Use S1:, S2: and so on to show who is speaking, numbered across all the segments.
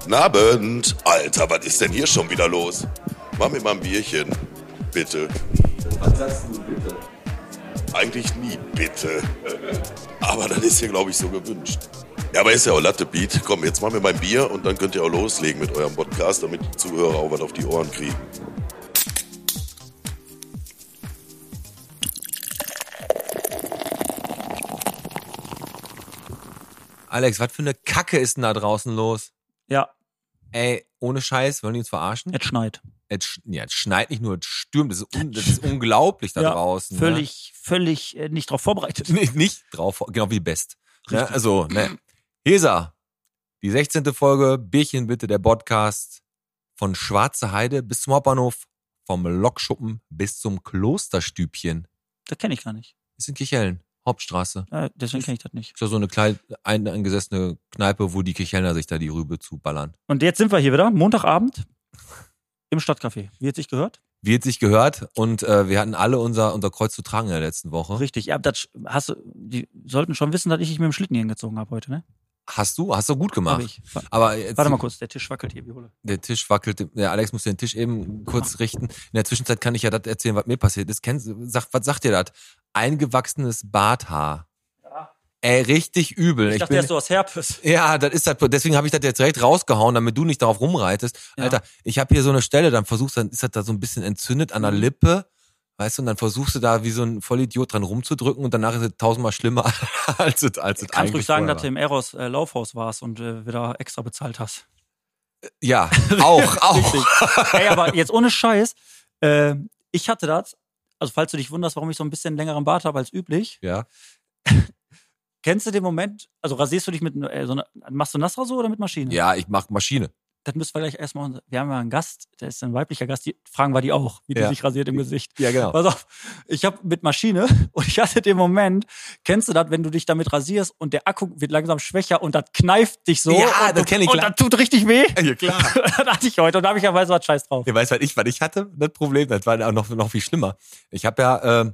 S1: Guten Abend. Alter, was ist denn hier schon wieder los? Mach mir mal ein Bierchen. Bitte.
S2: Was sagst du bitte?
S1: Eigentlich nie bitte. Aber das ist hier, glaube ich, so gewünscht. Ja, aber ist ja auch Latte Beat. Komm, jetzt machen wir mal ein Bier und dann könnt ihr auch loslegen mit eurem Podcast, damit die Zuhörer auch was auf die Ohren kriegen.
S3: Alex, was für eine Kacke ist denn da draußen los?
S4: Ja,
S3: Ey, ohne Scheiß, wollen die uns verarschen?
S4: es schneit.
S3: Es, sch ja, es schneit nicht nur, es stürmt. Das ist, un das ist unglaublich da
S4: ja,
S3: draußen.
S4: Völlig, völlig äh, nicht darauf vorbereitet.
S3: Ne? Nicht, nicht drauf, genau wie Best. Ne? Also, ne. Hesa, die 16. Folge, Bierchen bitte, der Podcast von Schwarze Heide bis zum Hauptbahnhof, vom Lokschuppen bis zum Klosterstübchen.
S4: Das kenne ich gar nicht.
S3: Das ist in Kirchhellen, Hauptstraße.
S4: Ja, deswegen kenne ich das nicht.
S3: Ist ja so eine kleine, ein- eingesessene Kneipe, wo die Kirchhellner sich da die Rübe zu ballern.
S4: Und jetzt sind wir hier wieder, Montagabend im Stadtcafé. Wie hat sich gehört?
S3: Wie jetzt sich gehört und äh, wir hatten alle unser, unser Kreuz zu tragen in der letzten Woche.
S4: Richtig. Ja, das sch- hast du, die sollten schon wissen, dass ich mich mit dem Schlitten hier hingezogen habe heute, ne?
S3: Hast du, hast du gut
S4: Hab
S3: gemacht.
S4: ich. Wa-
S3: Aber jetzt,
S4: Warte mal kurz, der Tisch wackelt hier, wie Hulle.
S3: der Tisch wackelt. Der Alex muss den Tisch eben kurz richten. In der Zwischenzeit kann ich ja das erzählen, was mir passiert ist. Kennst, sag, was sagt ihr das? Eingewachsenes Barthaar. Ey, richtig übel.
S4: Ich, dachte, der ist so aus Herpes.
S3: Ja, das ist das. Deswegen habe ich das jetzt direkt rausgehauen, damit du nicht darauf rumreitest.
S4: Ja.
S3: Alter, ich habe hier so eine Stelle, dann versuchst du, dann ist das da so ein bisschen entzündet an der
S4: Mhm.
S3: Lippe. Weißt du, und dann versuchst du da wie so ein Vollidiot dran rumzudrücken und danach ist es tausendmal schlimmer als es, als es
S4: Kannst ruhig
S3: eigentlich
S4: sagen,
S3: vorher
S4: dass du im Eros äh, Laufhaus warst und äh, wieder extra bezahlt hast.
S3: war. Ja, auch, auch.
S4: Ey, aber jetzt ohne Scheiß, äh, ich hatte das, also falls du dich wunderst, warum ich so ein bisschen längeren Bart habe als üblich,
S3: Ja.
S4: Kennst du den Moment, also rasierst du dich mit, äh, so einer, machst du Nassrasur oder mit Maschine?
S3: ja, ich mach Maschine.
S4: Das müssen wir gleich erstmal, wir haben ja einen Gast, der ist ein weiblicher Gast, die fragen wir die auch, wie die
S3: Ja.
S4: sich rasiert im Gesicht.
S3: Ja, genau.
S4: Pass auf, ich habe mit Maschine und ich hatte den Moment, kennst du das, wenn du dich damit rasierst und der Akku wird langsam schwächer und das kneift dich so.
S3: Ja,
S4: und
S3: das
S4: du-
S3: kenn ich
S4: Und
S3: klar.
S4: das tut richtig weh.
S3: Ja, klar.
S4: das hatte ich heute und da habe ich ja weiß was Scheiß drauf.
S3: Ihr weißt, was ich, was ich hatte, das Problem, das war auch noch, noch viel schlimmer. Ich habe ja, äh,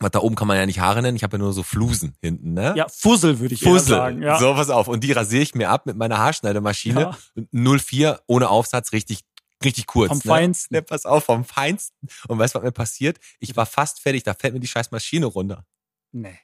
S3: was da oben kann man ja nicht Haare nennen, ich habe ja nur so Flusen hinten, ne?
S4: Ja, Fussel würde ich eher
S3: Fussel.
S4: sagen. Ja.
S3: So, pass auf. Und die rasiere ich mir ab mit meiner Haarschneidemaschine. 04, ohne Aufsatz, richtig, richtig kurz.
S4: Vom
S3: ne?
S4: Feinsten.
S3: Ne, pass auf, vom Feinsten. Und weißt du, was mir passiert? Ich war fast fertig, da fällt mir die scheiß Maschine runter.
S4: Nee.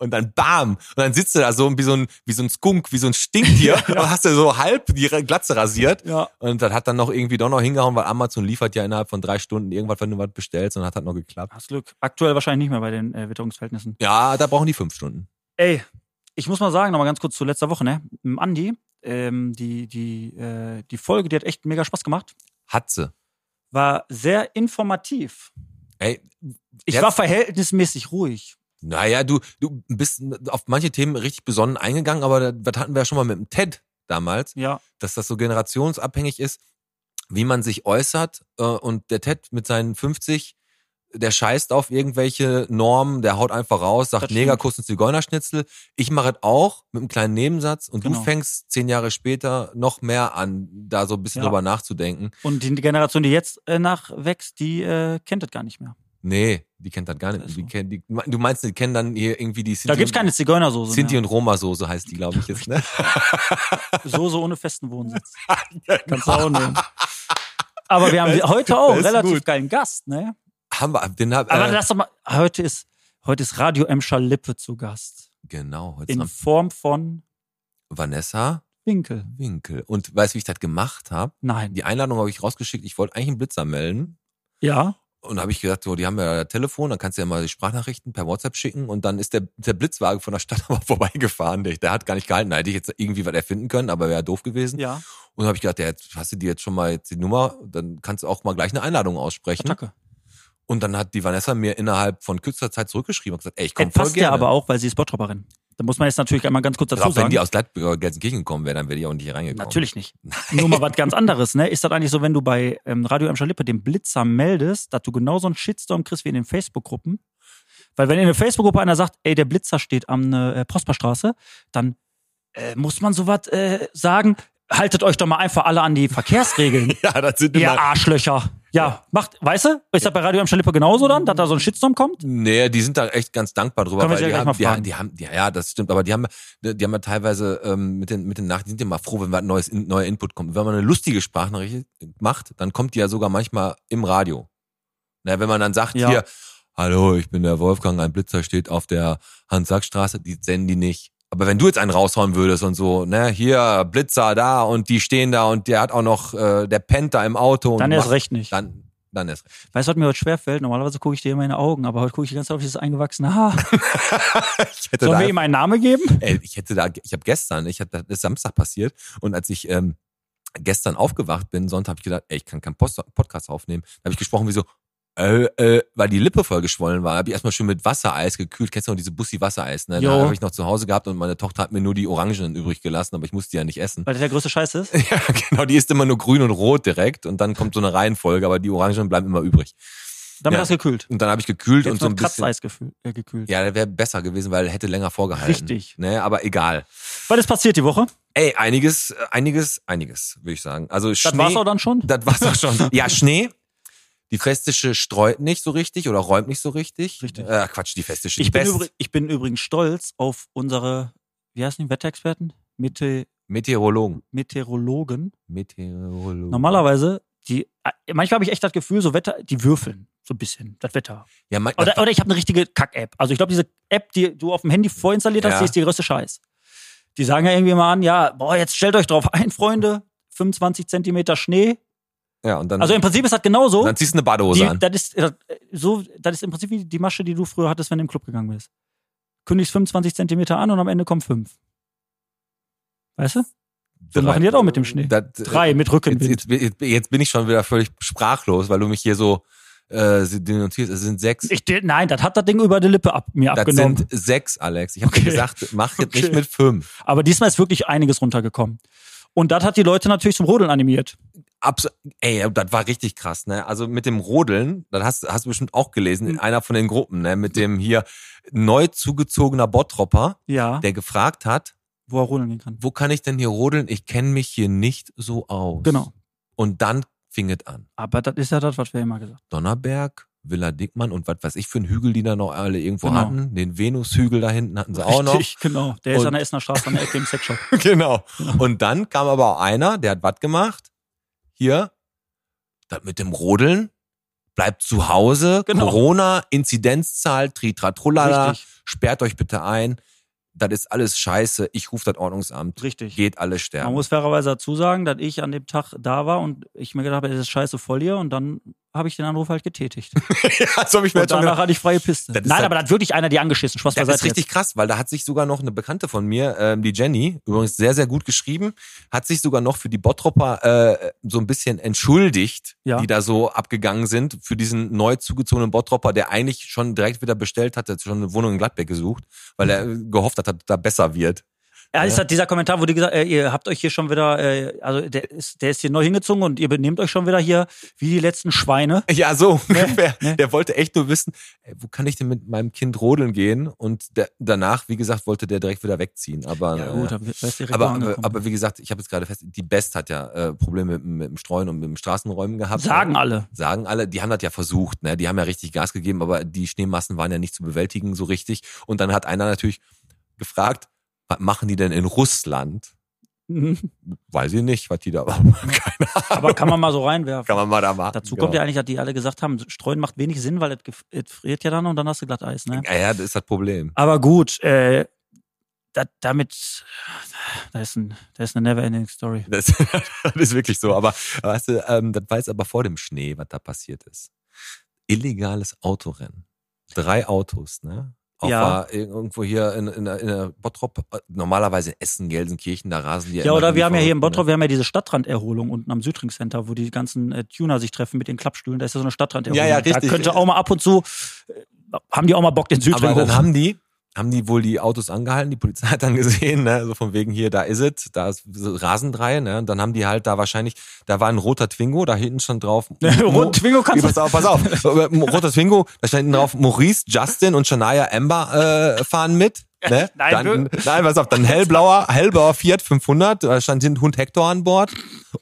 S3: Und dann bam. Und dann sitzt du da so wie so ein, wie so ein Skunk, wie so ein Stinktier. Und hast du so halb die Glatze rasiert.
S4: Ja.
S3: Und das hat dann noch irgendwie doch noch hingehauen, weil Amazon liefert ja innerhalb von drei Stunden irgendwas, wenn du was bestellst. Und hat halt noch geklappt.
S4: Hast Glück. Aktuell wahrscheinlich nicht mehr bei den äh, Witterungsverhältnissen.
S3: Ja, da brauchen die fünf Stunden.
S4: Ey, ich muss mal sagen, nochmal ganz kurz zu letzter Woche, ne? Mit Andi, ähm, die, die, äh, die Folge, die hat echt mega Spaß gemacht.
S3: Hat sie.
S4: War sehr informativ.
S3: Ey,
S4: Ich
S3: Jetzt-
S4: war verhältnismäßig ruhig.
S3: Naja, du, du bist auf manche Themen richtig besonnen eingegangen, aber das, das hatten wir ja schon mal mit dem TED damals,
S4: Ja,
S3: dass das so generationsabhängig ist, wie man sich äußert. äh, Und der TED mit seinen 50, der scheißt auf irgendwelche Normen, der haut einfach raus,
S4: Das
S3: sagt
S4: stimmt.
S3: Negerkuss und Zigeunerschnitzel. Ich mache es auch mit einem kleinen Nebensatz und
S4: Genau.
S3: du fängst zehn Jahre später noch mehr an, da so ein bisschen
S4: Ja.
S3: drüber nachzudenken.
S4: und die Generation, die jetzt äh, nachwächst, die äh, kennt das gar nicht mehr.
S3: Nee, die kennt das gar nicht.
S4: Das ist
S3: Die
S4: so.
S3: kennt, die, du meinst, die kennen dann hier irgendwie die Sinti
S4: Da gibt's keine Zigeunersoße ne?
S3: Sinti
S4: mehr.
S3: und Roma-Soße heißt die, glaube ich, jetzt, ne?
S4: Soße ohne festen Wohnsitz. Kannst du auch nehmen. Aber wir haben heute auch
S3: das genau. ist
S4: relativ
S3: gut.
S4: geilen Gast, ne?
S3: Haben wir, den hab,
S4: Aber
S3: äh,
S4: lass doch mal, heute ist, heute ist Radio Emscher Lippe zu Gast.
S3: genau, heute
S4: In
S3: haben
S4: Form von
S3: Vanessa
S4: Winkel.
S3: Winkel. Und weißt du, wie ich das gemacht habe?
S4: Nein.
S3: Die Einladung habe ich rausgeschickt, ich wollte eigentlich einen Blitzer melden.
S4: Ja.
S3: Und habe ich gedacht, so, die haben ja Telefon, dann kannst du ja mal die Sprachnachrichten per WhatsApp schicken. Und dann ist der, der Blitzwagen von der Stadt aber vorbeigefahren. Der, der hat gar nicht gehalten. Da hätte ich jetzt irgendwie was erfinden können, aber wäre doof gewesen.
S4: Ja,
S3: Und dann habe ich gedacht, ja, jetzt hast du dir jetzt schon mal jetzt die Nummer, dann kannst du auch mal gleich eine Einladung aussprechen.
S4: Attacke.
S3: Und dann hat die Vanessa mir innerhalb von kürzester Zeit zurückgeschrieben und gesagt, ey, ich
S4: Ey,
S3: komme voll
S4: passt ja
S3: gerne.
S4: aber auch, weil sie ist Bottropperin. Da muss man jetzt natürlich einmal ganz kurz dazu
S3: auch wenn die
S4: sagen.
S3: aus Leipzig oder Gelsenkirchen gekommen wäre, dann wäre die auch nicht hier reingekommen.
S4: Natürlich nicht. Nur mal was ganz anderes, ne? Ist das eigentlich so, wenn du bei ähm, Radio Emscher Lippe den Blitzer meldest, dass du genauso einen Shitstorm kriegst wie in den Facebook-Gruppen? Weil wenn in der Facebook-Gruppe einer sagt, ey, der Blitzer steht am äh, Prosperstraße, dann äh, muss man sowas äh, sagen, haltet euch doch mal einfach alle an die Verkehrsregeln,
S3: Ja, das sind
S4: ihr
S3: immer,
S4: Arschlöcher. Ja, Genau. macht, weißt du, ist das bei Radio am Schalippe genauso dann, dass da so ein Shitstorm kommt?
S3: Nee, die sind da echt ganz dankbar drüber,
S4: Können wir
S3: weil
S4: sie
S3: die
S4: ja
S3: haben,
S4: gleich
S3: die,
S4: mal
S3: haben- die haben, die, ja, das stimmt, aber die haben, die haben ja teilweise ähm, mit den mit den Nachrichten die sind ja mal froh, wenn was neues in, neuer Input kommt. Wenn man eine lustige Sprachnachricht macht, dann kommt die ja sogar manchmal im Radio. Na, wenn man dann sagt
S4: Ja.
S3: hier, hallo, ich bin der Wolfgang, ein Blitzer steht auf der Hans-Sack-Straße, die senden die nicht. Aber wenn du jetzt einen raushauen würdest und so, ne, hier Blitzer da und die stehen da und der hat auch noch äh, der pennt da im Auto
S4: Dann
S3: und
S4: erst
S3: macht-
S4: recht nicht.
S3: Dann dann erst recht.
S4: Weißt du, was mir heute schwerfällt? Normalerweise gucke ich dir immer in die Augen, aber heute gucke ich die ganze Zeit auf dieses eingewachsene Haar.
S3: Ich hätte
S4: Sollen
S3: da
S4: wir ihm einen Namen geben?
S3: Ey, Äh, ich hätte da, ich habe gestern, ich hatte, das ist Samstag passiert und als ich ähm, gestern aufgewacht bin, Sonntag, habe ich gedacht, ey, ich kann keinen Post Podcast aufnehmen. Da habe ich gesprochen wie so, äh, äh, weil die Lippe voll geschwollen war, habe ich erstmal schön mit Wassereis gekühlt. Kennst du noch diese Bussi Wassereis? Ne? Da
S4: Jo.
S3: habe ich noch zu Hause gehabt und meine Tochter hat mir nur die Orangen übrig gelassen, aber ich musste die ja nicht essen.
S4: Weil das der größte Scheiß ist.
S3: ja, genau, die ist immer nur grün und rot direkt und dann kommt so eine Reihenfolge, aber die Orangen bleiben immer übrig.
S4: Dann
S3: Ja.
S4: wird das gekühlt.
S3: Und dann habe ich gekühlt
S4: Jetzt
S3: und so ein
S4: wird
S3: bisschen.
S4: Kratzeis gefü- äh, gekühlt.
S3: Ja, der wäre besser gewesen, weil hätte länger vorgehalten.
S4: Richtig.
S3: Ne, aber egal.
S4: Was ist passiert die Woche?
S3: Ey, einiges, äh, einiges, einiges, würde ich sagen. Also Schnee.
S4: Das war's auch dann schon.
S3: Das war's auch schon. ja, Schnee. Die Festische streut nicht so richtig oder räumt nicht so richtig.
S4: Richtig.
S3: Äh, Quatsch, die Festische.
S4: Ich
S3: die
S4: bin,
S3: West-
S4: übrig, ich bin übrigens stolz auf unsere, wie heißen die, Wetterexperten? Mete
S3: Meteorologen.
S4: Meteorologen.
S3: Meteorologen.
S4: Normalerweise, die, äh, manchmal habe ich echt das Gefühl, so Wetter, die würfeln so ein bisschen, das Wetter.
S3: Ja, mein,
S4: Oder, oder ich habe eine richtige Kack-App. Also ich glaube, diese App, die du auf dem Handy vorinstalliert hast,
S3: Ja.
S4: die ist die größte Scheiß. Die sagen ja irgendwie mal an, ja, boah, jetzt stellt euch drauf ein, Freunde, 25 Zentimeter Schnee.
S3: ja, und dann,
S4: Also im Prinzip ist das genauso.
S3: dann ziehst du eine Badehose
S4: Die,
S3: an.
S4: das, ist, das, äh, so, das ist im Prinzip wie die Masche, die du früher hattest, wenn du im Club gegangen bist. Kündigst 25 Zentimeter an und am Ende kommen fünf. Weißt du? So machen die das auch mit dem Schnee.
S3: Das, äh,
S4: Drei mit Rückenwind.
S3: Jetzt, jetzt, jetzt bin ich schon wieder völlig sprachlos, weil du mich hier so äh, denunzierst. Es sind sechs.
S4: Ich, de- nein, das hat das Ding über die Lippe ab, mir
S3: das
S4: abgenommen.
S3: sind sechs, Alex. Ich habe dir
S4: Okay.
S3: gesagt, mach jetzt nicht
S4: Okay.
S3: mit fünf.
S4: Aber diesmal ist wirklich einiges runtergekommen. Und das hat die Leute natürlich zum Rodeln animiert.
S3: Abs ey, das war richtig krass, ne? Also mit dem Rodeln, das hast, hast du bestimmt auch gelesen
S4: Mhm.
S3: in einer von den Gruppen, ne? Mit dem hier neu zugezogener Bottropper,
S4: Ja,
S3: der gefragt hat,
S4: wo er rodeln gehen kann.
S3: wo kann ich denn hier rodeln? Ich kenne mich hier nicht so aus.
S4: Genau.
S3: Und dann fing es an.
S4: Aber das ist ja das, was wir immer gesagt haben.
S3: Donnerberg, Villa Dickmann und was weiß ich für einen Hügel, die da noch alle irgendwo
S4: Genau.
S3: hatten. Den Venushügel da hinten hatten sie auch noch.
S4: Richtig, genau. Der ist
S3: Und-
S4: an der Essener Straße an der Ecke im Sexshop.
S3: genau. Und dann kam aber auch einer, der hat was gemacht. Hier, das mit dem Rodeln, bleibt zu Hause,
S4: Genau.
S3: Corona, Inzidenzzahl, Tritratrulala,
S4: Richtig,
S3: sperrt euch bitte ein. Das ist alles scheiße. Ich rufe das Ordnungsamt.
S4: richtig.
S3: Geht alle
S4: Man
S3: sterben.
S4: muss fairerweise dazu sagen, dass ich an dem Tag da war und ich mir gedacht habe, es ist scheiße voll hier und dann habe ich den Anruf halt getätigt.
S3: ja, so hab ich
S4: Und danach
S3: gedacht.
S4: hatte ich freie Piste.
S3: Das ist
S4: Nein,
S3: halt-
S4: aber da hat wirklich einer die angeschissen. Spaß
S3: Das
S4: beiseite.
S3: ist richtig krass, weil da hat sich sogar noch eine Bekannte von mir, ähm, die Jenny, übrigens sehr, sehr gut geschrieben, hat sich sogar noch für die Bottropper äh, so ein bisschen entschuldigt,
S4: Ja.
S3: die da so abgegangen sind, für diesen neu zugezogenen Bottropper, der eigentlich schon direkt wieder bestellt hatte, schon eine Wohnung in Gladbeck gesucht, weil er äh, gehofft hat, dass da besser wird.
S4: Ja, ist halt dieser Kommentar, wo die gesagt, äh, ihr habt euch hier schon wieder, äh, also der ist, der ist hier neu hingezogen und ihr benehmt euch schon wieder hier wie die letzten Schweine.
S3: Ja, so ungefähr.
S4: ne.
S3: Der wollte echt nur wissen, ey, wo kann ich denn mit meinem Kind rodeln gehen? Und der, danach, wie gesagt, wollte der direkt wieder wegziehen. Aber
S4: Ja,
S3: äh,
S4: gut, aber, weißt, direkt
S3: aber, aber,
S4: mal angekommen.
S3: aber wie gesagt, ich habe jetzt gerade fest, die Best hat ja äh, Probleme mit, dem- mit dem Streuen und mit dem Straßenräumen gehabt.
S4: sagen alle.
S3: Sagen alle, die haben das ja versucht, ne? Die haben ja richtig Gas gegeben, aber die Schneemassen waren ja nicht zu bewältigen so richtig. Und dann hat einer natürlich gefragt, was machen die denn in Russland?
S4: Mhm.
S3: Weiß ich nicht, was die da machen. Keine Ahnung.
S4: Aber kann man mal so reinwerfen.
S3: Kann man mal da genau. machen.
S4: Dazu kommt ja eigentlich, dass die alle gesagt haben, streuen macht wenig Sinn, weil es gef- es friert ja dann und dann hast du Glatteis, ne?
S3: ja. Ja, das ist das Problem.
S4: Aber gut, äh, da, damit, da ist, ein, da ist eine never-ending Story.
S3: Das, das ist wirklich so. Aber weißt du, ähm, das weiß aber vor dem Schnee, was da passiert ist. Illegales Autorennen. Drei Autos, ne? Auch
S4: Ja.
S3: war ir- irgendwo hier in, in, der- in der Bottrop, äh, normalerweise in Essen, Gelsenkirchen, da rasen die ne?
S4: Ja,
S3: immer
S4: oder
S3: wie
S4: wir haben ja hier im
S3: verrückt,
S4: Bottrop, wir haben ja diese Stadtranderholung unten am Südring Center, wo die ganzen äh, Tuner sich treffen mit den Klappstühlen. Da ist ja so eine Stadtranderholung.
S3: Ja, ja,
S4: Da
S3: richtig.
S4: könnte auch mal ab und zu, äh, haben die auch mal Bock, den
S3: Ne?
S4: Südring
S3: Aber dann
S4: hoch.
S3: haben die, haben die wohl die Autos angehalten, die Polizei hat dann gesehen, ne? so von wegen hier, da ist es, da ist so Rasendreie, ne? Und dann haben die halt da wahrscheinlich, da war ein roter Twingo, da hinten schon drauf.
S4: Rund Twingo kannst du
S3: pass auf, pass auf. Roter Twingo, da stand hinten drauf Maurice, Justin und Shania Amber äh, fahren mit. Ne?
S4: Nein,
S3: dann,
S4: wirklich.
S3: nein, pass auf, dann hellblauer, hellblauer Fiat 500, da stand hinten Hund Hector an Bord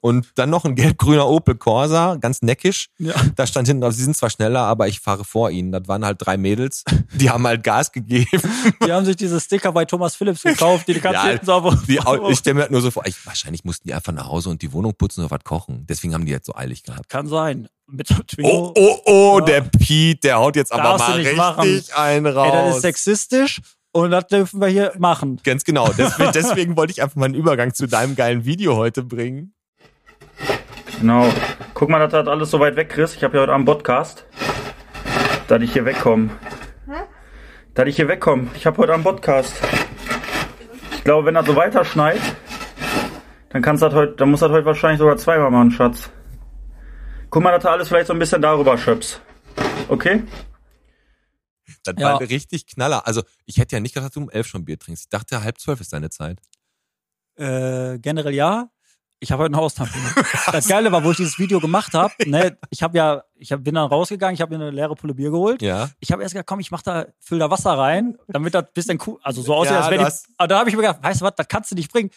S3: und dann noch ein gelb-grüner Opel Corsa, ganz neckisch.
S4: Ja.
S3: Da stand hinten drauf, sie sind zwar schneller, aber ich fahre vor ihnen. Das waren halt drei Mädels, die haben halt Gas gegeben.
S4: Die haben sich diese Sticker bei Thomas Phillips gekauft, die kannst
S3: Ja,
S4: du hinten sauber.
S3: Die, au- ich stelle mir halt nur so vor, ich, wahrscheinlich mussten die einfach nach Hause und die Wohnung putzen oder was kochen. Deswegen haben die jetzt so eilig gehabt.
S4: Kann sein. Mit
S3: Oh,
S4: Twingo.
S3: oh, oh,
S4: Ja.
S3: der Pete, der haut jetzt aber
S4: Darfst du
S3: mal
S4: nicht
S3: richtig
S4: machen.
S3: einen raus.
S4: Ey, das ist sexistisch und das dürfen wir hier machen.
S3: Ganz genau. Deswegen, deswegen wollte ich einfach mal einen Übergang zu deinem geilen Video heute bringen.
S5: Genau. Guck mal, dass das alles so weit weg ist. Ich habe ja heute Abend Podcast. Dass ich hier wegkomme. Dass ich hier wegkomme. Ich habe heute Abend Podcast. Ich glaube, wenn das so weiter schneit, dann kannst das heute, dann muss das heute wahrscheinlich sogar zweimal machen, Schatz. Guck mal, dass du alles vielleicht so ein bisschen darüber schöpfst. Okay?
S3: Das
S4: Ja.
S3: war richtig Knaller. Also ich hätte ja nicht gedacht, dass du um elf schon Bier trinkst. Ich dachte, halb zwölf ist deine Zeit.
S4: Äh, generell ja. Ich habe heute einen Haustampon. Das Geile war, wo ich dieses Video gemacht habe, ne, ich habe ja, ich hab, bin dann rausgegangen, ich habe mir eine leere Pulle Bier geholt.
S3: Ja.
S4: Ich habe erst gedacht, komm, ich mach da, füll da Wasser rein, damit das bisschen cool, also so aussieht,
S3: Ja,
S4: als wenn
S3: du
S4: ich,
S3: hast-
S4: aber da habe ich mir gedacht, weißt du was, das kannst du nicht bringen.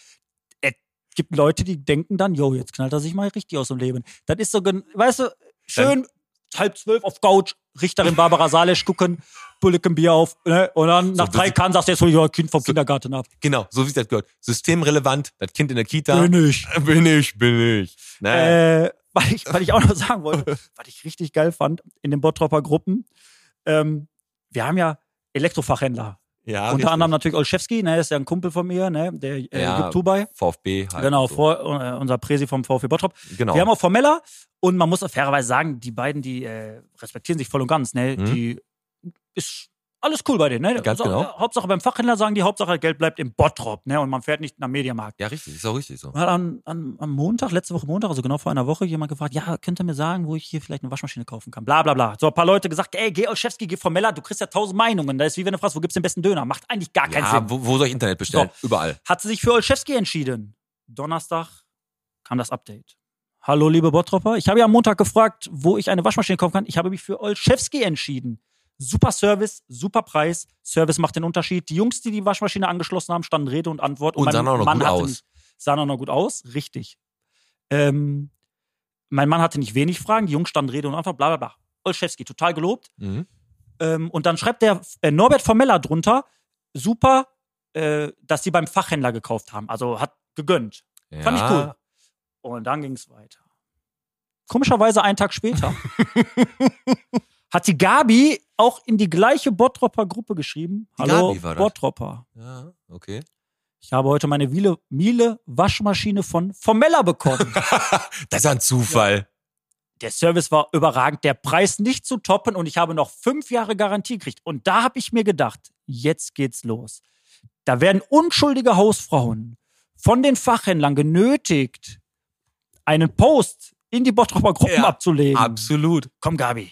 S4: Es gibt Leute, die denken dann, jo, jetzt knallt er sich mal richtig aus dem Leben. Das ist so, gen- weißt du, schön halb zwölf auf Couch, Richterin Barbara Salesch gucken, Bullock ein Bier auf, ne, und dann nach drei Kahn sagt er, jetzt hol ich euer Kind vom Kindergarten ab.
S3: Genau, so wie das gehört. Systemrelevant, das Kind in der Kita.
S4: Bin ich.
S3: Bin ich, bin ich. Ne?
S4: äh, weil, ich, weil ich auch noch sagen wollte, was ich richtig geil fand in den Bottropper Gruppen. Ähm, wir haben ja Elektrofachhändler.
S3: ja,
S4: Unter
S3: Ah, richtig.
S4: anderem natürlich Olszewski, ne, ist ja ein Kumpel von mir, ne, der äh,
S3: Ja,
S4: gibt Dubai.
S3: VfB halt.
S4: genau,
S3: so.
S4: vor, äh, unser Präsi vom VfB Bottrop.
S3: genau.
S4: Wir haben auch Formeller und man muss auch fairerweise sagen, die beiden, die äh, respektieren sich voll und ganz, ne?
S3: Mhm.
S4: Die ist alles cool bei denen, ne?
S3: Ganz
S4: Sau-
S3: genau.
S4: Hauptsache beim Fachhändler sagen die, Hauptsache das Geld bleibt im Bottrop, ne? Und man fährt nicht nach Mediamarkt.
S3: ja, richtig, ist auch richtig so.
S4: Und hat an, an, am Montag, letzte Woche Montag, also genau vor einer Woche, jemand gefragt, ja, könnt ihr mir sagen, wo ich hier vielleicht eine Waschmaschine kaufen kann? Bla bla bla. So ein paar Leute gesagt, ey, geh Olszewski, geh Formella, du kriegst ja tausend Meinungen. Da ist wie wenn du fragst, wo gibt's den besten Döner? Macht eigentlich gar keinen
S3: Ja,
S4: Sinn.
S3: wo, wo soll ich Internet bestellen? Überall.
S4: Hat sie sich für Olszewski entschieden. Donnerstag kam das Update. Hallo, liebe Bottropper. Ich habe ja am Montag gefragt, wo ich eine Waschmaschine kaufen kann. Ich habe mich für Olszewski entschieden. Super Service, super Preis. Service macht den Unterschied. Die Jungs, die die Waschmaschine angeschlossen haben, standen Rede und Antwort.
S3: Und
S4: mein
S3: sahen auch noch
S4: Mann
S3: gut
S4: hatte
S3: aus.
S4: Nicht, sahen auch noch gut aus, richtig. Ähm, mein Mann hatte nicht wenig Fragen. Die Jungs standen Rede und Antwort, bla bla bla. Olszewski, total gelobt.
S3: Mhm.
S4: Ähm, und dann schreibt der äh, Norbert Formella drunter, super, äh, dass sie beim Fachhändler gekauft haben. Also hat gegönnt.
S3: Ja.
S4: Fand ich cool. Und dann ging es weiter. Komischerweise einen Tag später hat die Gabi auch in die gleiche Bottropper Gruppe geschrieben.
S3: Die
S4: Hallo
S3: Gabi war das.
S4: Bottropper.
S3: Ja, okay.
S4: Ich habe heute meine Miele, Miele Waschmaschine von Formella bekommen.
S3: Das ist ja ein Zufall.
S4: der Service war überragend, der Preis nicht zu toppen und ich habe noch fünf Jahre Garantie gekriegt. Und da habe ich mir gedacht, jetzt geht's los. Da werden unschuldige Hausfrauen von den Fachhändlern genötigt, einen Post in die Bottroper Gruppen
S3: Ja,
S4: abzulegen.
S3: Absolut.
S4: Komm, Gabi,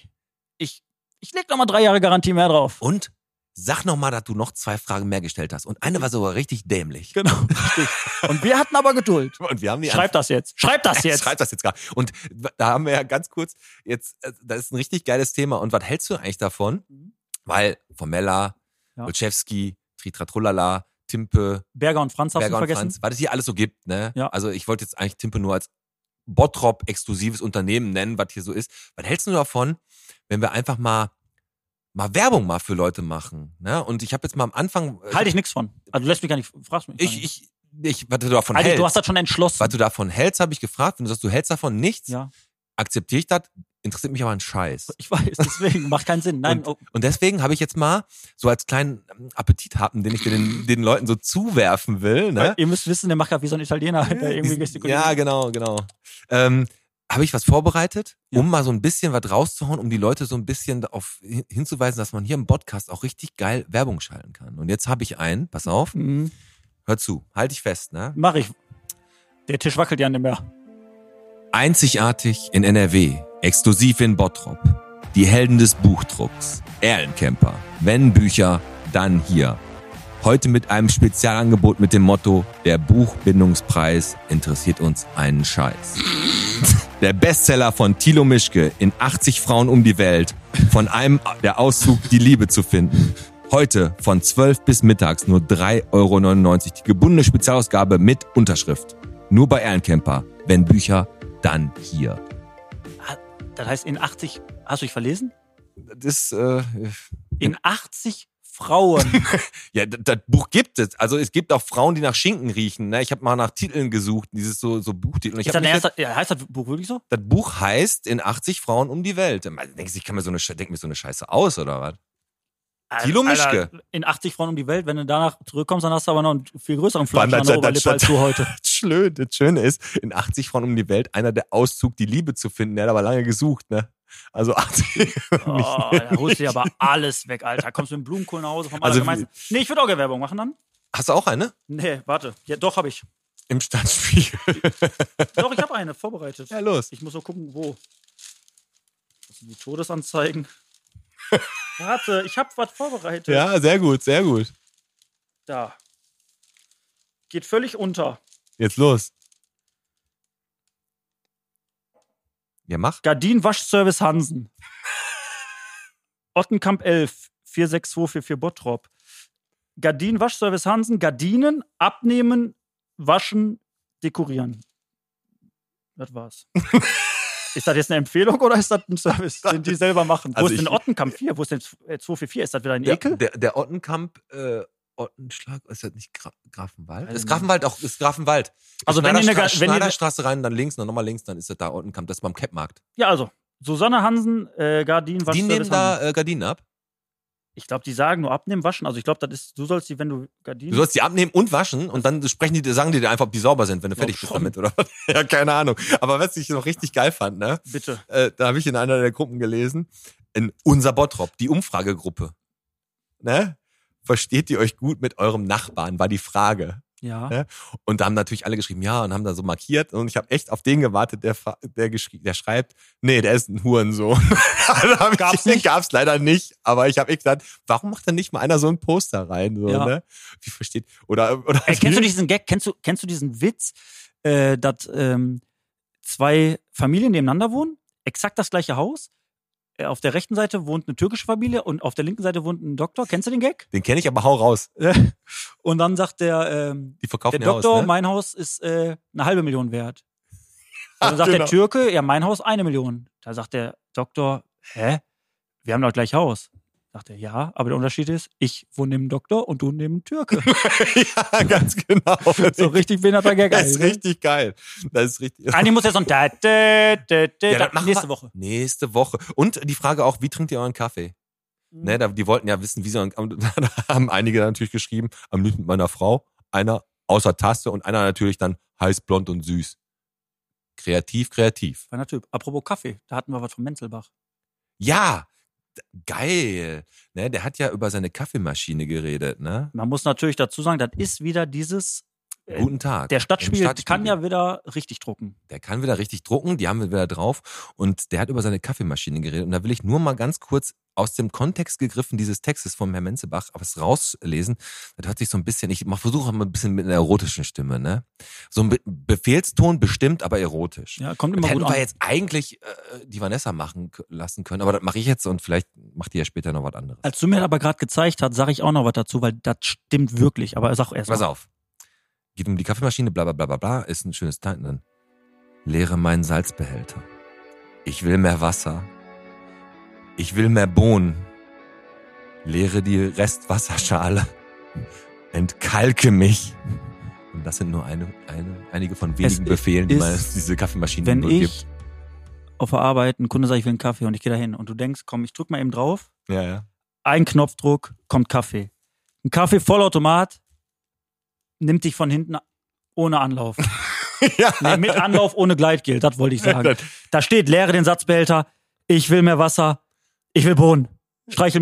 S4: ich, ich leg noch mal drei Jahre Garantie mehr drauf.
S3: Und sag noch mal, dass du noch zwei Fragen mehr gestellt hast. Und eine war sogar richtig dämlich.
S4: Genau. richtig. und wir hatten aber Geduld.
S3: Und wir haben die
S4: Schreib das jetzt. Schreib das
S3: Ja,
S4: jetzt.
S3: Schreib das jetzt gar. Und da haben wir ja ganz kurz jetzt, äh, das ist ein richtig geiles Thema. Und was hältst du eigentlich davon?
S4: Mhm.
S3: Weil Formella,
S4: Ja.
S3: Olszewski, Tritratrulala, Timpe,
S4: Berger und Franz hast
S3: Berger und
S4: du vergessen.
S3: Franz, was es hier alles so gibt, ne?
S4: Ja.
S3: Also ich wollte jetzt eigentlich Timpe nur als Bottrop-exklusives Unternehmen nennen, was hier so ist. Was hältst du davon, wenn wir einfach mal mal Werbung mal für Leute machen, ne? Und ich habe jetzt mal am Anfang äh,
S4: Halte ich nichts von. Also du lässt mich gar nicht, fragst mich. gar
S3: ich
S4: nicht.
S3: ich ich was du davon
S4: Alter,
S3: hältst.
S4: du hast das schon entschlossen.
S3: was du davon hältst, habe ich gefragt. Wenn du sagst, du hältst davon nichts,
S4: Ja.
S3: akzeptiere ich das, interessiert mich aber ein Scheiß.
S4: Ich weiß, deswegen macht keinen Sinn. Nein, oh,
S3: Und deswegen habe ich jetzt mal so als kleinen ähm, Appetithappen, den ich den, den Leuten so zuwerfen will. Ne?
S4: ihr müsst wissen, der macht gerade wie so ein Italiener, halt, der irgendwie gestikuliert.
S3: Ja, genau, genau. Ähm, habe ich was vorbereitet, um mal so ein bisschen was rauszuhauen, um die Leute so ein bisschen darauf hin- hinzuweisen, dass man hier im Podcast auch richtig geil Werbung schalten kann. Und jetzt habe ich einen, pass auf,
S4: Mhm.
S3: hör zu, halt dich fest, ne?
S4: Mach ich. Der Tisch wackelt ja nicht mehr.
S3: Einzigartig in NRW, exklusiv in Bottrop. Die Helden des Buchdrucks. Erlenkemper. Wenn Bücher, dann hier. Heute mit einem Spezialangebot mit dem Motto, der Buchbindungspreis interessiert uns einen Scheiß. Der Bestseller von Thilo Mischke in 80 Frauen um die Welt. Von einem der Auszug, die Liebe zu finden. Heute von 12 bis mittags nur 3,99 Euro die gebundene Spezialausgabe mit Unterschrift. Nur bei Ehrencamper. Wenn Bücher, dann hier.
S4: Ah, Das heißt, in 80, hast du dich verlesen?
S3: Das, äh,
S4: In 80 Frauen.
S3: ja, d- das Buch gibt es. Also es gibt auch Frauen, die nach Schinken riechen. Ne? Ich habe mal nach Titeln gesucht, dieses so, so Buchtitel. Und Ich
S4: Ist
S3: hab
S4: das
S3: mich
S4: der erste, ja, heißt das Buch wirklich so?
S3: das Buch heißt in 80 Frauen um die Welt. Man denkt sich, ich kann mir so eine, Sche- denk mir so eine Scheiße aus oder was? Thilo
S4: Alter,
S3: Mischke.
S4: In 80 Frauen um die Welt, wenn du danach zurückkommst, dann hast du aber noch einen viel größeren
S3: Vor allem,
S4: Flaschen an
S3: das-
S4: der
S3: das-
S4: Oberlippe als
S3: das-
S4: du heute.
S3: Das Schöne, das Schöne ist, in 80 Frauen um die Welt einer der Auszug, die Liebe zu finden. Der hat aber lange gesucht, ne? Also 80.
S4: Oh, da holst du dir aber alles weg, Alter. Kommst mit dem Blumenkohl nach Hause vom
S3: Also
S4: Allergemeinsten. Nee, ich würde auch gerne Werbung machen dann.
S3: Hast du auch eine?
S4: Nee, warte. Ja, doch, habe ich.
S3: Im Stadtspiegel.
S4: Doch, ich habe eine vorbereitet.
S3: Ja, los.
S4: Ich muss nur gucken, wo. Das sind die Todesanzeigen. Warte, ich habe was vorbereitet.
S3: Ja, sehr gut, sehr gut.
S4: Da. Geht völlig unter.
S3: Jetzt los. Ja, mach.
S4: Gardin Waschservice Hansen. Ottenkamp 11 46244 Bottrop. Gardin Waschservice Hansen, Gardinen abnehmen, waschen, dekorieren. Das war's. ist das jetzt eine Empfehlung oder ist das ein Service, den die selber machen? Wo
S3: Also
S4: ist denn
S3: ich-
S4: Ottenkamp 4? Wo ist denn äh, 244? Ist das wieder ein
S3: Der,
S4: Ekel?
S3: der, der Ottenkamp, äh, Ottenschlag, ist das nicht Gra Grafenwald?
S4: Weiß
S3: Ist
S4: nicht.
S3: Grafenwald auch, ist Grafenwald.
S4: Also wenn ihr eine Ga- wenn ihr-
S3: Schneiderstraße rein, dann links, dann nochmal links, dann ist das da Ottenkamp, das ist beim Capmarkt.
S4: Ja, also. Susanne Hansen, äh, Gardin,
S3: Die
S4: Waschservice
S3: nehmen
S4: Hansen.
S3: da äh, Gardinen ab.
S4: Hm? Ich glaube, die sagen nur abnehmen, waschen. Also ich glaube, das ist, du sollst die, wenn du Gardinen.
S3: Du sollst die abnehmen und waschen und dann sprechen die, dir- sagen die dir einfach, ob die sauber sind, wenn du fertig bist
S4: schon.
S3: damit, oder? was? ja, keine Ahnung. Aber was ich noch richtig geil fand, ne?
S4: bitte.
S3: äh, da habe ich in einer der Gruppen gelesen, in unser Bottrop, die Umfragegruppe. Ne? Versteht ihr euch gut mit eurem Nachbarn, war die Frage.
S4: Ja.
S3: Ja. Und da haben natürlich alle geschrieben, ja, und haben da so markiert. Und ich habe echt auf den gewartet, der, fra- der, geschrie- der schreibt, nee, der ist ein Hurensohn. also hab
S4: Gab's
S3: ich, den
S4: nicht?
S3: Gab's leider nicht. Aber ich habe echt gedacht, warum macht denn nicht mal einer so ein Poster rein? So,
S4: Ja.
S3: ne? Wie versteht, oder, oder
S4: Ey, kennst du diesen Gag? Kennst du, kennst du diesen Witz, äh, dass ähm, zwei Familien nebeneinander wohnen, exakt das gleiche Haus? Äh, Auf der rechten Seite wohnt eine türkische Familie und auf der linken Seite wohnt ein Doktor. Kennst du den Gag?
S3: den kenne ich, aber hau raus.
S4: Und dann sagt der, ähm,
S3: Die verkaufen
S4: der
S3: ihr
S4: Doktor,
S3: Haus, ne?
S4: mein Haus ist äh, eine halbe Million wert. Und dann sagt
S3: genau.
S4: der Türke, ja, mein Haus eine Million. Da sagt der Doktor, hä? Wir haben doch gleich Haus. Sagt er, ja, aber der Unterschied ist, ich wohne neben dem Doktor und du neben dem Türke.
S3: ja, ganz genau.
S4: so richtig behinderter Gag.
S3: Das ist
S4: eigentlich, ne?
S3: richtig geil. Das ist richtig.
S4: Eigentlich muss er so ein da, da, da, da,
S3: Ja,
S4: da,
S3: das machen
S4: nächste
S3: wir-
S4: Woche.
S3: Nächste Woche. Und die Frage auch, wie trinkt ihr euren Kaffee? Ne, da, die wollten ja wissen, wie sie, und da haben einige dann natürlich geschrieben, am liebsten mit meiner Frau, einer außer Taste und einer natürlich dann heiß, blond und süß. Kreativ, kreativ.
S4: Feiner Typ. Apropos Kaffee, da hatten wir was von Menzelbach.
S3: Ja, d- geil. Ne, der hat ja über seine Kaffeemaschine geredet, ne?
S4: Man muss natürlich dazu sagen, das ist wieder dieses. äh,
S3: Guten Tag.
S4: Der
S3: Im
S4: Stadtspiegel kann ja wieder richtig drucken.
S3: Der kann wieder richtig drucken, die haben wir wieder drauf. Und der hat über seine Kaffeemaschine geredet. Und da will ich nur mal ganz kurz aus dem Kontext gegriffen dieses Textes von Herrn Menzebach was rauslesen. Das hört sich so ein bisschen, ich mach- versuche mal ein bisschen mit einer erotischen Stimme, ne? So ein Be Befehlston bestimmt, aber erotisch.
S4: Ja, kommt
S3: Das
S4: immer
S3: hätten
S4: gut
S3: wir
S4: an.
S3: jetzt eigentlich äh, die Vanessa machen k- lassen können, aber das mache ich jetzt und vielleicht macht die ja später noch was anderes.
S4: Als du mir das aber gerade gezeigt hast, sage ich auch noch was dazu, weil das stimmt wirklich. Aber sag erst
S3: Pass
S4: mal.
S3: auf. Geht um die Kaffeemaschine, bla bla bla bla bla, ist ein schönes Teil drin. Leere meinen Salzbehälter. Ich will mehr Wasser. Ich will mehr Bohnen. Leere die Restwasserschale. Entkalke mich. Und das sind nur eine, eine, einige von wenigen
S4: i-
S3: Befehlen, die
S4: ist,
S3: man diese Kaffeemaschine
S4: Wenn
S3: nur
S4: ich auf der Arbeit einen Kunde sagt, ich will einen Kaffee und ich gehe da hin und du denkst, komm, ich drück mal eben drauf,
S3: Ja, ja.
S4: ein Knopfdruck, kommt Kaffee. Ein Kaffee Vollautomat nimmt dich von hinten ohne Anlauf.
S3: ja.
S4: Nee, mit Anlauf ohne Gleitgel, das wollte ich sagen. Da steht, leere den Satzbehälter, ich will mehr Wasser, ich will Bohnen, streichel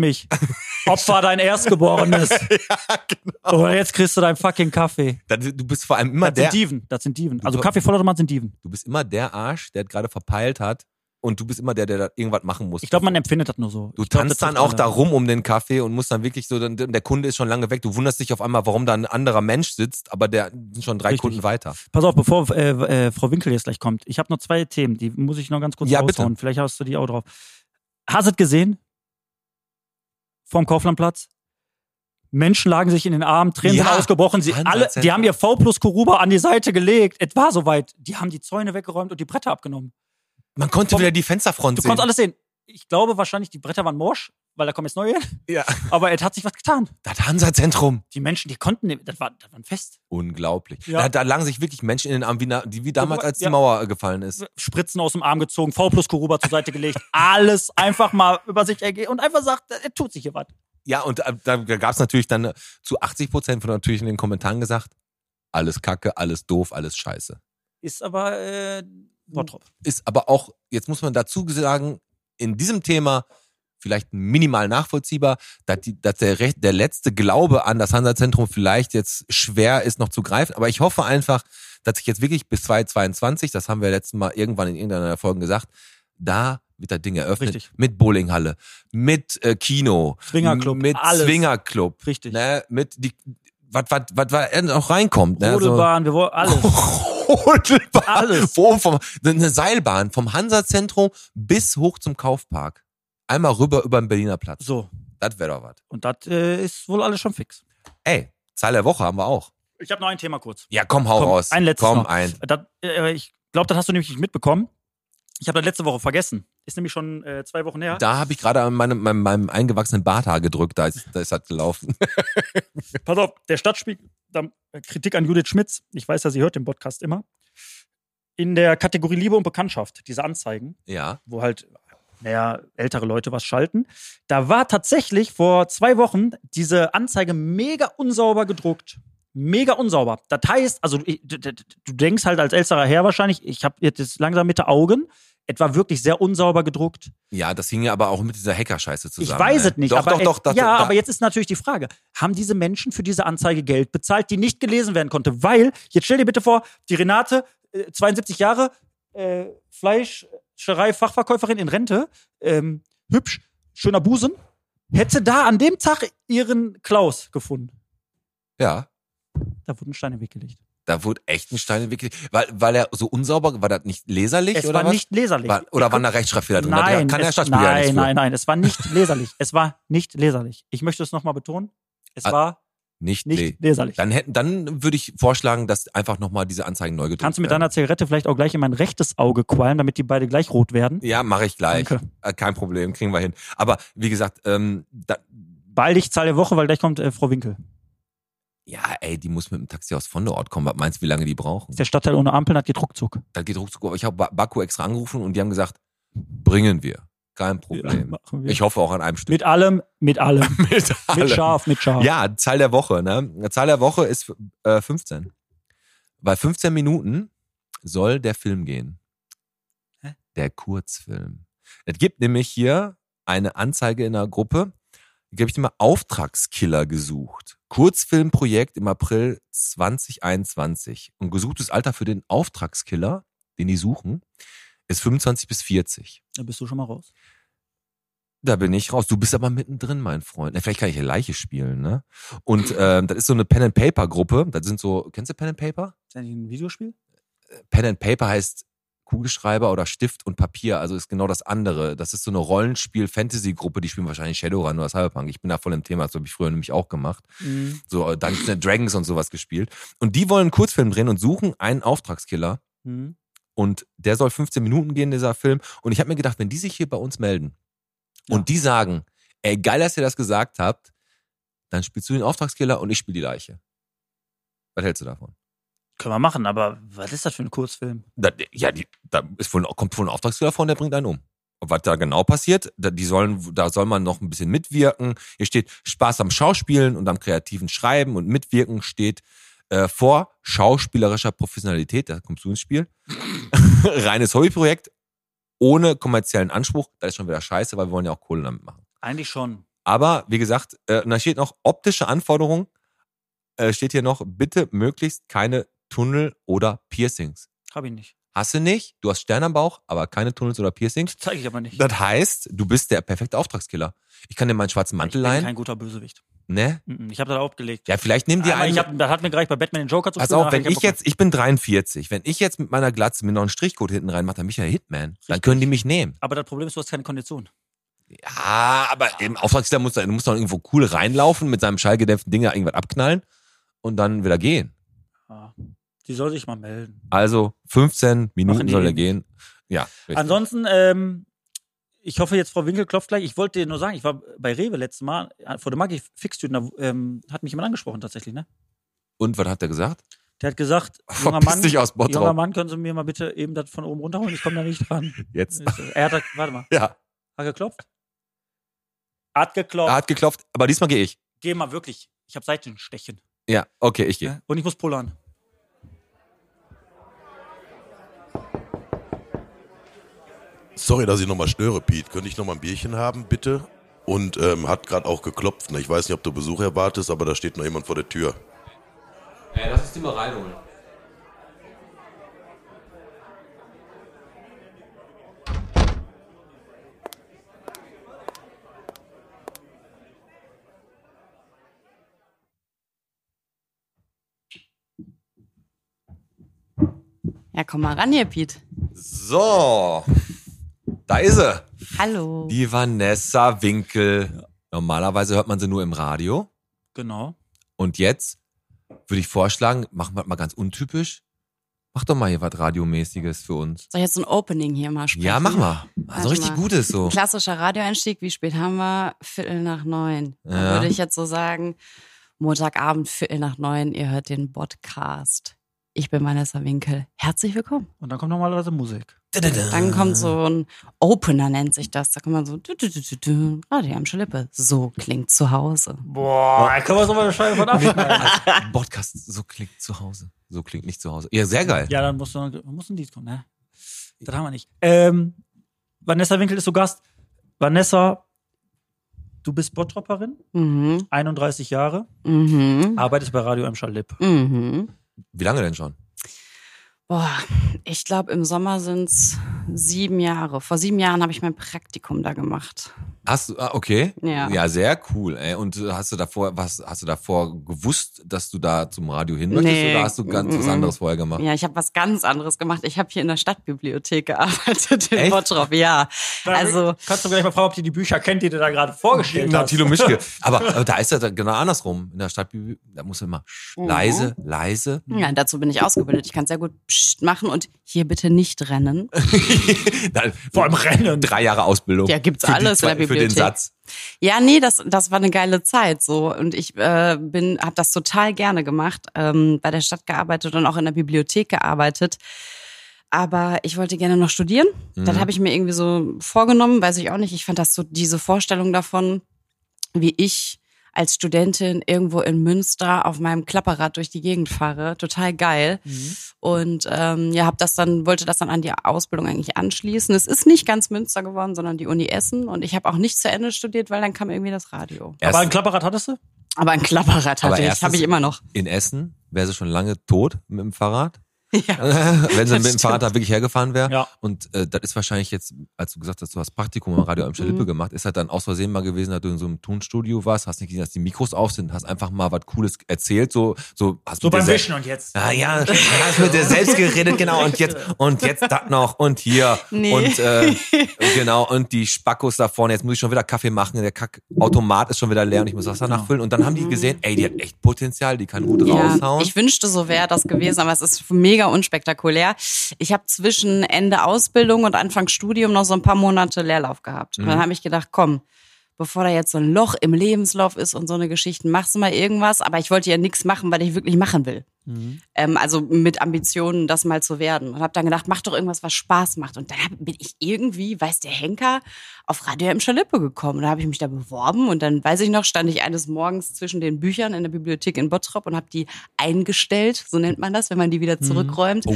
S4: mich, opfer dein Erstgeborenes.
S3: genau.
S4: Oder jetzt kriegst du deinen fucking Kaffee.
S3: Dann- Du bist vor allem immer
S4: Das
S3: der,
S4: sind Dieven, das sind Dieven. Also
S3: Du-
S4: Kaffee Vollautomat sind Dieven.
S3: du bist immer der Arsch, der gerade verpeilt hat. Und du bist immer der, der da irgendwas machen muss.
S4: Ich glaube, man empfindet das nur so.
S3: Du
S4: Ich glaub,
S3: tanzt
S4: das äh,
S3: dann auch
S4: trifft
S3: da
S4: alle.
S3: rum um den Kaffee und musst dann wirklich so, dann, der Kunde ist schon lange weg. Du wunderst dich auf einmal, warum da ein anderer Mensch sitzt, aber der sind schon drei
S4: Richtig.
S3: Kunden weiter.
S4: Pass auf, bevor äh, äh, Frau Winkel jetzt gleich kommt. Ich habe noch zwei Themen, die muss ich noch ganz kurz
S3: Ja, bitte.
S4: raushauen. Vielleicht hast du die auch drauf. Hast du es gesehen? Vom Kauflandplatz? Menschen lagen sich in den Armen, Tränen
S3: Ja,
S4: sind ausgebrochen. Sie alle,
S3: 100%.
S4: die haben ihr V plus Koruba an die Seite gelegt. Es war soweit. Die haben die Zäune weggeräumt und die Bretter abgenommen.
S3: Man konnte
S4: Komm,
S3: wieder die Fensterfront
S4: Du
S3: sehen.
S4: konntest alles sehen. Ich glaube wahrscheinlich, die Bretter waren morsch, weil da kommen jetzt neue.
S3: ja.
S4: Aber es hat sich was getan.
S3: Das Hansa-Zentrum.
S4: Die Menschen, die konnten, das war, das war ein Fest.
S3: Unglaublich.
S4: Ja.
S3: Da, da lagen sich wirklich Menschen in den Arm, wie, na, die, wie damals,
S4: Koruba,
S3: als die
S4: ja.
S3: Mauer äh, gefallen ist.
S4: Spritzen aus dem Arm gezogen, V plus Koruba zur Seite gelegt. Alles einfach mal über sich ergehen und einfach sagt, er tut sich hier was.
S3: Ja, und äh, da gab es natürlich dann äh, zu 80 Prozent von natürlich in den Kommentaren gesagt, alles Kacke, alles doof, alles Scheiße.
S4: Ist aber äh, Bottrop.
S3: Ist aber auch, jetzt muss man dazu sagen, in diesem Thema vielleicht minimal nachvollziehbar, dass, die, dass der, recht, der letzte Glaube an das Hansa-Zentrum vielleicht jetzt schwer ist noch zu greifen. Aber ich hoffe einfach, dass sich jetzt wirklich bis 2022, das haben wir letztes Mal irgendwann in irgendeiner Folge gesagt, da wird das Ding eröffnet.
S4: Richtig.
S3: Mit Bowlinghalle, mit äh, Kino,
S4: Swingerclub,
S3: mit
S4: alles.
S3: Swingerclub,
S4: Richtig.
S3: ne, mit die was was was was auch reinkommt, ne?
S4: Rodelbahn, wir wollen alles.
S3: So, Rodelbahn.
S4: Alles.
S3: Wo vom, eine Seilbahn vom Hansa-Zentrum bis hoch zum Kaufpark. Einmal rüber über den Berliner Platz.
S4: So,
S3: Das wäre doch was.
S4: und das äh, ist wohl alles schon fix.
S3: Ey, Zahl der Woche haben wir auch.
S4: Ich habe noch ein Thema kurz.
S3: Ja, komm, hau
S4: Komm,
S3: raus.
S4: ein letztes
S3: Komm,
S4: noch.
S3: ein.
S4: Das, äh, ich glaube, das hast du nämlich nicht mitbekommen. Ich habe das letzte Woche vergessen. Ist nämlich schon äh, zwei Wochen her.
S3: Da habe ich gerade an meinem, meinem, meinem eingewachsenen Barthaar gedrückt, da ist, da ist das gelaufen.
S4: Pass auf, der Stadtspiegel, da, äh, Kritik an Judith Schmitz. Ich weiß ja, sie hört den Podcast immer. In der Kategorie Liebe und Bekanntschaft, diese Anzeigen,
S3: Ja.
S4: wo halt, naja, ältere Leute was schalten. Da war tatsächlich vor zwei Wochen diese Anzeige mega unsauber gedruckt. Mega unsauber. Das heißt, also ich- d- d- du denkst halt als älterer Herr wahrscheinlich, ich habe jetzt langsam mit den Augen, etwa wirklich sehr unsauber gedruckt.
S3: Ja, das hing ja aber auch mit dieser Hackerscheiße zusammen.
S4: Ich weiß
S3: ne?
S4: es nicht.
S3: Doch,
S4: aber
S3: doch, doch. das-
S4: ja,
S3: da-
S4: aber jetzt ist natürlich die Frage, haben diese Menschen für diese Anzeige Geld bezahlt, die nicht gelesen werden konnte? Weil, jetzt stell dir bitte vor, die Renate, äh, 72 Jahre, äh, Fleischerei-Fachverkäuferin in Rente, ähm, hübsch, schöner Busen, hätte da an dem Tag ihren Klaus gefunden.
S3: Ja.
S4: Da wurden Steine weggelegt.
S3: Da wurde echt ein Stein entwickelt. Weil, weil er so unsauber, war das nicht leserlich
S4: es
S3: oder
S4: war
S3: was?
S4: nicht leserlich.
S3: War- oder waren da Rechtschreibfehler drin? Da
S4: Nein,
S3: kann der
S4: es,
S3: Staatsspieler ja nichts
S4: nein,
S3: für.
S4: nein, nein, es war nicht leserlich. Es war nicht leserlich. Ich möchte es nochmal betonen. Es
S3: Ah,
S4: war
S3: Nicht,
S4: nicht
S3: nee.
S4: leserlich.
S3: Dann hätten, dann würde ich vorschlagen, dass einfach nochmal diese Anzeigen neu gedruckt
S4: Kannst du mit
S3: werden.
S4: deiner Zigarette vielleicht auch gleich in mein rechtes Auge qualmen, damit die beide gleich rot werden?
S3: Ja, mache ich gleich.
S4: Danke.
S3: Äh, Kein Problem, kriegen wir hin. Aber wie gesagt, ähm, da,
S4: Bald ich zahl der Woche, weil gleich kommt äh, Frau Winkel.
S3: ja, ey, die muss mit dem Taxi aus Vonderort kommen. Was meinst du, wie lange die brauchen?
S4: Ist der Stadtteil ohne Ampeln hat geht ruckzuck.
S3: Da geht ruckzuck. Ich habe Ba- Baku extra angerufen und die haben gesagt, bringen wir. Kein Problem.
S4: machen wir.
S3: Ich hoffe auch an einem Stück.
S4: mit allem, mit allem. mit
S3: allem.
S4: scharf, mit scharf.
S3: Ja, Zahl der Woche, ne? Zahl der Woche ist äh, 15. Bei 15 Minuten soll der Film gehen.
S4: Hä?
S3: Der Kurzfilm. Es gibt nämlich hier eine Anzeige in einer Gruppe, die habe ich immer Auftragskiller gesucht. Kurzfilmprojekt im April 2021. Und gesuchtes Alter für den Auftragskiller, den die suchen, ist 25 bis 40.
S4: Da bist du schon mal raus.
S3: Da bin ich raus. Du bist aber mittendrin, mein Freund. Na, vielleicht kann ich hier Leiche spielen, ne? Und ähm, das ist so eine Pen and Paper Gruppe. Das sind so, kennst du Pen and Paper?
S4: Ist das nicht ein Videospiel?
S3: Pen and Paper heißt Kugelschreiber oder Stift und Papier. Also ist genau das andere. Das ist so eine Rollenspiel-Fantasy-Gruppe. Die spielen wahrscheinlich Shadowrun oder Cyberpunk. Ich bin da voll im Thema. Das habe ich früher nämlich auch gemacht. So äh, Dungeons and Dragons und sowas gespielt. Und die wollen einen Kurzfilm drehen und suchen einen Auftragskiller.
S4: Mhm.
S3: Und der soll 15 Minuten gehen, dieser Film. Und ich habe mir gedacht, wenn die sich hier bei uns melden
S4: Ja.
S3: und die sagen, ey, geil, dass ihr das gesagt habt, dann spielst du den Auftragskiller und ich spiele die Leiche. Was hältst du davon?
S4: Können wir machen, aber was ist das für ein Kurzfilm?
S3: Da, ja, die, da ist wohl, kommt wohl ein Auftragskiller vor und der bringt einen um. Und was da genau passiert, da, die sollen, da soll man noch ein bisschen mitwirken. Hier steht Spaß am Schauspielen und am kreativen Schreiben und Mitwirken steht äh, vor schauspielerischer Professionalität, da kommst du ins Spiel. Reines Hobbyprojekt ohne kommerziellen Anspruch, das ist schon wieder scheiße, weil wir wollen ja auch Kohle damit machen.
S4: Eigentlich schon.
S3: Aber wie gesagt, äh, und da steht noch optische Anforderung, äh, steht hier noch, bitte möglichst keine Tunnel oder Piercings.
S4: Hab ich nicht.
S3: Hast du nicht, du hast Sterne am Bauch, aber keine Tunnels oder Piercings.
S4: Zeige ich aber nicht.
S3: Das heißt, du bist der perfekte Auftragskiller. Ich kann dir meinen schwarzen
S4: ich
S3: Mantel
S4: bin
S3: leihen,
S4: kein guter Bösewicht.
S3: ne?
S4: Mhm, Ich habe das aufgelegt.
S3: Ja, vielleicht nimm dir
S4: Aber
S3: einen.
S4: ich hab, das hat mir gereicht bei Batman den Joker zu
S3: Pass
S4: spielen,
S3: auf,
S4: danach
S3: wenn
S4: hab
S3: ich jetzt, ich bin 43, wenn ich jetzt mit meiner Glatze mir noch einen Strichcode hinten reinmache, dann bin ich ja Hitman. Dann können die mich nehmen.
S4: Aber das Problem ist, du hast keine Kondition.
S3: Ja, aber im Auftragskiller muss da, muss doch irgendwo cool reinlaufen, mit seinem schallgedämpften Ding da irgendwas abknallen und dann wieder gehen.
S4: Ja. Ah. Die soll sich mal melden.
S3: Also 15 Minuten
S4: Machen die
S3: soll er
S4: eh
S3: gehen. Ja. richtig.
S4: Ansonsten, ähm, ich hoffe jetzt, Frau Winkel klopft gleich. Ich wollte dir nur sagen, ich war bei Rewe letztes Mal äh, vor der Magic Fixtüten, da ähm, hat mich jemand angesprochen tatsächlich, ne?
S3: Und was hat er gesagt?
S4: Der hat gesagt, junger
S3: Verpiss
S4: Mann,
S3: dich aus
S4: junger
S3: Bottrop.
S4: Mann, können Sie mir mal bitte eben das von oben runterholen? Ich komme da nicht dran.
S3: Jetzt.
S4: Er hat, warte mal,
S3: Ja.
S4: hat geklopft? Hat geklopft.
S3: Er hat geklopft, aber diesmal gehe ich.
S4: Geh mal wirklich. Ich habe Seitenstechen.
S3: Ja, okay, ich gehe.
S4: Ne? Und ich muss pullern.
S1: Sorry, dass ich nochmal störe, Pete. Könnte ich nochmal ein Bierchen haben, bitte? Und ähm, hat gerade auch geklopft. Ne? Ich weiß nicht, ob du Besuch erwartest, aber da steht noch jemand vor der Tür.
S6: Ey, Äh, lass uns die mal reinholen.
S7: Ja, komm mal ran hier, Piet.
S3: So. Da ist sie.
S7: Hallo.
S3: Die Vanessa Winkel. Normalerweise hört man sie nur im Radio.
S4: Genau.
S3: Und jetzt würde ich vorschlagen, machen wir mal ganz untypisch. Mach doch mal hier was Radiomäßiges für uns.
S7: Soll ich jetzt so ein Opening hier mal sprechen?
S3: Ja, mach mal. Also
S7: Warte
S3: richtig
S7: mal.
S3: Gutes so.
S7: Klassischer Radioeinstieg, wie spät haben wir? Viertel nach neun.
S3: Ja.
S7: Da würde ich jetzt so sagen, Montagabend, Viertel nach neun, ihr hört den Podcast. Ich bin Vanessa Winkel. Herzlich willkommen.
S4: Und dann kommt normalerweise Musik.
S7: Dann
S3: Ah.
S7: kommt so ein Opener, nennt sich das. Da kommt man so, dü- dü- dü- dü- dü. Radio am Schlippe. So klingt zu Hause.
S5: Boah,
S4: Kann man so mal eine Scheibe von abschneiden?
S3: Podcast, so klingt zu Hause. So klingt nicht zu Hause. Ja, sehr geil.
S4: ja, dann muss, noch- muss ein Lied kommen, ne? Das haben wir nicht. Ähm, Vanessa Winkel ist so Gast. Vanessa, du bist Bottropperin,
S7: Mhm,
S4: 31 Jahre,
S7: mhm,
S4: arbeitest bei Radio M. Schalipp.
S7: mhm.
S3: Wie lange denn schon?
S7: Boah, ich glaube, im Sommer sind es sieben Jahre. Vor sieben Jahren habe ich mein Praktikum da gemacht.
S3: Hast du, ah, okay.
S7: Ja.
S3: ja, sehr cool. Ey. Und äh, hast du davor, was, hast du davor gewusst, dass du da zum Radio hin möchtest
S7: Nee.
S3: oder hast du ganz was
S7: Mm-mm.
S3: anderes vorher gemacht?
S7: Ja, ich habe was ganz anderes gemacht. Ich habe hier in der Stadtbibliothek gearbeitet in
S3: Echt?
S7: Bottrop. Ja, also
S4: Kannst du gleich mal fragen, ob die die Bücher kennt, die du da gerade vorgestellt
S3: Na,
S4: hast?
S3: Thilo Mischke. Aber, aber da ist ja dann genau andersrum. In der Stadtbibel, da muss man immer sch-
S4: Mhm.
S3: leise, leise.
S7: ja, dazu bin ich ausgebildet. Ich kann sehr gut pssst machen und hier bitte nicht rennen.
S3: Nein,
S4: Vor allem Rennen.
S3: Drei Jahre Ausbildung.
S7: Ja, gibt's
S3: Für die
S7: alles in
S3: zwei-
S7: der
S3: Für den
S7: Bibliothek.
S3: Satz.
S7: Ja, nee, das, das war eine geile Zeit so. Und ich äh, bin, habe das total gerne gemacht, ähm, bei der Stadt gearbeitet und auch in der Bibliothek gearbeitet. Aber ich wollte gerne noch studieren. Das habe ich mir irgendwie so vorgenommen, weiß ich auch nicht. Ich fand das so diese Vorstellung davon, wie ich als Studentin irgendwo in Münster auf meinem Klapperrad durch die Gegend fahre, total geil. Und ähm, ja, hab das dann wollte das dann an die Ausbildung eigentlich anschließen. Es ist nicht ganz Münster geworden, sondern die Uni Essen. Und ich habe auch nicht zu Ende studiert, weil dann kam irgendwie das Radio.
S4: Aber ein
S3: Erst-
S4: Klapperrad hattest du?
S7: Aber ein Klapperrad
S3: Aber
S7: hatte ich,
S3: erstes-
S7: habe ich immer noch.
S3: in Essen wäre sie schon lange tot mit dem Fahrrad.
S7: Ja.
S3: Wenn sie
S7: Das
S3: mit dem
S7: stimmt.
S3: Fahrrad da wirklich hergefahren wäre.
S4: Ja.
S3: Und äh, das ist wahrscheinlich jetzt, als du gesagt hast, du hast Praktikum am Radio Amstel
S7: Mhm.
S3: Lippe gemacht, ist halt dann aus Versehen mal gewesen, dass du in so einem Tonstudio warst, hast nicht gesehen, dass die Mikros auf sind, hast einfach mal was Cooles erzählt, so, so hast
S4: So
S3: mit
S4: beim
S3: dir sel-
S4: Wischen und jetzt.
S3: Ah ja, ja, hast mit dir selbst geredet, genau, und jetzt, und jetzt das noch und hier.
S7: Nee.
S3: Und äh, genau, und die Spackos da vorne, jetzt muss ich schon wieder Kaffee machen, der Kackautomat ist schon wieder leer und ich muss Wasser nachfüllen. Und dann haben die gesehen, ey, die hat echt Potenzial, die kann gut
S7: Genau. Ja,
S3: raushauen.
S7: ich wünschte, so wäre das gewesen, aber es ist mega unspektakulär. Ich habe zwischen Ende Ausbildung und Anfang Studium noch so ein paar Monate Leerlauf gehabt. Und dann
S3: Mhm.
S7: habe ich gedacht, komm, bevor da jetzt so ein Loch im Lebenslauf ist und so eine Geschichten, machst du mal irgendwas. Aber ich wollte ja nichts machen, weil ich wirklich machen will. Ähm, also mit Ambitionen, das mal zu werden. Und habe dann gedacht, mach doch irgendwas, was Spaß macht. Und dann hab, bin ich irgendwie, weiß der Henker, auf Radio im Schalippe gekommen. Da habe ich mich da beworben und dann, weiß ich noch, stand ich eines Morgens zwischen den Büchern in der Bibliothek in Bottrop und habe die eingestellt, so nennt man das, wenn man die
S4: Mhm.
S7: wieder zurückräumt.
S4: Oh.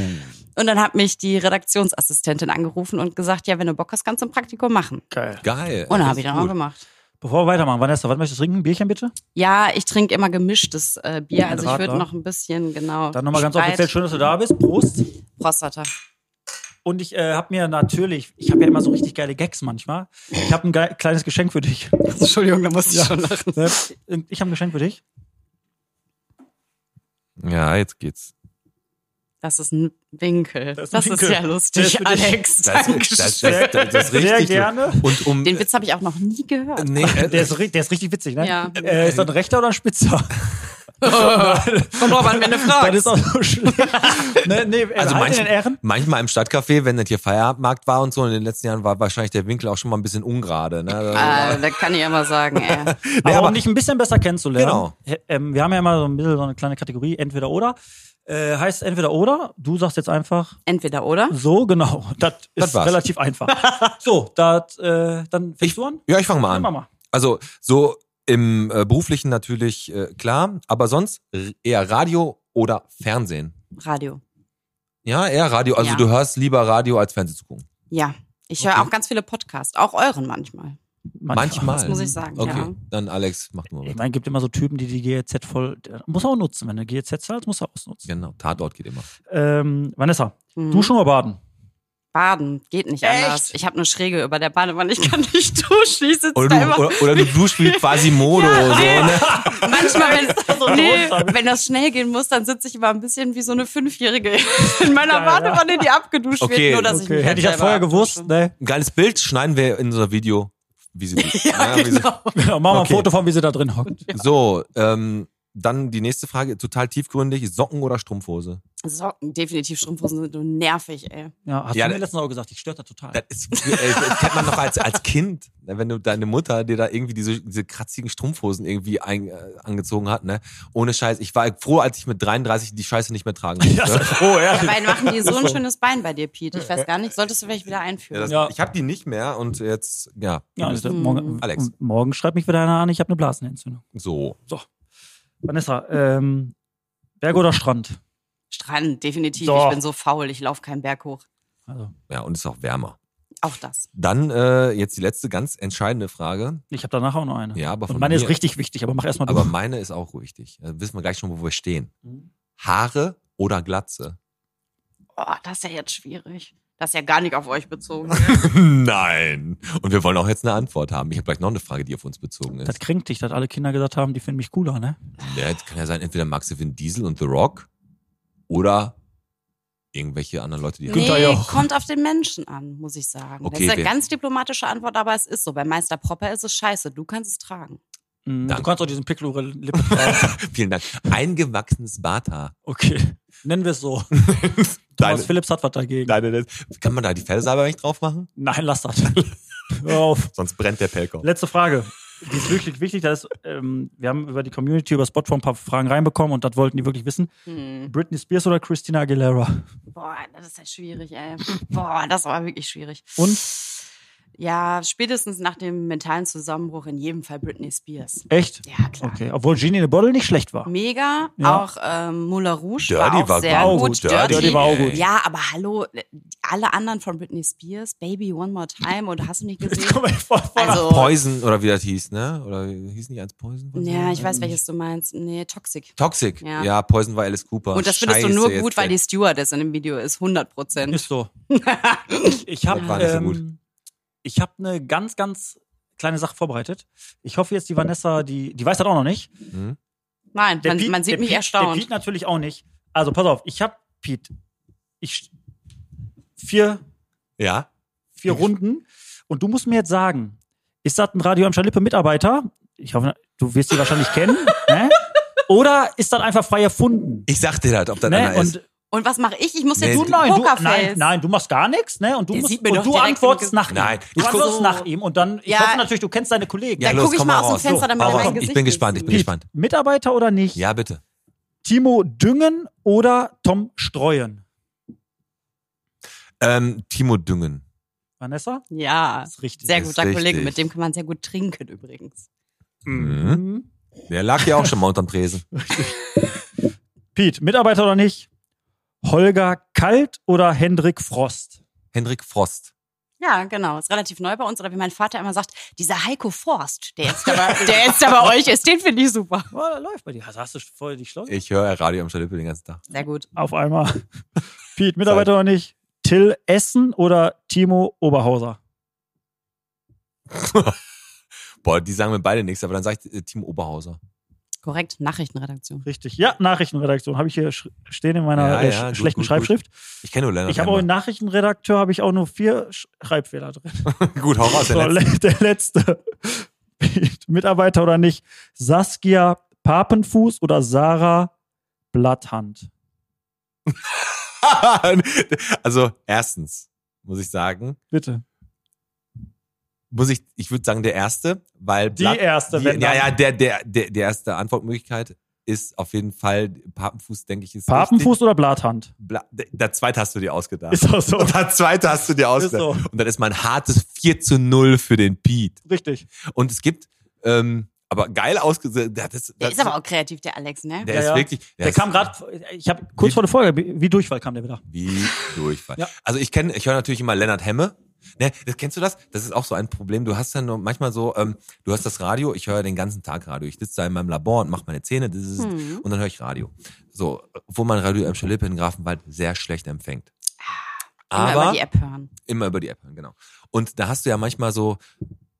S7: Und dann hat mich die Redaktionsassistentin angerufen und gesagt, ja, wenn du Bock hast, kannst du ein Praktikum machen.
S4: Geil.
S3: Geil.
S7: Und dann
S3: Das
S7: habe
S3: ist
S7: ich dann
S3: gut.
S7: auch gemacht.
S4: Bevor wir weitermachen, Vanessa, was möchtest du trinken? Ein Bierchen bitte?
S7: Ja, ich trinke immer gemischtes äh, Bier, also ich
S4: Radler.
S7: würde noch ein bisschen, genau.
S4: ne? Dann nochmal ganz
S7: Sprite,
S4: offiziell, schön, dass du da bist. Prost.
S7: Prostata.
S4: Und ich äh, habe mir natürlich, ich habe ja immer so richtig geile Gags manchmal. Ich habe ein ge kleines Geschenk für dich.
S7: Entschuldigung, da musste ich schon lachen.
S4: Ne? Und Ich habe ein Geschenk für dich.
S3: Ja, jetzt geht's.
S7: Das ist ein Winkel. Das,
S4: ein
S7: ist
S4: Winkel.
S7: ja
S4: Der ist
S7: lustig,
S4: für dich.
S7: Alex.
S3: Das, das,
S7: Dankeschön.
S3: das, das, das ist
S4: Sehr
S3: richtig. gut.
S4: gerne.
S3: Und um.
S7: Den Witz habe ich auch noch nie gehört.
S3: nee, äh,
S4: Der ist, ri- der ist richtig witzig, ne?
S7: Ja.
S4: Äh, ist das ein rechter oder ein spitzer?
S7: Kommt drauf an, wenn du
S4: Das
S7: fragst.
S4: ist auch so schlecht. ne, nee, also halt in den Ehren.
S3: manchmal im Stadtcafé, wenn das hier Feierabendmarkt war und so, in den letzten Jahren war wahrscheinlich der Winkel auch schon mal ein bisschen ungerade. Ne?
S4: Äh,
S7: Ah, da kann ich ja mal sagen, äh, ey.
S4: Aber,
S3: aber-
S4: um dich ein bisschen besser kennenzulernen.
S3: Genau.
S4: Genau. Ähm, wir haben ja immer so ein bisschen so eine kleine Kategorie, entweder oder. Äh, heißt entweder oder. Du sagst jetzt einfach
S7: Entweder oder.
S4: so, genau. Das ist
S3: war's.
S4: relativ einfach. so, dat, äh, dann fängst du an?
S3: Ja, ich fange mal
S4: Ja,
S3: an.
S4: mach mal.
S3: Also so im äh, beruflichen natürlich äh, klar, aber sonst r- eher Radio oder Fernsehen.
S7: Radio.
S3: Ja, eher Radio. Also
S7: Ja.
S3: du hörst lieber Radio als Fernsehen zu gucken.
S7: Ja. Ich höre auch ganz viele Podcasts, auch euren manchmal.
S3: Manchmal.
S4: Ähm,
S7: Das muss ich sagen,
S3: Okay,
S7: ja.
S3: dann Alex, mach du mal
S4: Ich
S3: mit.
S4: meine, gibt immer so Typen, die die GEZ voll. äh, Muss er auch nutzen. Wenn du GEZ zahlst, muss er ausnutzen.
S3: Genau, Tatort geht immer.
S4: Ähm, Vanessa,
S7: Mhm.
S4: duschen oder baden?
S7: Baden geht nicht anders. Ich habe eine Schräge über der Badewanne, ich kann nicht duschen. Ich sitze
S4: Oh,
S3: Oder
S7: da immer.
S3: du, oder, oder du duschst wie quasi Modo. so, ne?
S7: Manchmal, wenn,
S4: so ein
S7: nee,
S4: Rucksack.
S7: wenn das schnell gehen muss, dann sitze ich immer ein bisschen wie so eine Fünfjährige in meiner
S4: Geil, ja.
S7: Badewanne, die abgeduscht
S3: Okay,
S7: wird, nur dass ich mich
S4: Hätte
S7: halt
S4: ich ja
S7: selber
S4: vorher gewusst,
S7: abdusche.
S4: ne?
S3: Ein geiles Bild schneiden wir in unser Video. Wie sie
S7: Ja,
S3: wie sie-
S7: genau.
S4: Genau, mach mal
S3: Okay.
S4: ein Foto von, wie sie da drin hockt.
S3: So, ähm, dann die nächste Frage, total tiefgründig, Socken oder Strumpfhose?
S7: Socken, definitiv Strumpfhosen sind nur nervig, ey.
S4: Ja, hast
S3: Ja,
S4: du
S3: da-
S4: mir letztens auch gesagt, ich stört da total.
S3: Das, ist, äh, das kennt man noch als, als Kind, ne, wenn du deine Mutter dir da irgendwie diese, diese kratzigen Strumpfhosen irgendwie ein, äh, angezogen hat, ne? Ohne Scheiß. Ich war froh, als ich mit 33 die Scheiße nicht mehr tragen musste. Ja,
S4: oh, ja.
S7: Dabei machen die so ein schönes Bein bei dir, Pete. Ich weiß gar nicht, solltest du vielleicht wieder einführen.
S3: das,
S4: Ja.
S3: Ich habe die nicht mehr und jetzt, ja,
S4: ja
S3: das-
S4: also, morgen,
S3: Alex.
S4: m- morgen schreibt mich wieder einer an, ich habe eine Blasenentzündung.
S3: so.
S4: Vanessa, ähm, Berg oder Strand?
S7: Strand, definitiv.
S4: So.
S7: Ich bin so faul, ich laufe keinen Berg hoch.
S4: Also,
S3: Ja, und es ist auch wärmer.
S7: Auch das.
S3: Dann äh, jetzt die letzte ganz entscheidende Frage,
S4: ich habe danach auch noch eine.
S3: Ja, aber von
S4: Und meine
S3: mir-
S4: ist richtig wichtig, aber mach erstmal
S3: aber
S4: du.
S3: meine ist auch wichtig. Da wissen wir gleich schon, wo wir stehen.
S4: Mhm.
S3: Haare oder Glatze?
S7: Oh, das ist ja jetzt schwierig. Das ist ja gar nicht auf euch bezogen.
S3: Nein. Und wir wollen auch jetzt eine Antwort haben. Ich habe gleich noch eine Frage, die auf uns bezogen ist.
S4: Das kränkt dich, dass alle Kinder gesagt haben, die finden mich cooler, ne?
S3: Ja, jetzt kann ja sein, entweder magst du Vin Diesel und The Rock oder irgendwelche anderen Leute, die.
S4: Günther
S7: nee,
S4: Jauch.
S7: kommt auf den Menschen an, muss ich sagen.
S3: Okay,
S7: das ist eine
S3: wer-
S7: ganz diplomatische Antwort, aber es ist so. Bei Meister Propper ist es scheiße. Du kannst es tragen.
S4: Mhm,
S3: Danke.
S4: du kannst auch diesen Piccolo Lippen tragen.
S3: Vielen Dank. Eingewachsenes Barthaar.
S4: Okay. Nennen wir es so.
S3: Deine-
S4: Thomas Phillips hat was dagegen.
S3: Deine, das- kann man da die Fellsalbe nicht drauf machen?
S4: Nein, lass das. Hör auf.
S3: Sonst brennt der Pelkor.
S4: Letzte Frage. Die ist wirklich wichtig. Das ist, ähm, wir haben über die Community, über Spotform ein paar Fragen reinbekommen und das wollten die wirklich wissen.
S7: Hm.
S4: Britney Spears oder Christina Aguilera?
S7: Boah, das ist ja schwierig, ey. Boah, das ist aber wirklich schwierig.
S4: Und?
S7: Ja, spätestens nach dem mentalen Zusammenbruch in jedem Fall Britney Spears.
S4: Echt?
S7: Ja, klar.
S4: Okay. Obwohl Genie in a Bottle nicht schlecht war.
S7: Mega.
S4: Ja.
S7: Auch ähm, Moulin Rouge
S3: Dirty
S7: war auch
S3: war
S7: sehr
S3: gut.
S7: gut.
S3: Dirty.
S4: Dirty war auch gut.
S7: Ja, aber hallo, alle anderen von Britney Spears, Baby One More Time und hast du nicht gesehen? Also,
S3: Poison oder wie das hieß, ne? Oder hieß nicht eins Poison?
S7: ja, ich weiß, welches du meinst. Nee, Toxic.
S3: Toxic. Ja.
S7: Ja.
S3: Poison war Alice Cooper.
S7: Und das findest
S3: Oh, Scheiße,
S7: du nur
S3: jetzt
S7: gut, weil die
S3: denk-
S7: Stewardess in dem Video ist, 100 Prozent.
S4: Ist so. Ich- Ich habe
S3: Das war nicht so gut.
S4: ähm, ich hab eine ganz, ganz kleine Sache vorbereitet. Ich hoffe jetzt, die Vanessa, die, die weiß das auch noch nicht.
S3: Hm?
S7: Nein,
S4: Der
S7: man,
S4: Piet-
S7: man sieht
S4: der
S7: mich
S4: Piet- Der
S7: erstaunt.
S4: Piet natürlich auch nicht. Also, pass auf, ich habe, Piet, ich vier
S3: Ja.
S4: vier Runden. Und du musst mir jetzt sagen, ist das ein Radio am Schalippe Mitarbeiter? Ich hoffe, du wirst sie wahrscheinlich kennen. Ne? Oder ist das einfach frei erfunden?
S3: Ich sag dir das, ob das
S4: Ne?
S3: einer ist.
S4: Und
S7: Und was mache ich? Ich muss
S3: Nee,
S7: jetzt
S3: du-
S7: ein
S4: nein, du,
S7: Pokerface.
S4: nein, nein, du machst gar nichts, ne? Und du,
S7: Der
S4: musst,
S7: sieht mir
S4: und
S7: doch
S4: du
S7: direkt
S4: antwortest
S7: im Ge-
S4: nach ihm.
S3: Nein,
S4: du
S3: ich guck-
S4: antwortest
S7: so.
S4: nach ihm und dann, ich
S7: Ja.
S4: hoffe natürlich, du kennst deine Kollegen.
S7: Da
S3: Ja, los,
S7: gucke ich
S3: komm mal
S7: mal aus dem
S3: raus.
S7: Fenster,
S3: So,
S7: damit er
S3: hau raus.
S7: mein
S3: Ich
S7: Gesicht
S3: bin gespannt, ich bin
S7: sieht.
S3: gespannt.
S4: Mitarbeiter oder nicht?
S3: Ja, bitte.
S4: Timo Düngen oder Tom Streuen?
S3: Ähm, Timo Düngen.
S4: Vanessa?
S7: Ja,
S4: Das ist richtig.
S7: sehr
S3: Das ist
S7: guter Kollege,
S3: richtig.
S7: mit dem kann man sehr gut trinken übrigens.
S3: Mhm.
S4: Mhm.
S3: Der lag ja auch schon mal unterm Tresen.
S4: Piet, Mitarbeiter oder nicht? Holger Kalt oder Hendrik Frost?
S3: Hendrik Frost.
S7: Ja, genau. Ist relativ neu bei uns. Oder wie mein Vater immer sagt, dieser Heiko Forst, der jetzt da bei, der jetzt da bei euch ist, den finde ich super.
S4: Oh, da läuft bei dir. Hast, hast du vorher dich schlau?
S3: Ich höre Radio am Stadtlippe den ganzen Tag.
S7: Sehr gut.
S4: Auf einmal. Piet, Mitarbeiter oder nicht? Till Essen oder Timo Oberhauser?
S3: Boah, die sagen mir beide nichts, aber dann sage ich äh, Team Oberhauser.
S7: korrekt, Nachrichtenredaktion.
S4: Richtig. Ja, Nachrichtenredaktion. Habe ich hier sch- stehen in meiner
S3: Ja,
S4: äh,
S3: ja,
S4: sch-
S3: gut,
S4: schlechten
S3: gut,
S4: Schreibschrift.
S3: Ich kenne nur leider
S4: Ich habe auch in Nachrichtenredakteur habe ich auch nur vier Sch- Schreibfehler drin.
S3: Gut, hau raus.
S4: So,
S3: Der
S4: le-
S3: letzte.
S4: der letzte. Mitarbeiter oder nicht? Saskia Papenfuß oder Sarah Blatthand?
S3: also, erstens muss ich sagen,
S4: Bitte.
S3: muss ich, ich würde sagen, der erste, weil
S4: Die erste,
S3: die,
S4: wenn
S3: ja,
S4: dann.
S3: ja, der, der, der, der erste Antwortmöglichkeit ist auf jeden Fall Papenfuß, denke ich, ist
S4: Papenfuß oder Blatthand?
S3: richtig. Bla, der, der zweite hast du dir ausgedacht.
S4: Ist auch so.
S3: der zweite hast du dir
S4: Ist
S3: ausgedacht.
S4: so.
S3: Und dann ist mein hartes 4 zu 0 für den Pete.
S4: Richtig.
S3: Und es gibt, ähm, aber geil ausgesagt, das, das,
S7: Der ist aber auch kreativ, der Alex, ne?
S3: der
S4: Ja,
S3: ist
S4: ja.
S3: wirklich,
S4: Der
S3: ist-
S4: kam gerade, ich habe kurz
S3: Wie-
S4: vor der Folge, wie wie Durchfall kam der wieder.
S3: Wie Durchfall.
S4: Ja.
S3: Also ich kenne, ich höre natürlich immer Lennart Hemme. Ne, das, kennst du das? Das ist auch so ein Problem. Du hast dann nur manchmal so, ähm, du hast das Radio, ich höre den ganzen Tag Radio. Ich sitze da in meinem Labor und mache meine Zähne das ist,
S7: Mhm.
S3: und dann höre ich Radio. So, wo man Radio im Schalippe in Grafenwald sehr schlecht empfängt.
S7: Ah. Immer
S3: Aber
S7: über die App hören.
S3: immer über die App hören, genau. Und da hast du ja manchmal so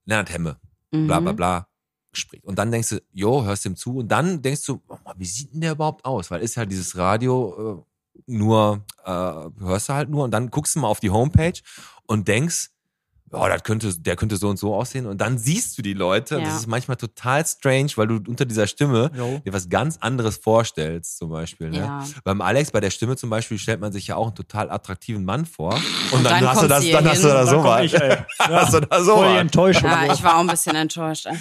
S3: Lennart Hemme,
S7: Mhm.
S3: bla bla bla spricht. Und dann denkst du, jo, hörst dem zu und dann denkst du, oh, wie sieht denn der überhaupt aus? Weil ist halt dieses Radio äh, nur, äh, hörst du halt nur und dann guckst du mal auf die Homepage und denkst, ja, das könnte, der könnte so und so aussehen. Und dann siehst du die Leute. Und
S7: Ja.
S3: das ist manchmal total strange, weil du unter dieser Stimme
S4: Jo.
S3: dir was ganz anderes vorstellst, zum Beispiel. Ne?
S7: Ja.
S3: Beim Alex, bei der Stimme zum Beispiel, stellt man sich ja auch einen total attraktiven Mann vor. Und dann,
S7: dann
S3: hast du
S7: kommst
S3: das,
S7: du
S3: dann
S7: hier
S3: hast du
S7: hin.
S3: da
S4: Da komm
S3: sowas.
S4: ich, ey.
S3: Hast du da
S4: Voll die
S3: sowas.
S4: Enttäuschung.
S7: Ja, ich war auch ein bisschen enttäuscht.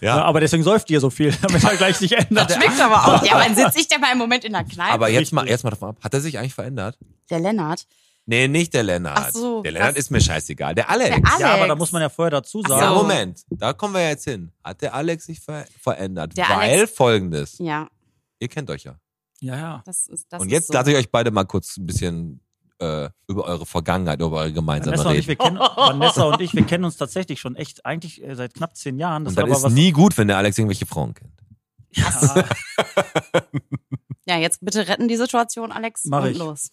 S3: Ja.
S4: Ja, aber deswegen säuft ihr so viel, damit er gleich sich ändert.
S7: Schmeckt aber auch. Ja, wann sitze ich denn mal im Moment in der Kneipe?
S3: Aber jetzt mal,
S4: Richtig.
S3: jetzt mal davon ab. Hat er sich eigentlich verändert?
S7: der Lennart,
S3: Nee, nicht der Lennart.
S7: Ach so,
S3: der Lennart
S7: was?
S3: ist mir scheißegal. Der Alex.
S7: der Alex.
S4: Ja, aber da muss man ja vorher dazu
S7: Ach so.
S3: Ja,
S4: sagen.
S3: Moment. Da kommen wir jetzt hin. Hat der Alex sich ver verändert?
S7: Der
S3: Weil
S7: Alex-
S3: folgendes.
S7: Ja,
S3: Ihr kennt euch ja.
S4: Ja, ja.
S7: das ist das.
S3: Und
S7: ist
S3: jetzt
S7: so.
S3: lasse ich euch beide mal kurz ein bisschen äh, über eure Vergangenheit, über eure gemeinsame
S4: Vanessa und, ich,
S3: reden.
S4: wir kennen, Vanessa und ich, wir kennen uns tatsächlich schon echt, eigentlich äh, seit knapp zehn Jahren. Das
S3: Und
S4: hat
S3: das
S4: aber
S3: ist
S4: was.
S3: nie gut, wenn der Alex irgendwelche Frauen kennt.
S4: Ja,
S7: Ja, jetzt bitte retten die Situation, Alex.
S4: Mach
S7: und
S4: ich.
S7: los.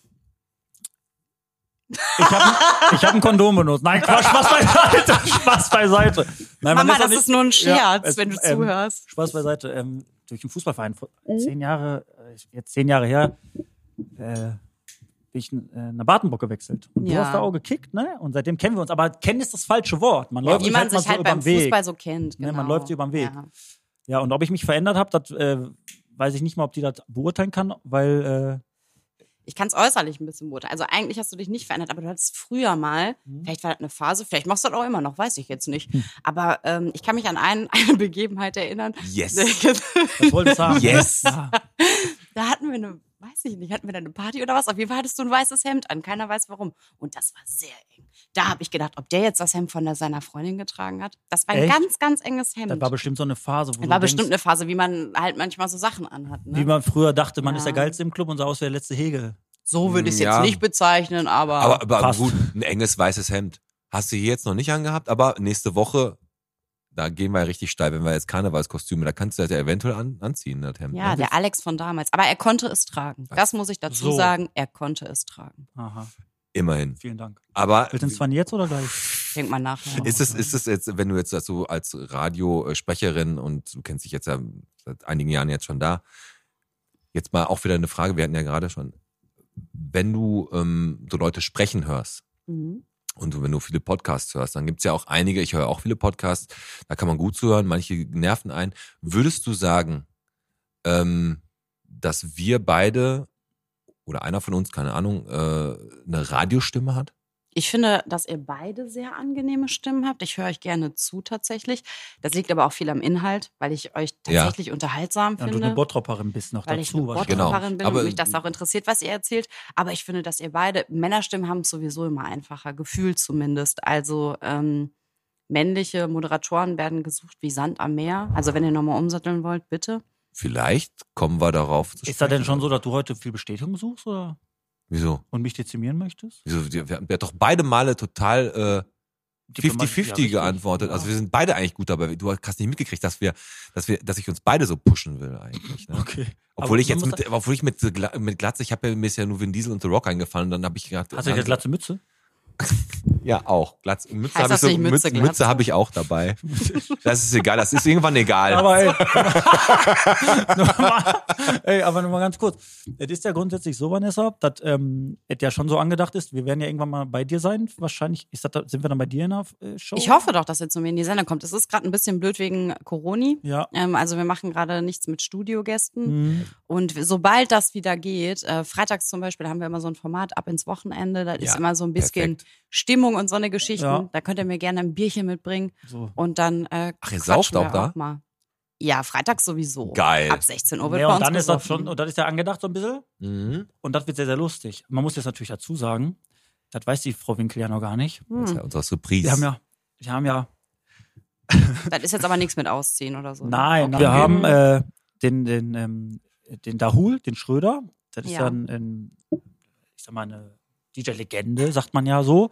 S4: ich habe ich hab ein Kondom benutzt. Nein, Quatsch, Spaß beiseite. Spaß beiseite. Nein,
S7: Mama,
S4: Vanessa
S7: das
S4: und ich-
S7: ist nur ein Scherz,
S4: Ja, es-
S7: wenn du
S4: ähm,
S7: zuhörst.
S4: Spaß beiseite. Ähm, durch den Fußballverein vor
S7: Mhm.
S4: zehn Jahre, äh, jetzt zehn Jahre her, äh, bin ich äh, nach Badenbock gewechselt. Und du
S7: Ja.
S4: hast da auch gekickt, ne? Und seitdem kennen wir uns. Aber kennen ist das falsche Wort. Man läuft
S7: Wie man
S4: halt mal
S7: sich
S4: so
S7: halt beim
S4: überm Weg.
S7: Fußball so kennt.
S4: Ne,
S7: Genau.
S4: man läuft so überm Weg.
S7: Ja.
S4: Ja, und ob ich mich verändert habe, das äh, weiß ich nicht mal, ob die das beurteilen kann, weil äh,
S7: Ich kann es äußerlich ein bisschen beurteilen. Also eigentlich hast du dich nicht verändert, aber du hattest früher mal,
S4: Mhm.
S7: vielleicht war das eine Phase, vielleicht machst du das auch immer noch, weiß ich jetzt nicht.
S4: Hm.
S7: Aber ähm, ich kann mich an einen, eine Begebenheit erinnern.
S4: Hm.
S3: Yes.
S4: äh, was wollte ich sagen?
S3: Yes.
S4: Ja.
S7: da hatten wir eine, weiß ich nicht, hatten wir da eine Party oder was? Auf jeden Fall hattest du ein weißes Hemd an, keiner weiß warum. Und das war sehr eng. Da habe ich gedacht, ob der jetzt das Hemd von der, seiner Freundin getragen hat. Das war ein
S4: Echt?
S7: ganz, ganz enges Hemd.
S4: Das war bestimmt so eine Phase, wo
S7: Das
S4: du
S7: war
S4: denkst,
S7: bestimmt eine Phase, wie man halt manchmal so Sachen anhat. Ne?
S4: wie man früher dachte, man
S7: Ja.
S4: ist der Geilste im Club und sah aus wie der letzte Hegel.
S7: so würde ich es jetzt
S3: Ja.
S7: nicht bezeichnen, aber,
S3: Aber, aber
S4: Passt.
S3: gut, ein enges weißes Hemd. Hast du hier jetzt noch nicht angehabt, aber nächste Woche, da gehen wir richtig steil, wenn wir jetzt Karnevalskostüme, da kannst du das ja eventuell an, anziehen, das Hemd.
S7: ja,
S3: ne?
S7: der Alex von damals. Aber er konnte es tragen. Das muss ich
S4: So.
S7: dazu sagen. Er konnte es tragen.
S4: Aha,
S3: Immerhin.
S4: vielen Dank.
S3: Aber
S4: Willst du zwar jetzt oder gleich?
S7: Denk mal nach. Ja.
S3: Ist es, ist es jetzt, wenn du jetzt das so als Radiosprecherin und du kennst dich jetzt ja seit einigen Jahren jetzt schon da, jetzt mal auch wieder eine Frage, wir hatten ja gerade schon, wenn du ähm, so Leute sprechen hörst
S7: Mhm.
S3: und du- wenn du viele Podcasts hörst, dann gibt's ja auch einige, ich höre auch viele Podcasts, da kann man gut zuhören, manche nerven ein. Würdest du sagen, ähm, dass wir beide oder einer von uns, keine Ahnung, äh, eine Radiostimme hat?
S7: Ich finde, dass ihr beide sehr angenehme Stimmen habt. Ich höre euch gerne zu tatsächlich. Das liegt aber auch viel am Inhalt, weil ich euch
S3: Ja.
S7: tatsächlich unterhaltsam
S4: Ja, und
S7: finde.
S4: du eine Bottropperin bist noch
S7: weil ich eine
S4: dazu. wahrscheinlich.
S3: Genau.
S7: Bottropperin bin
S3: Aber-
S7: und mich das auch interessiert, was ihr erzählt. Aber ich finde, dass ihr beide, Männerstimmen haben es sowieso immer einfacher, gefühlt zumindest. Also ähm, männliche Moderatoren werden gesucht wie Sand am Meer. Also wenn ihr nochmal umsatteln wollt, bitte.
S3: Vielleicht kommen wir darauf zu
S4: Ist das denn
S3: sprechen.
S4: schon so, dass du heute viel Bestätigung suchst oder?
S3: Wieso?
S4: und mich dezimieren möchtest?
S3: Wieso, die- wir haben wir haben doch beide Male total äh, 50-50
S4: Diplomatisch, ja,
S3: geantwortet.
S4: richtig.
S3: Also wir sind beide eigentlich gut dabei. Du hast nicht mitgekriegt, dass wir, dass wir, dass ich uns beide so pushen will eigentlich. Ne?
S4: Ah, Okay.
S3: Obwohl
S4: Aber
S3: ich jetzt
S4: man muss
S3: mit, obwohl ich mit, Gla- mit Glatze, ich habe ja, mir ist ja nur Vin Diesel und The Rock eingefallen, dann habe ich gedacht,
S4: Hast du
S3: dann-
S4: jetzt glatte Mütze?
S3: Ja, auch. Glatz, Mütze
S7: Heißt
S3: habe ich,
S7: das
S3: so,
S7: nicht Mütze,
S3: Mütze,
S7: Glatze?
S3: Mütze hab ich auch dabei. Das ist egal, das ist irgendwann egal.
S4: Aber ey, nochmal- ey, aber nochmal ganz kurz. Es ist ja grundsätzlich so, Vanessa, dass ähm, es ja schon so angedacht ist, wir werden ja irgendwann mal bei dir sein. Wahrscheinlich ist das, da- sind wir dann bei dir in der äh, Show.
S3: Oh.
S7: Ich hoffe doch, dass ihr zu mir in die Sendung kommt. Es ist gerade ein bisschen blöd wegen Corona.
S4: Ja.
S7: Ähm, also wir machen gerade nichts mit Studiogästen.
S4: Mhm.
S7: Und sobald das wieder geht, äh, freitags zum Beispiel haben wir immer so ein Format ab ins Wochenende. Da
S3: Ja,
S7: ist immer so ein bisschen
S3: perfekt.
S7: Stimmung und so eine Geschichten.
S4: Ja.
S7: Da könnt ihr mir gerne ein Bierchen mitbringen.
S4: So.
S7: Und dann äh,
S3: Ach, ihr
S7: quatschen
S3: sauft
S7: wir
S3: auch da?
S7: mal. Ja, freitags sowieso.
S3: Geil.
S7: Ab 16 Uhr Oh, wird
S4: Ja,
S7: bei
S4: und
S7: uns
S4: dann ist das
S7: gesoffen.
S4: schon, und das ist ja angedacht so ein bisschen.
S3: Mhm.
S4: Und das wird sehr, sehr lustig. Man muss jetzt natürlich dazu sagen, das weiß die Frau Winkel ja noch gar nicht.
S7: Hm.
S3: Das ist ja unsere Surprise.
S4: Wir haben ja, wir haben ja,
S7: Das ist jetzt aber nichts mit Ausziehen oder so. ne?
S4: nein,
S7: Okay.
S4: wir haben äh, den, den, ähm, den Dahul, den Schröder. Das ist
S7: Ja.
S4: ja ein, ein, ich sag mal, eine DJ-Legende, sagt man ja so.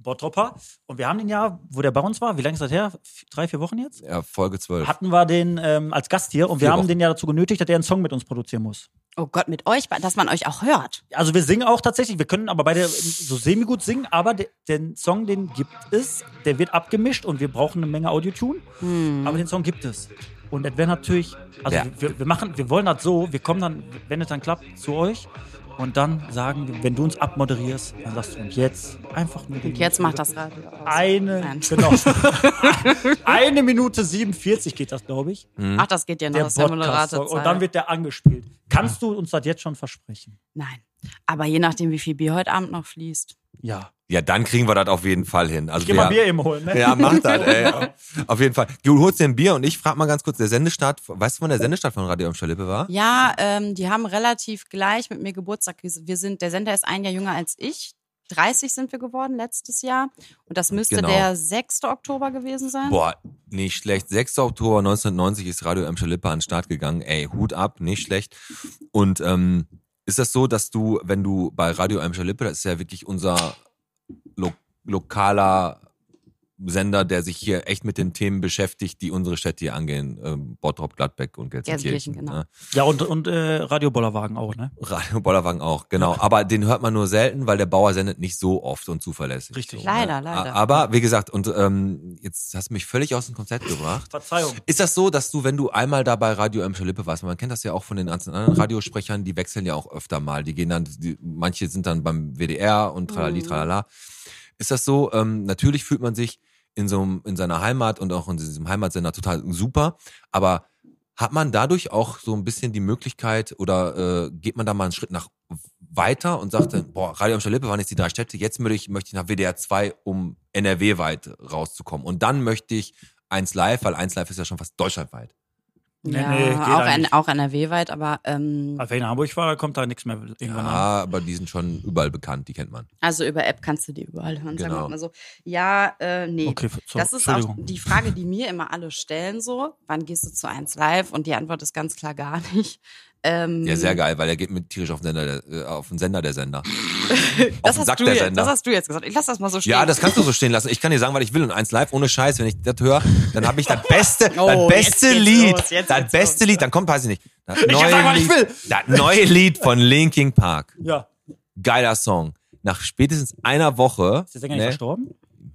S4: Bottropper. Und wir haben den ja, wo der bei uns war, wie lange ist das her? F- Drei, vier Wochen jetzt?
S3: Ja, Folge 12.
S4: Hatten wir den ähm, als Gast hier und
S3: Vier
S4: wir haben
S3: Wochen.
S4: den ja dazu genötigt, dass er einen Song mit uns produzieren muss.
S7: Oh Gott, mit euch, dass man euch auch hört.
S4: Also wir singen auch tatsächlich, wir können aber beide so semi-gut singen, aber de, den Song, den gibt es, der wird abgemischt und wir brauchen eine Menge Audiotune,
S7: Hm.
S4: aber den Song gibt es. Und das wäre natürlich, also
S3: Ja.
S4: wir, wir machen, wir wollen das so, wir kommen dann, wenn es dann klappt, zu euch und dann sagen wir, wenn du uns abmoderierst, dann sagst du und jetzt einfach nur
S7: Und jetzt macht das Radio aus.
S4: eine,
S7: Nein.
S4: genau, eine Minute 47 geht das, glaube ich,
S7: Ach, das geht ja
S4: Hm?
S7: noch.
S4: der
S7: Das ist ja
S4: podcast
S7: moderate
S4: und
S7: Zeit.
S4: dann wird der angespielt. Kannst du uns das jetzt schon versprechen?
S7: Nein. Aber je nachdem, wie viel Bier heute Abend noch fließt.
S4: Ja.
S3: Ja, dann kriegen wir das auf jeden Fall hin. Also
S4: Ich geh
S3: wir,
S4: mal Bier eben holen, ne?
S3: Ja, mach das, ey. Auf jeden Fall. Du holst dir ein Bier und ich frag mal ganz kurz, der Sendestart, weißt du, wann der Sendestart von Radio Amsterdam war?
S7: Ja, ähm, die haben relativ gleich mit mir Geburtstag. Wir sind, der Sender ist ein Jahr jünger als ich. 30 sind wir geworden letztes Jahr. Und das müsste
S3: Genau.
S7: der 6. Oktober gewesen sein.
S3: Boah, nicht schlecht. 6. Oktober 1990 ist Radio Amsterdam an den Start gegangen. Ey, Hut ab, nicht schlecht. Und ähm, ist das so, dass du, wenn du bei Radio Amsterdam, das ist ja wirklich unser lo lokaler Sender, der sich hier echt mit den Themen beschäftigt, die unsere Städte hier angehen. Ähm, Bottrop, Gladbeck und Gelsenkirchen.
S7: Gelsenkirchen, genau.
S3: ne?
S4: Ja, und, und äh, Radiobollerwagen auch, ne?
S3: Radio Bollerwagen auch, genau. Aber den hört man nur selten, weil der Bauer sendet nicht so oft und zuverlässig.
S4: Richtig.
S3: So,
S7: Leider,
S3: ne?
S7: leider.
S3: A- Aber wie gesagt, und ähm, jetzt hast du mich völlig aus dem Konzept gebracht.
S4: Verzeihung.
S3: Ist das so, dass du, wenn du einmal da bei Radio M. Lippe warst, man kennt das ja auch von den ganzen anderen Radiosprechern, die wechseln ja auch öfter mal. Die gehen dann, die, manche sind dann beim WDR und tralali, tralala. Ist das so? Ähm, natürlich fühlt man sich in, so einem, in seiner Heimat und auch in diesem Heimatsender total super, aber hat man dadurch auch so ein bisschen die Möglichkeit oder äh, geht man da mal einen Schritt nach weiter und sagt dann, boah, Radio Amsterdam Lippe waren jetzt die drei Städte, jetzt möchte ich, möchte ich nach WDR 2, um NRW weit rauszukommen. Und dann möchte ich 1 Live, weil 1 Live ist ja schon fast deutschlandweit.
S4: Nee,
S7: ja,
S4: nee, geht
S7: auch,
S4: eigentlich.
S7: in, auch NRW weit, aber ähm,
S4: Also wenn ich in Hamburg fahre, kommt da nichts mehr irgendwann an.
S3: Ja, aber die sind schon überall bekannt, die kennt man.
S7: also über App kannst du die überall hören, sagen
S3: Genau.
S7: wir mal so. Ja, äh, nee.
S4: Okay, so,
S7: Das ist auch
S4: Entschuldigung.
S7: die Frage, die mir immer alle stellen so. Wann gehst du zu 1 live? Und die Antwort ist ganz klar gar nicht. Ähm,
S3: Ja, sehr geil, weil er geht mit tierisch auf den Sender, der, äh, auf den Sender der Sender. auf
S7: Das
S3: den
S7: hast,
S3: Sack
S7: du
S3: der
S7: jetzt,
S3: Sender.
S7: das hast du jetzt gesagt. Ich lass das mal so stehen.
S3: ja, das kannst du so stehen lassen. Ich kann dir sagen, was ich will. Und 1 Live ohne Scheiß, wenn ich das höre, dann habe ich das beste, das
S7: Oh, jetzt
S3: beste
S7: geht's
S3: Lied.
S7: los, jetzt
S3: das
S7: geht's
S3: beste Lied, dann kommt, weiß ich nicht. Das neue,
S4: sagen, was ich
S3: Lied, das neue Lied von Linkin Park.
S4: Ja.
S3: Geiler Song. Nach spätestens einer Woche.
S4: Ist der Sänger nicht
S3: ne,
S4: verstorben?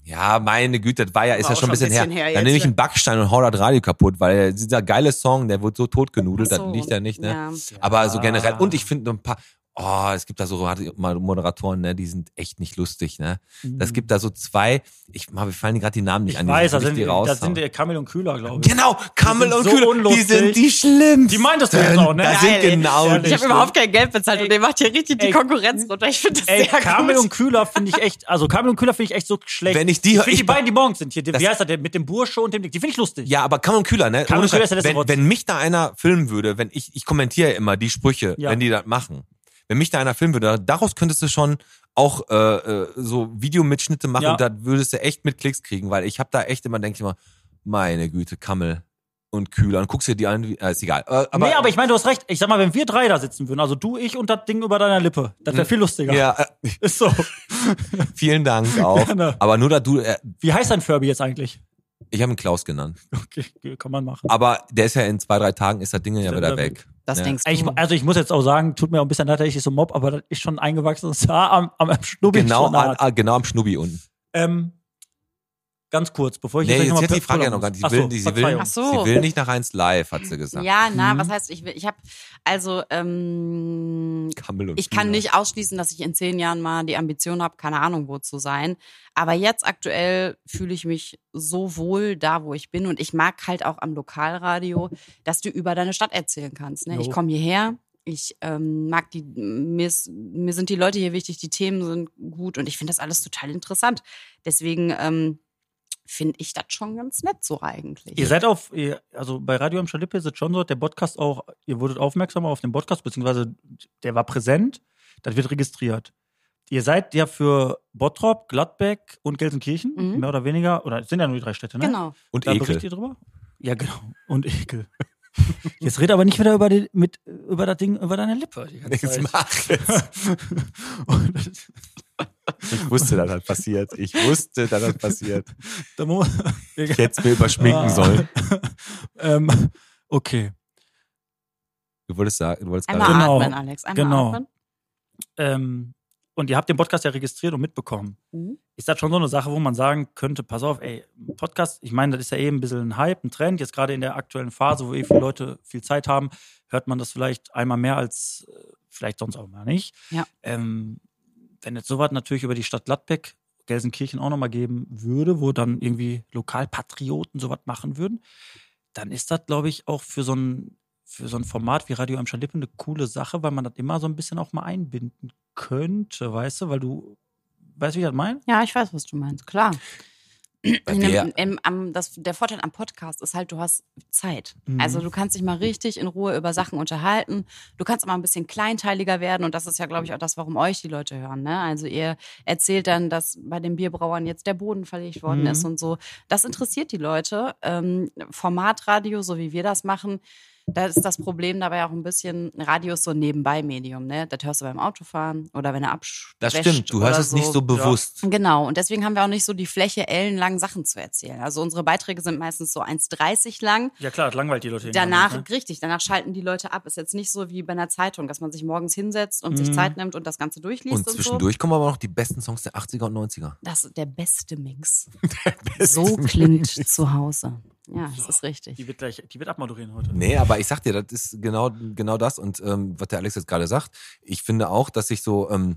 S3: Ja, meine Güte, das war ja, ist
S7: War
S3: ja
S7: auch
S3: schon ein bisschen, her.
S7: jetzt,
S3: Dann nehme ich
S7: ne?
S3: einen Backstein und hau das Radio kaputt, weil dieser geile Song, der wurde so totgenudelt,
S7: So,
S3: das liegt ja nicht, ne?
S7: ja.
S3: Aber so generell, und ich finde ein paar, oh, es gibt da so mal Moderatoren, ne, die sind echt nicht lustig, ne? Es gibt da so zwei, ich, mal, mir fallen gerade die Namen nicht
S4: Ich
S3: an,
S4: weiß, da
S3: die
S4: sind,
S3: die
S4: da
S3: raus.
S4: sind äh, Kamel und Kühler, glaube ich.
S3: Genau, Kamel
S4: sind
S3: und
S4: so
S3: Kühler, die
S4: unlustig.
S3: sind die schlimmsten.
S4: Die meintest du jetzt auch, ne?
S3: Das sind
S7: Geil, ey.
S3: genau
S4: Ehrlich.
S7: Ich habe
S4: Stimmt.
S7: überhaupt kein Geld bezahlt und der macht hier richtig
S4: ey, hm.
S7: die Konkurrenz runter. Ich finde das
S4: Ey,
S7: sehr
S4: Kamel
S7: gut.
S4: und Kühler finde ich echt, also Kamel und Kühler finde ich echt so schlecht.
S3: Wenn ich die hör-
S4: finde die
S3: ich-
S4: beiden, die morgens sind hier, die-
S3: Das-
S4: wie heißt das denn, mit dem Bursche und dem Nick, die finde ich lustig.
S3: Ja, aber Kamm und Kühler, ne?
S4: Kamm und
S3: Ohne
S4: Kühler
S3: Scheiß.
S4: ist ja das
S3: wenn,
S4: Wort.
S3: wenn mich da einer filmen würde, wenn ich, ich kommentiere ja immer die Sprüche,
S4: Ja.
S3: wenn die das machen. Wenn mich da einer filmen würde, daraus könntest du schon auch äh, äh, so Videomitschnitte machen
S4: Ja.
S3: und da würdest du echt mit Klicks kriegen, weil ich habe da echt immer, denke ich immer, meine Güte, Kammel und Kühler und guckst dir die an, wie, äh, ist egal. Äh, aber,
S4: nee, aber ich meine, du hast recht. Ich sag mal, wenn wir drei da sitzen würden, also du, ich und das Ding über deiner Lippe, das wäre viel lustiger.
S3: Hm. ja, äh,
S4: Ist so.
S3: vielen Dank auch.
S4: Gerne.
S3: Aber nur da du, äh,
S4: Wie heißt dein Furby jetzt eigentlich?
S3: ich habe ihn Klaus genannt.
S4: Okay, kann man machen.
S3: Aber der ist ja in zwei, drei Tagen ist das Ding ja
S4: Ist
S3: wieder
S4: er wieder
S3: weg.
S7: Das
S3: Ja.
S7: denkst du.
S4: Ich, also ich muss jetzt auch sagen, tut mir auch ein bisschen leid, dass ich so mob, aber das ist schon eingewachsenes Haar am, am Schnubbi.
S3: Genau,
S4: schon hart.
S3: ah, genau am Schnubbi unten.
S4: Ähm, ganz kurz, bevor ich
S3: Nee,
S4: gleich
S3: jetzt
S4: noch mal
S3: hat die
S4: Pep
S3: Frage ja
S4: Cola
S3: noch gar nicht.
S4: muss.
S3: Sie will,
S4: Ach so,
S3: die- sie, will,
S4: Verzeihung.
S7: Ach so.
S3: sie will nicht nach 1 live, hat sie gesagt.
S7: ja, na,
S4: Mhm.
S7: was heißt, ich will, ich habe, also, ähm,
S3: Kammel und
S7: ich kann
S3: Fühler.
S7: nicht ausschließen, dass ich in zehn Jahren mal die Ambition habe, keine Ahnung wo zu sein. Aber jetzt aktuell fühle ich mich so wohl da, wo ich bin. Und ich mag halt auch am Lokalradio, dass du über deine Stadt erzählen kannst. Ne?
S4: Jo.
S7: Ich komme hierher. Ich ähm, mag die, mir, ist, mir sind die Leute hier wichtig, die Themen sind gut und ich finde das alles total interessant. Deswegen ähm, finde ich das schon ganz nett so eigentlich.
S4: Ihr seid auf, ihr- also bei Radio am Schalippe ist es schon so, der Podcast auch, ihr wurdet aufmerksamer auf den Podcast, beziehungsweise der war präsent, das wird registriert. Ihr seid ja für Bottrop, Gladbeck und Gelsenkirchen,
S7: Mhm.
S4: mehr oder weniger, oder es sind ja nur die drei Städte, ne?
S7: Genau.
S3: Und
S4: Da
S3: Ekel.
S4: berichtet ihr drüber? Ja, genau. Und Ekel. Jetzt red aber nicht wieder über, die, mit, über das Ding, über deine Lippe. Die ganze
S3: Jetzt
S4: Zeit.
S3: mach jetzt.
S4: Und
S3: Ich wusste, dass das passiert. Ich wusste, dass das passiert.
S4: da muss-
S3: Ich hätte es mir überschminken
S4: Ah.
S3: sollen.
S4: ähm, okay.
S3: Du wolltest sagen, du wolltest
S7: Einmal
S3: gerade.
S4: Genau.
S7: atmen, Alex. Einmal
S4: Genau.
S7: atmen.
S4: Ähm, und ihr habt den Podcast ja registriert und mitbekommen.
S7: Mhm.
S4: Ist das schon so eine Sache, wo man sagen könnte, pass auf, ey, Podcast, ich meine, das ist ja eben ein bisschen ein Hype, ein Trend, jetzt gerade in der aktuellen Phase, wo eh viele Leute viel Zeit haben, hört man das vielleicht einmal mehr als äh, vielleicht sonst auch mal nicht.
S7: Ja.
S4: Ähm, wenn jetzt sowas natürlich über die Stadt Gladbeck, Gelsenkirchen auch nochmal geben würde, wo dann irgendwie Lokalpatrioten sowas machen würden, dann ist das, glaube ich, auch für so ein für so ein Format wie Radio am Schalippe eine coole Sache, weil man das immer so ein bisschen auch mal einbinden könnte, weißt du, weil du, weißt du, wie ich das meine?
S7: Ja, ich weiß, was du meinst, klar. In
S3: der-
S7: dem, im, am, das, der Vorteil am Podcast ist halt, du hast Zeit.
S4: Mhm.
S7: Also du kannst dich mal richtig in Ruhe über Sachen unterhalten. Du kannst mal ein bisschen kleinteiliger werden und das ist ja, glaube ich, auch das, warum euch die Leute hören. Ne? Also ihr erzählt dann, dass bei den Bierbrauern jetzt der Boden verlegt worden
S4: Mhm.
S7: ist und so. Das interessiert die Leute. Ähm, Formatradio, so wie wir das machen, da ist das Problem dabei auch ein bisschen, Radio ist so ein Nebenbei-Medium. Ne? Das hörst du beim Autofahren oder wenn er absch
S3: Das stimmt, du hörst es nicht so bewusst.
S7: Genau, und deswegen haben wir auch nicht so die Fläche ellenlang Sachen zu erzählen. Also unsere Beiträge sind meistens so 1,30 lang.
S4: Ja klar, das langweilt die Leute. irgendwann
S7: Danach,
S4: nicht, ne?
S7: richtig, danach schalten die Leute ab. Ist jetzt nicht so wie bei einer Zeitung, dass man sich morgens hinsetzt und sich
S4: Mhm.
S7: Zeit nimmt und das Ganze durchliest und,
S3: Und
S7: so.
S3: zwischendurch kommen aber noch die besten Songs der 80er und 90er.
S7: Das ist der beste Mix. so klingt zu Hause. Ja, das ist richtig.
S4: Die wird gleich, die wird abmoderieren heute.
S3: Nee, aber ich sag dir, das ist genau, genau das. Und ähm, was der Alex jetzt gerade sagt, ich finde auch, dass sich so ähm,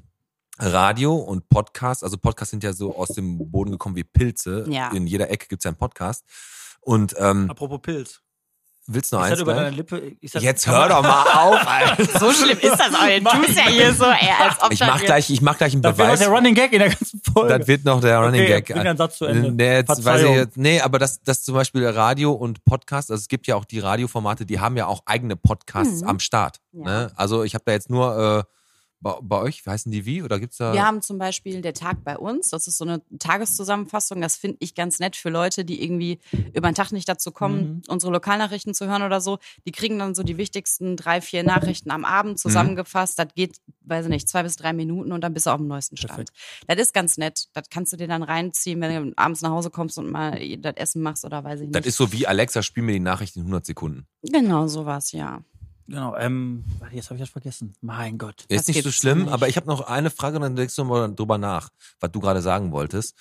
S3: Radio und Podcast, also Podcasts sind ja so aus dem Boden gekommen wie Pilze.
S7: Ja.
S3: In jeder Ecke gibt's ja einen Podcast. Und ähm,
S4: Apropos Pilz.
S3: willst du noch eins?
S4: ist das über
S3: gleich?
S4: deine Lippe? Ist das,
S3: Jetzt hör doch mal auf, Alter.
S7: So schlimm ist das auch. Du tust ja hier so, ey, als ob
S3: Ich
S7: das
S3: mach
S7: hier-
S3: gleich, ich mach gleich einen
S4: Das wäre
S3: Beweis.
S4: der Running Gag in der ganzen Folge.
S3: Das wird noch der Running
S4: Okay,
S3: Gag.
S4: bring den Satz zu Ende.
S3: Nee, jetzt weiß ich
S4: Verzeihung.
S3: jetzt, nee aber das, das zum Beispiel Radio und Podcast, also es gibt ja auch die Radioformate, die haben ja auch eigene Podcasts
S7: Mhm.
S3: am Start.
S7: Ja.
S3: Ne? Also ich habe da jetzt nur äh, bei, bei euch, wie heißen die wie? Oder gibt's da.
S7: Wir haben zum Beispiel der Tag bei uns. Das ist so eine Tageszusammenfassung. Das finde ich ganz nett für Leute, die irgendwie über den Tag nicht dazu
S3: Mhm.
S7: kommen, unsere Lokalnachrichten zu hören oder so. Die kriegen dann so die wichtigsten drei, vier
S3: Mhm.
S7: Nachrichten am Abend zusammengefasst. Das geht, weiß ich nicht, zwei bis drei Minuten und dann bist du auf dem neuesten Stand. Das ist ganz nett. Das kannst du dir dann reinziehen, wenn du abends nach Hause kommst und mal das Essen machst oder weiß ich nicht.
S3: das ist so wie Alexa, spiel mir die Nachricht in 100 Sekunden.
S7: genau sowas, ja.
S4: Genau, ähm, warte, jetzt habe ich das vergessen. Mein Gott.
S3: Ist nicht so
S7: gibt's
S3: schlimm,
S7: nicht.
S3: aber ich habe noch eine Frage, dann denkst du mal drüber nach, was du gerade sagen wolltest.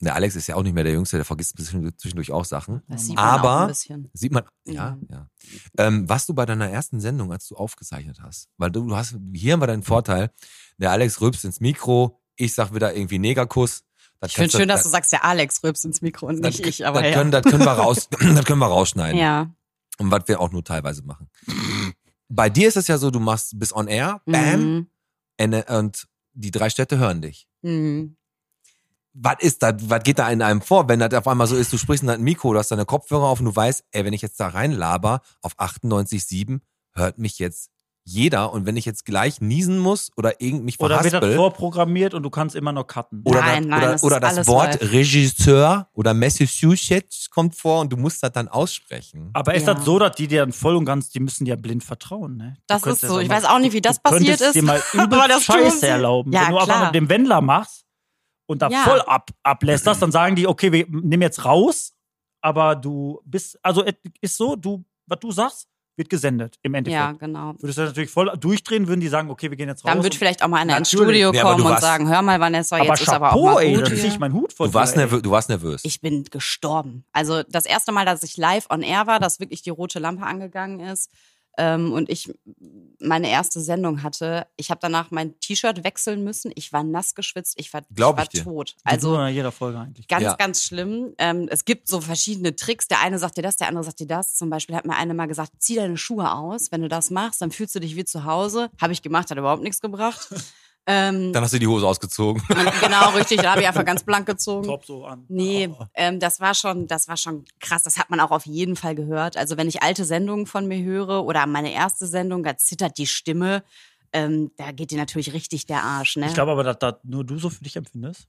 S3: Der Alex ist ja auch nicht mehr der Jüngste, der vergisst zwischendurch auch Sachen.
S7: Das sieht man auch
S3: Aber-
S7: ein bisschen.
S3: Sieht man, ja, ja. Ähm, was du bei deiner ersten Sendung, als du aufgezeichnet hast, weil du, du hast, hier haben wir deinen Vorteil, der Alex rülpst ins Mikro, ich sag wieder irgendwie Negerkuss. Das
S7: Ich finde
S3: kannst
S7: schön, dass du sagst, der Alex rülpst ins Mikro und
S3: das,
S7: nicht ich, aber
S3: das,
S7: ja.
S3: können, das können wir raus, das können wir rausschneiden.
S7: ja.
S3: Und was wir auch nur teilweise machen. Bei dir ist es ja so, du machst bis on air, bam,
S7: Mhm.
S3: ende- und die drei Städte hören dich.
S7: Mhm.
S3: Was ist das, was geht da in einem vor, wenn das auf einmal so ist, du sprichst in dein Mikro, du hast deine Kopfhörer auf und du weißt, ey, wenn ich jetzt da reinlaber auf 98,7, hört mich jetzt jeder und wenn ich jetzt gleich niesen muss oder irgend mich
S4: Oder wird das
S3: verhaspel
S4: vorprogrammiert und du kannst immer noch cutten.
S3: oder,
S7: Nein,
S3: das-
S7: nein,
S3: oder,
S7: das ist
S3: oder das
S7: alles
S3: Wort Regisseur oder Massachusetts kommt vor und du musst das dann aussprechen.
S4: Aber ist
S7: Ja.
S4: das so, dass die dir dann voll und ganz, die müssen dir ja blind vertrauen, ne? Du
S7: Das ist
S4: könntest
S7: so.
S4: ja
S7: Ich
S4: mal-
S7: weiß auch nicht, wie das
S4: du
S7: passiert
S4: könntest
S7: ist.
S4: dir mal übel
S7: aber das tun
S4: Scheiße
S7: sie.
S4: erlauben.
S7: Ja,
S4: Wenn du einfach
S7: klar.
S4: mit dem Wendler machst und da
S7: Ja.
S4: voll ab, ablässt, dann sagen die, okay, wir nehmen jetzt raus, aber du bist, also es ist so, du, was du sagst, wird gesendet im Endeffekt.
S7: Ja, genau.
S4: Würdest du das natürlich voll durchdrehen, würden die sagen, okay, wir gehen jetzt raus.
S7: Dann wird
S4: und-
S7: vielleicht auch mal einer ins
S4: Natürlich.
S7: Studio
S3: Nee, aber
S7: kommen
S3: du
S7: und
S3: warst-
S7: sagen, hör mal, Vanessa, jetzt
S4: aber
S7: ist aber auch
S4: Chapeau,
S7: mal
S4: ey,
S7: gut
S4: da ziehe ich
S7: hier.
S4: meinen Hut vor
S3: Du warst,
S4: dir, ey.
S3: nervö du warst nervös.
S7: Ich bin gestorben. Also das erste Mal, dass ich live on air war, dass wirklich die rote Lampe angegangen ist ähm, und ich meine erste Sendung hatte. Ich habe danach mein T-Shirt wechseln müssen. Ich war nass geschwitzt. Ich war,
S3: Glaub ich
S7: war
S3: dir.
S7: tot.
S4: Also
S7: Also
S4: in jeder Folge eigentlich.
S7: Ganz,
S3: Ja.
S7: ganz schlimm. Ähm, es gibt so verschiedene Tricks. Der eine sagt dir das, der andere sagt dir das. Zum Beispiel hat mir eine mal gesagt, zieh deine Schuhe aus. Wenn du das machst, dann fühlst du dich wie zu Hause. Habe ich gemacht, hat überhaupt nichts gebracht. ähm,
S3: Dann hast du die Hose ausgezogen.
S7: und genau, richtig. Da habe ich einfach ganz blank gezogen.
S4: Top Oh. so an.
S7: Hm. Nee, ähm, das war schon, das war schon krass. Das hat man auch auf jeden Fall gehört. Also wenn ich alte Sendungen von mir höre oder meine erste Sendung, da zittert die Stimme. Ähm, da geht dir natürlich richtig der Arsch, ne?
S4: Ich glaube aber, dass das nur du so für dich empfindest.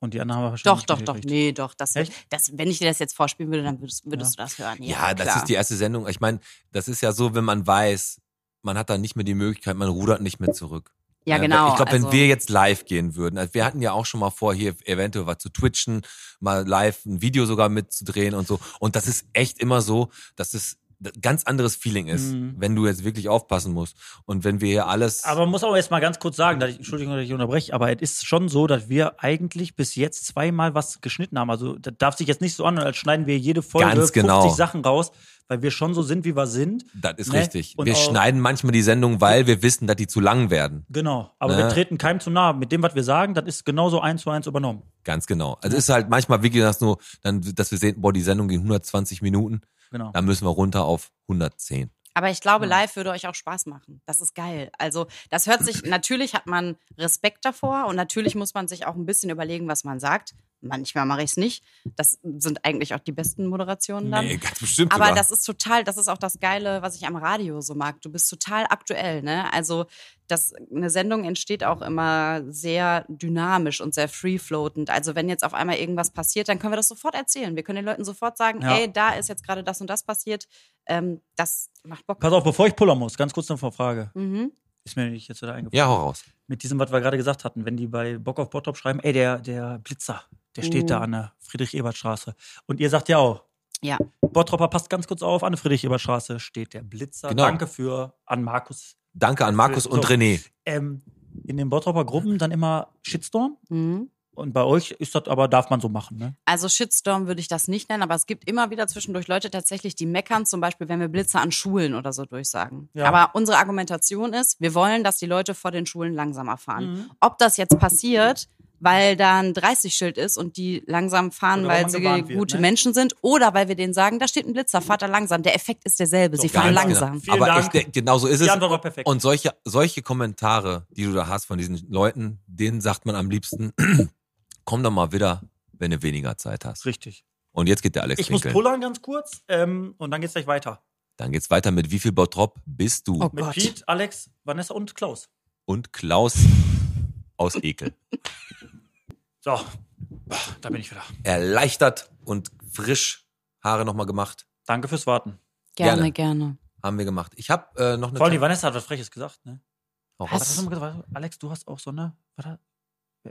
S4: Und die anderen haben
S7: Doch,
S4: wahrscheinlich.
S7: doch,
S4: nicht
S7: doch.
S4: mitgekriegt.
S7: Nee, doch. Das,
S4: Echt?
S7: das, wenn ich dir das jetzt vorspielen würde, dann würdest, würdest du das hören. Ja,
S3: Ja, das
S7: klar.
S3: ist die erste Sendung. Ich meine, das ist ja so, wenn man weiß, man hat dann nicht mehr die Möglichkeit, man rudert nicht mehr zurück.
S7: Ja, genau.
S3: Ähm, Ich glaube,
S7: also-
S3: wenn wir jetzt live gehen würden, also wir hatten ja auch schon mal vor, hier eventuell was zu twitchen, mal live ein Video sogar mitzudrehen und so. Und das ist echt immer so, dass es ein ganz anderes Feeling ist,
S4: Mhm.
S3: wenn du jetzt wirklich aufpassen musst. Und wenn wir hier alles.
S4: Aber man muss auch erst mal ganz kurz sagen, dass ich, Entschuldigung, dass ich unterbreche, aber es ist schon so, dass wir eigentlich bis jetzt zweimal was geschnitten haben. Also das darf sich jetzt nicht so anhören, als schneiden wir jede Folge
S3: Ganz genau.
S4: 50 Sachen raus, weil wir schon so sind, wie wir sind.
S3: das ist
S4: Ne?
S3: richtig.
S4: Und
S3: Wir
S4: auch-
S3: schneiden manchmal die Sendung, weil wir wissen, dass die zu lang werden.
S4: Genau, aber
S3: Ne?
S4: wir treten keinem zu nahe. Mit dem, was wir sagen, das ist genauso eins zu eins übernommen.
S3: Ganz genau. Also ist halt manchmal wirklich das nur, dann, dass wir sehen, boah, die Sendung ging 120 Minuten.
S4: Genau.
S3: Dann müssen wir runter auf 110.
S7: Aber ich glaube, live würde euch auch Spaß machen. Das ist geil. Also, das hört sich, natürlich hat man Respekt davor und natürlich muss man sich auch ein bisschen überlegen, was man sagt. Manchmal mache ich es nicht. Das sind eigentlich auch die besten Moderationen dann.
S3: Nee, ganz bestimmt
S7: Aber
S3: sogar.
S7: das ist total, das ist auch das Geile, was ich am Radio so mag. Du bist total aktuell, ne? Also, das, eine Sendung entsteht auch immer sehr dynamisch und sehr free-floatend. Also, wenn jetzt auf einmal irgendwas passiert, dann können wir das sofort erzählen. Wir können den Leuten sofort sagen,
S4: Ja.
S7: ey, da ist jetzt gerade das und das passiert. Ähm, das macht Bock.
S4: Pass auf, bevor ich pullern muss, ganz kurz noch eine Frage.
S7: Mhm.
S4: Ist mir nicht jetzt wieder eingefallen.
S3: ja, hau raus.
S4: Mit diesem, was wir gerade gesagt hatten, wenn die bei Bock auf Bottrop schreiben, ey, der, der Blitzer, der steht
S7: Mhm.
S4: da an der Friedrich-Ebert-Straße. Und ihr sagt ja auch,
S7: Ja.
S4: Bottropper passt ganz kurz auf, an der Friedrich-Ebert-Straße steht der Blitzer.
S3: Genau.
S4: Danke für an Markus.
S3: Danke an Markus und
S4: So.
S3: René.
S4: Ähm, in den Bottropper Gruppen dann immer Shitstorm.
S7: Mhm.
S4: Und bei euch ist das aber, darf man so machen, ne?
S7: Also Shitstorm würde ich das nicht nennen, aber es gibt immer wieder zwischendurch Leute tatsächlich, die meckern, zum Beispiel, wenn wir Blitzer an Schulen oder so durchsagen.
S4: Ja.
S7: Aber unsere Argumentation ist, wir wollen, dass die Leute vor den Schulen langsamer fahren. Ob das jetzt passiert, weil da ein 30-Schild ist und die langsam fahren,
S4: Oder weil
S7: weil
S4: man
S7: sie
S4: gewarnt wird,
S7: gute
S4: ne?
S7: Menschen sind, oder weil wir denen sagen, da steht ein Blitzer, fahrt da langsam. Der Effekt ist derselbe, sie fahren
S3: Ganz
S7: langsam.
S4: Vielen
S3: Genau. Aber
S4: Dank.
S3: ich denke, genau so ist
S4: Die
S3: es.
S4: Antwort war perfekt.
S3: Und solche, solche Kommentare, die du da hast von diesen Leuten, denen sagt man am liebsten, komm doch mal wieder, wenn du weniger Zeit hast.
S4: Richtig.
S3: Und jetzt geht der Alex
S4: Ich muss
S3: Winkel.
S4: pullern ganz kurz ähm, und dann geht's gleich weiter.
S3: Dann geht's weiter mit wie viel Bottrop bist du?
S7: Oh.
S4: Mit
S7: Gott.
S4: Pete, Alex, Vanessa und Klaus.
S3: Und Klaus aus Ekel.
S4: So, da bin ich wieder.
S3: Erleichtert und frisch Haare nochmal gemacht.
S4: Danke fürs Warten.
S7: Gerne, gerne.
S3: Haben wir gemacht. Ich habe äh, noch eine Oh,
S4: Vor allem die
S3: kleine-
S4: Vanessa hat was Freches gesagt, ne?
S3: Hau raus.
S4: Was? hast du mal gesagt? Alex, du hast auch so eine. Was, hat-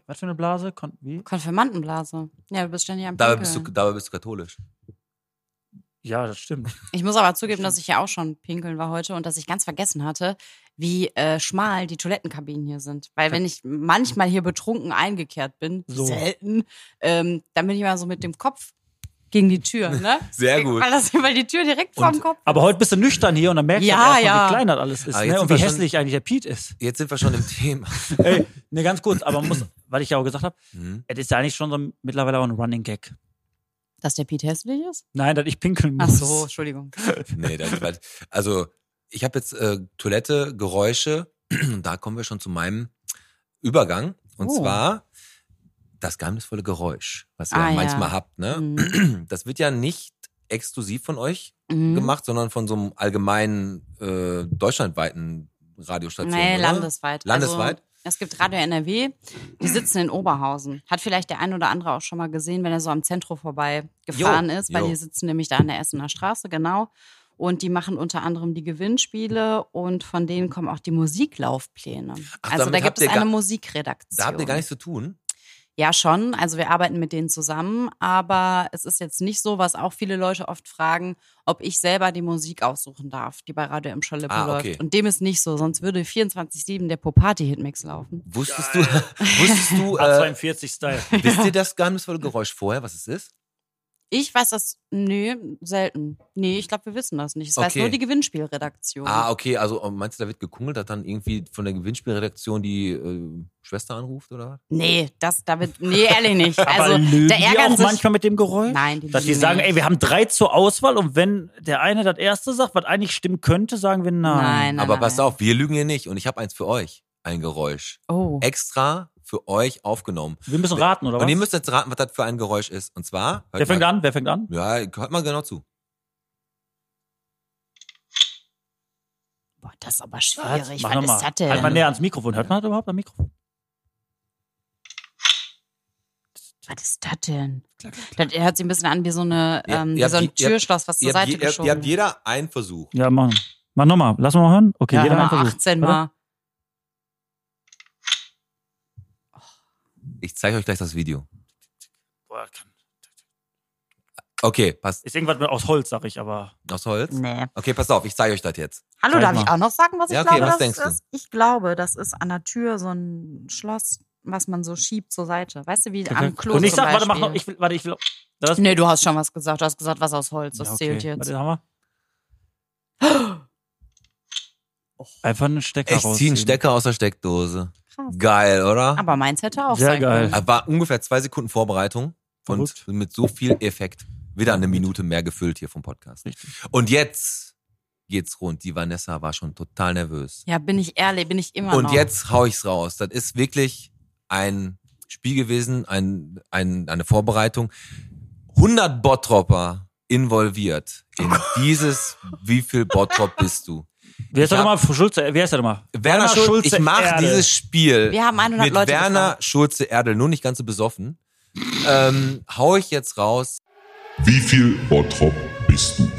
S4: was für eine Blase? Kon wie?
S7: Konfirmandenblase. Ja, du bist ständig am
S3: Dabei
S7: Pinkeln.
S3: bist, du, dabei bist du katholisch.
S4: Ja, das stimmt.
S7: Ich muss aber zugeben, dass ich ja auch schon pinkeln war heute und dass ich ganz vergessen hatte, wie äh, schmal die Toilettenkabinen hier sind. Weil wenn ich manchmal hier betrunken eingekehrt bin,
S4: So.
S7: selten, ähm, dann bin ich immer so mit dem Kopf gegen die Tür, ne?
S3: Sehr gut.
S7: Weil das immer die Tür direkt vor dem
S4: Und-
S7: Kopf.
S4: Aber heute bist du nüchtern hier und dann merkst
S7: Ja,
S4: du erstmal,
S7: ja.
S4: wie klein das alles ist
S3: Aber
S4: ne?
S3: jetzt
S4: und
S3: sind
S4: wie
S3: wir schon-
S4: hässlich eigentlich der Pete ist.
S3: Jetzt sind wir schon im Thema.
S4: Ey, ne, ganz kurz, aber muss, weil ich ja auch gesagt habe,
S3: Mhm.
S4: es ist ja eigentlich schon so ein, mittlerweile auch ein Running Gag.
S7: Dass der Piet hässlich ist?
S4: Nein, dass ich pinkeln
S7: Ach
S4: muss.
S7: so, Entschuldigung.
S3: Nee, dann, weil- also ich habe jetzt äh, Toilette, Geräusche, da kommen wir schon zu meinem Übergang. Und
S7: Oh.
S3: zwar das geheimnisvolle Geräusch, was ihr
S7: Ah, ja.
S3: manchmal habt. Ne?
S7: Mhm.
S3: Das wird ja nicht exklusiv von euch
S7: Mhm.
S3: gemacht, sondern von so einem allgemeinen äh, deutschlandweiten Radiostation.
S7: Nee,
S3: oder?
S7: landesweit.
S3: Landesweit? Hm.
S7: Also, es gibt Radio NRW, die sitzen in Oberhausen. Hat vielleicht der ein oder andere auch schon mal gesehen, wenn er so am Zentrum vorbei gefahren
S3: Jo,
S7: ist, weil
S3: jo.
S7: die sitzen nämlich da an der Essener Straße, genau. Und die machen unter anderem die Gewinnspiele und von denen kommen auch die Musiklaufpläne.
S3: Ach,
S7: also
S3: damit habt
S7: da gibt es
S3: ihr gar-
S7: eine Musikredaktion.
S3: Da habt ihr gar nichts zu tun.
S7: Ja, schon. Also wir arbeiten mit denen zusammen, aber es ist jetzt nicht so, was auch viele Leute oft fragen, ob ich selber die Musik aussuchen darf, die bei Radio M. Schalippe
S3: Ah, okay.
S7: läuft. Und dem ist nicht so, sonst würde 24-7 der Popati-Hitmix laufen.
S3: Wusstest du, wusstest du, äh,
S4: A42 Style.
S3: wisst ihr das geheimnisvolle Geräusch vorher, was es ist?
S7: Ich weiß das, nee, selten. Nee, ich glaube, wir wissen das nicht. Es weiß
S3: Okay.
S7: nur die Gewinnspielredaktion.
S3: Ah, okay, also äh, meinst du, da wird gekungelt, dass dann irgendwie von der Gewinnspielredaktion die äh, Schwester anruft oder was?
S7: Nee, das, damit, nee, ehrlich nicht.
S4: Aber
S7: Also,
S4: lügen
S7: da
S4: die
S7: ärgern
S4: auch
S7: sich.
S4: manchmal mit dem Geräusch?
S7: Nein, die
S4: Dass die
S7: lügen
S4: sagen,
S7: nicht.
S4: ey, wir haben drei zur Auswahl und wenn der eine das erste sagt, was eigentlich stimmen könnte, sagen wir nein.
S7: Nein, nein.
S3: Aber
S7: nein,
S3: pass
S7: nein.
S3: auf, wir lügen hier nicht und ich habe eins für euch, ein Geräusch.
S7: Oh.
S3: Extra für euch aufgenommen.
S4: Wir müssen raten, oder was?
S3: Und ihr müsst jetzt raten, was das für ein Geräusch ist. Und zwar.
S4: Wer fängt
S3: mal,
S4: an? Wer fängt an?
S3: Ja, hört mal genau zu.
S7: Boah, das ist aber schwierig.
S4: Mach
S7: Was ist
S4: nochmal.
S7: das denn?
S4: Halt mal näher ans Mikrofon. Hört man das überhaupt am Mikrofon?
S7: was ist das denn? Das hört sich ein bisschen an wie so, eine,
S3: Ihr-
S7: ähm,
S3: ihr
S7: wie so
S3: habt
S7: ein
S3: die- ihr-
S7: Türschloss, was zur
S3: Ihr habt,
S7: Seite
S3: je, ihr,
S7: geschoben
S3: ihr habt jeder einen Versuch.
S4: Ja, machen. Mach nochmal. Lass mal hören. Okay,
S7: ja,
S4: jeder
S7: nochmal
S4: einen Versuch.
S7: 18
S4: Warte.
S7: Mal.
S3: Ich zeige euch gleich das Video.
S4: Boah, kann-
S3: Okay, passt.
S4: Ist irgendwas mit- aus Holz, sag ich, aber.
S3: Aus Holz?
S7: Nee.
S3: Okay, pass auf, ich zeige euch das jetzt.
S7: Hallo,
S4: Zeig
S7: darf
S4: mal.
S7: ich auch noch sagen, was ich
S3: Ja, okay,
S7: glaube,
S3: was
S7: das
S3: denkst du?
S7: ist? Ich glaube, das ist an der Tür so ein Schloss, was man so schiebt zur Seite. Weißt du, wie am Klo
S4: Und ich
S7: zum
S4: sag, warte, mach
S7: Beispiel.
S4: noch. Ich will, warte, ich will. Das,
S7: nee, du hast schon was gesagt. Du hast gesagt, was aus Holz. Das
S4: Ja, okay.
S7: zählt jetzt.
S4: Warte, haben wir.
S7: Oh.
S4: Einfach einen Stecker
S3: Ich ziehe
S4: rausziehen.
S3: einen Stecker aus der Steckdose.
S7: Krass.
S3: Geil, oder?
S7: Aber meins hätte auch
S4: Sehr
S7: sein
S4: geil.
S7: können.
S3: Aber Äh, War ungefähr zwei Sekunden Vorbereitung
S4: Verrückt.
S3: und mit so viel Effekt wieder eine Minute mehr gefüllt hier vom Podcast. Und jetzt geht's rund. Die Vanessa war schon total nervös.
S7: Ja, bin ich ehrlich, bin ich immer noch.
S3: Und jetzt hau ich's raus. Das ist wirklich ein Spiel gewesen, ein, ein, eine Vorbereitung. 100 Bottropper involviert in dieses Wie viel Bottrop bist du?
S4: Wer ist
S3: Ich
S4: der nochmal?
S3: hab-
S4: Schulze, wer ist der nochmal?
S3: Werner Schulze, ich mache
S4: Erde.
S3: dieses Spiel
S7: Wir haben 100
S3: mit
S7: Leute
S3: Werner
S7: gefragt.
S3: Schulze Erdel, nur nicht ganz so besoffen. Ähm, hau ich jetzt raus.
S8: Wie viel Bottrop bist du?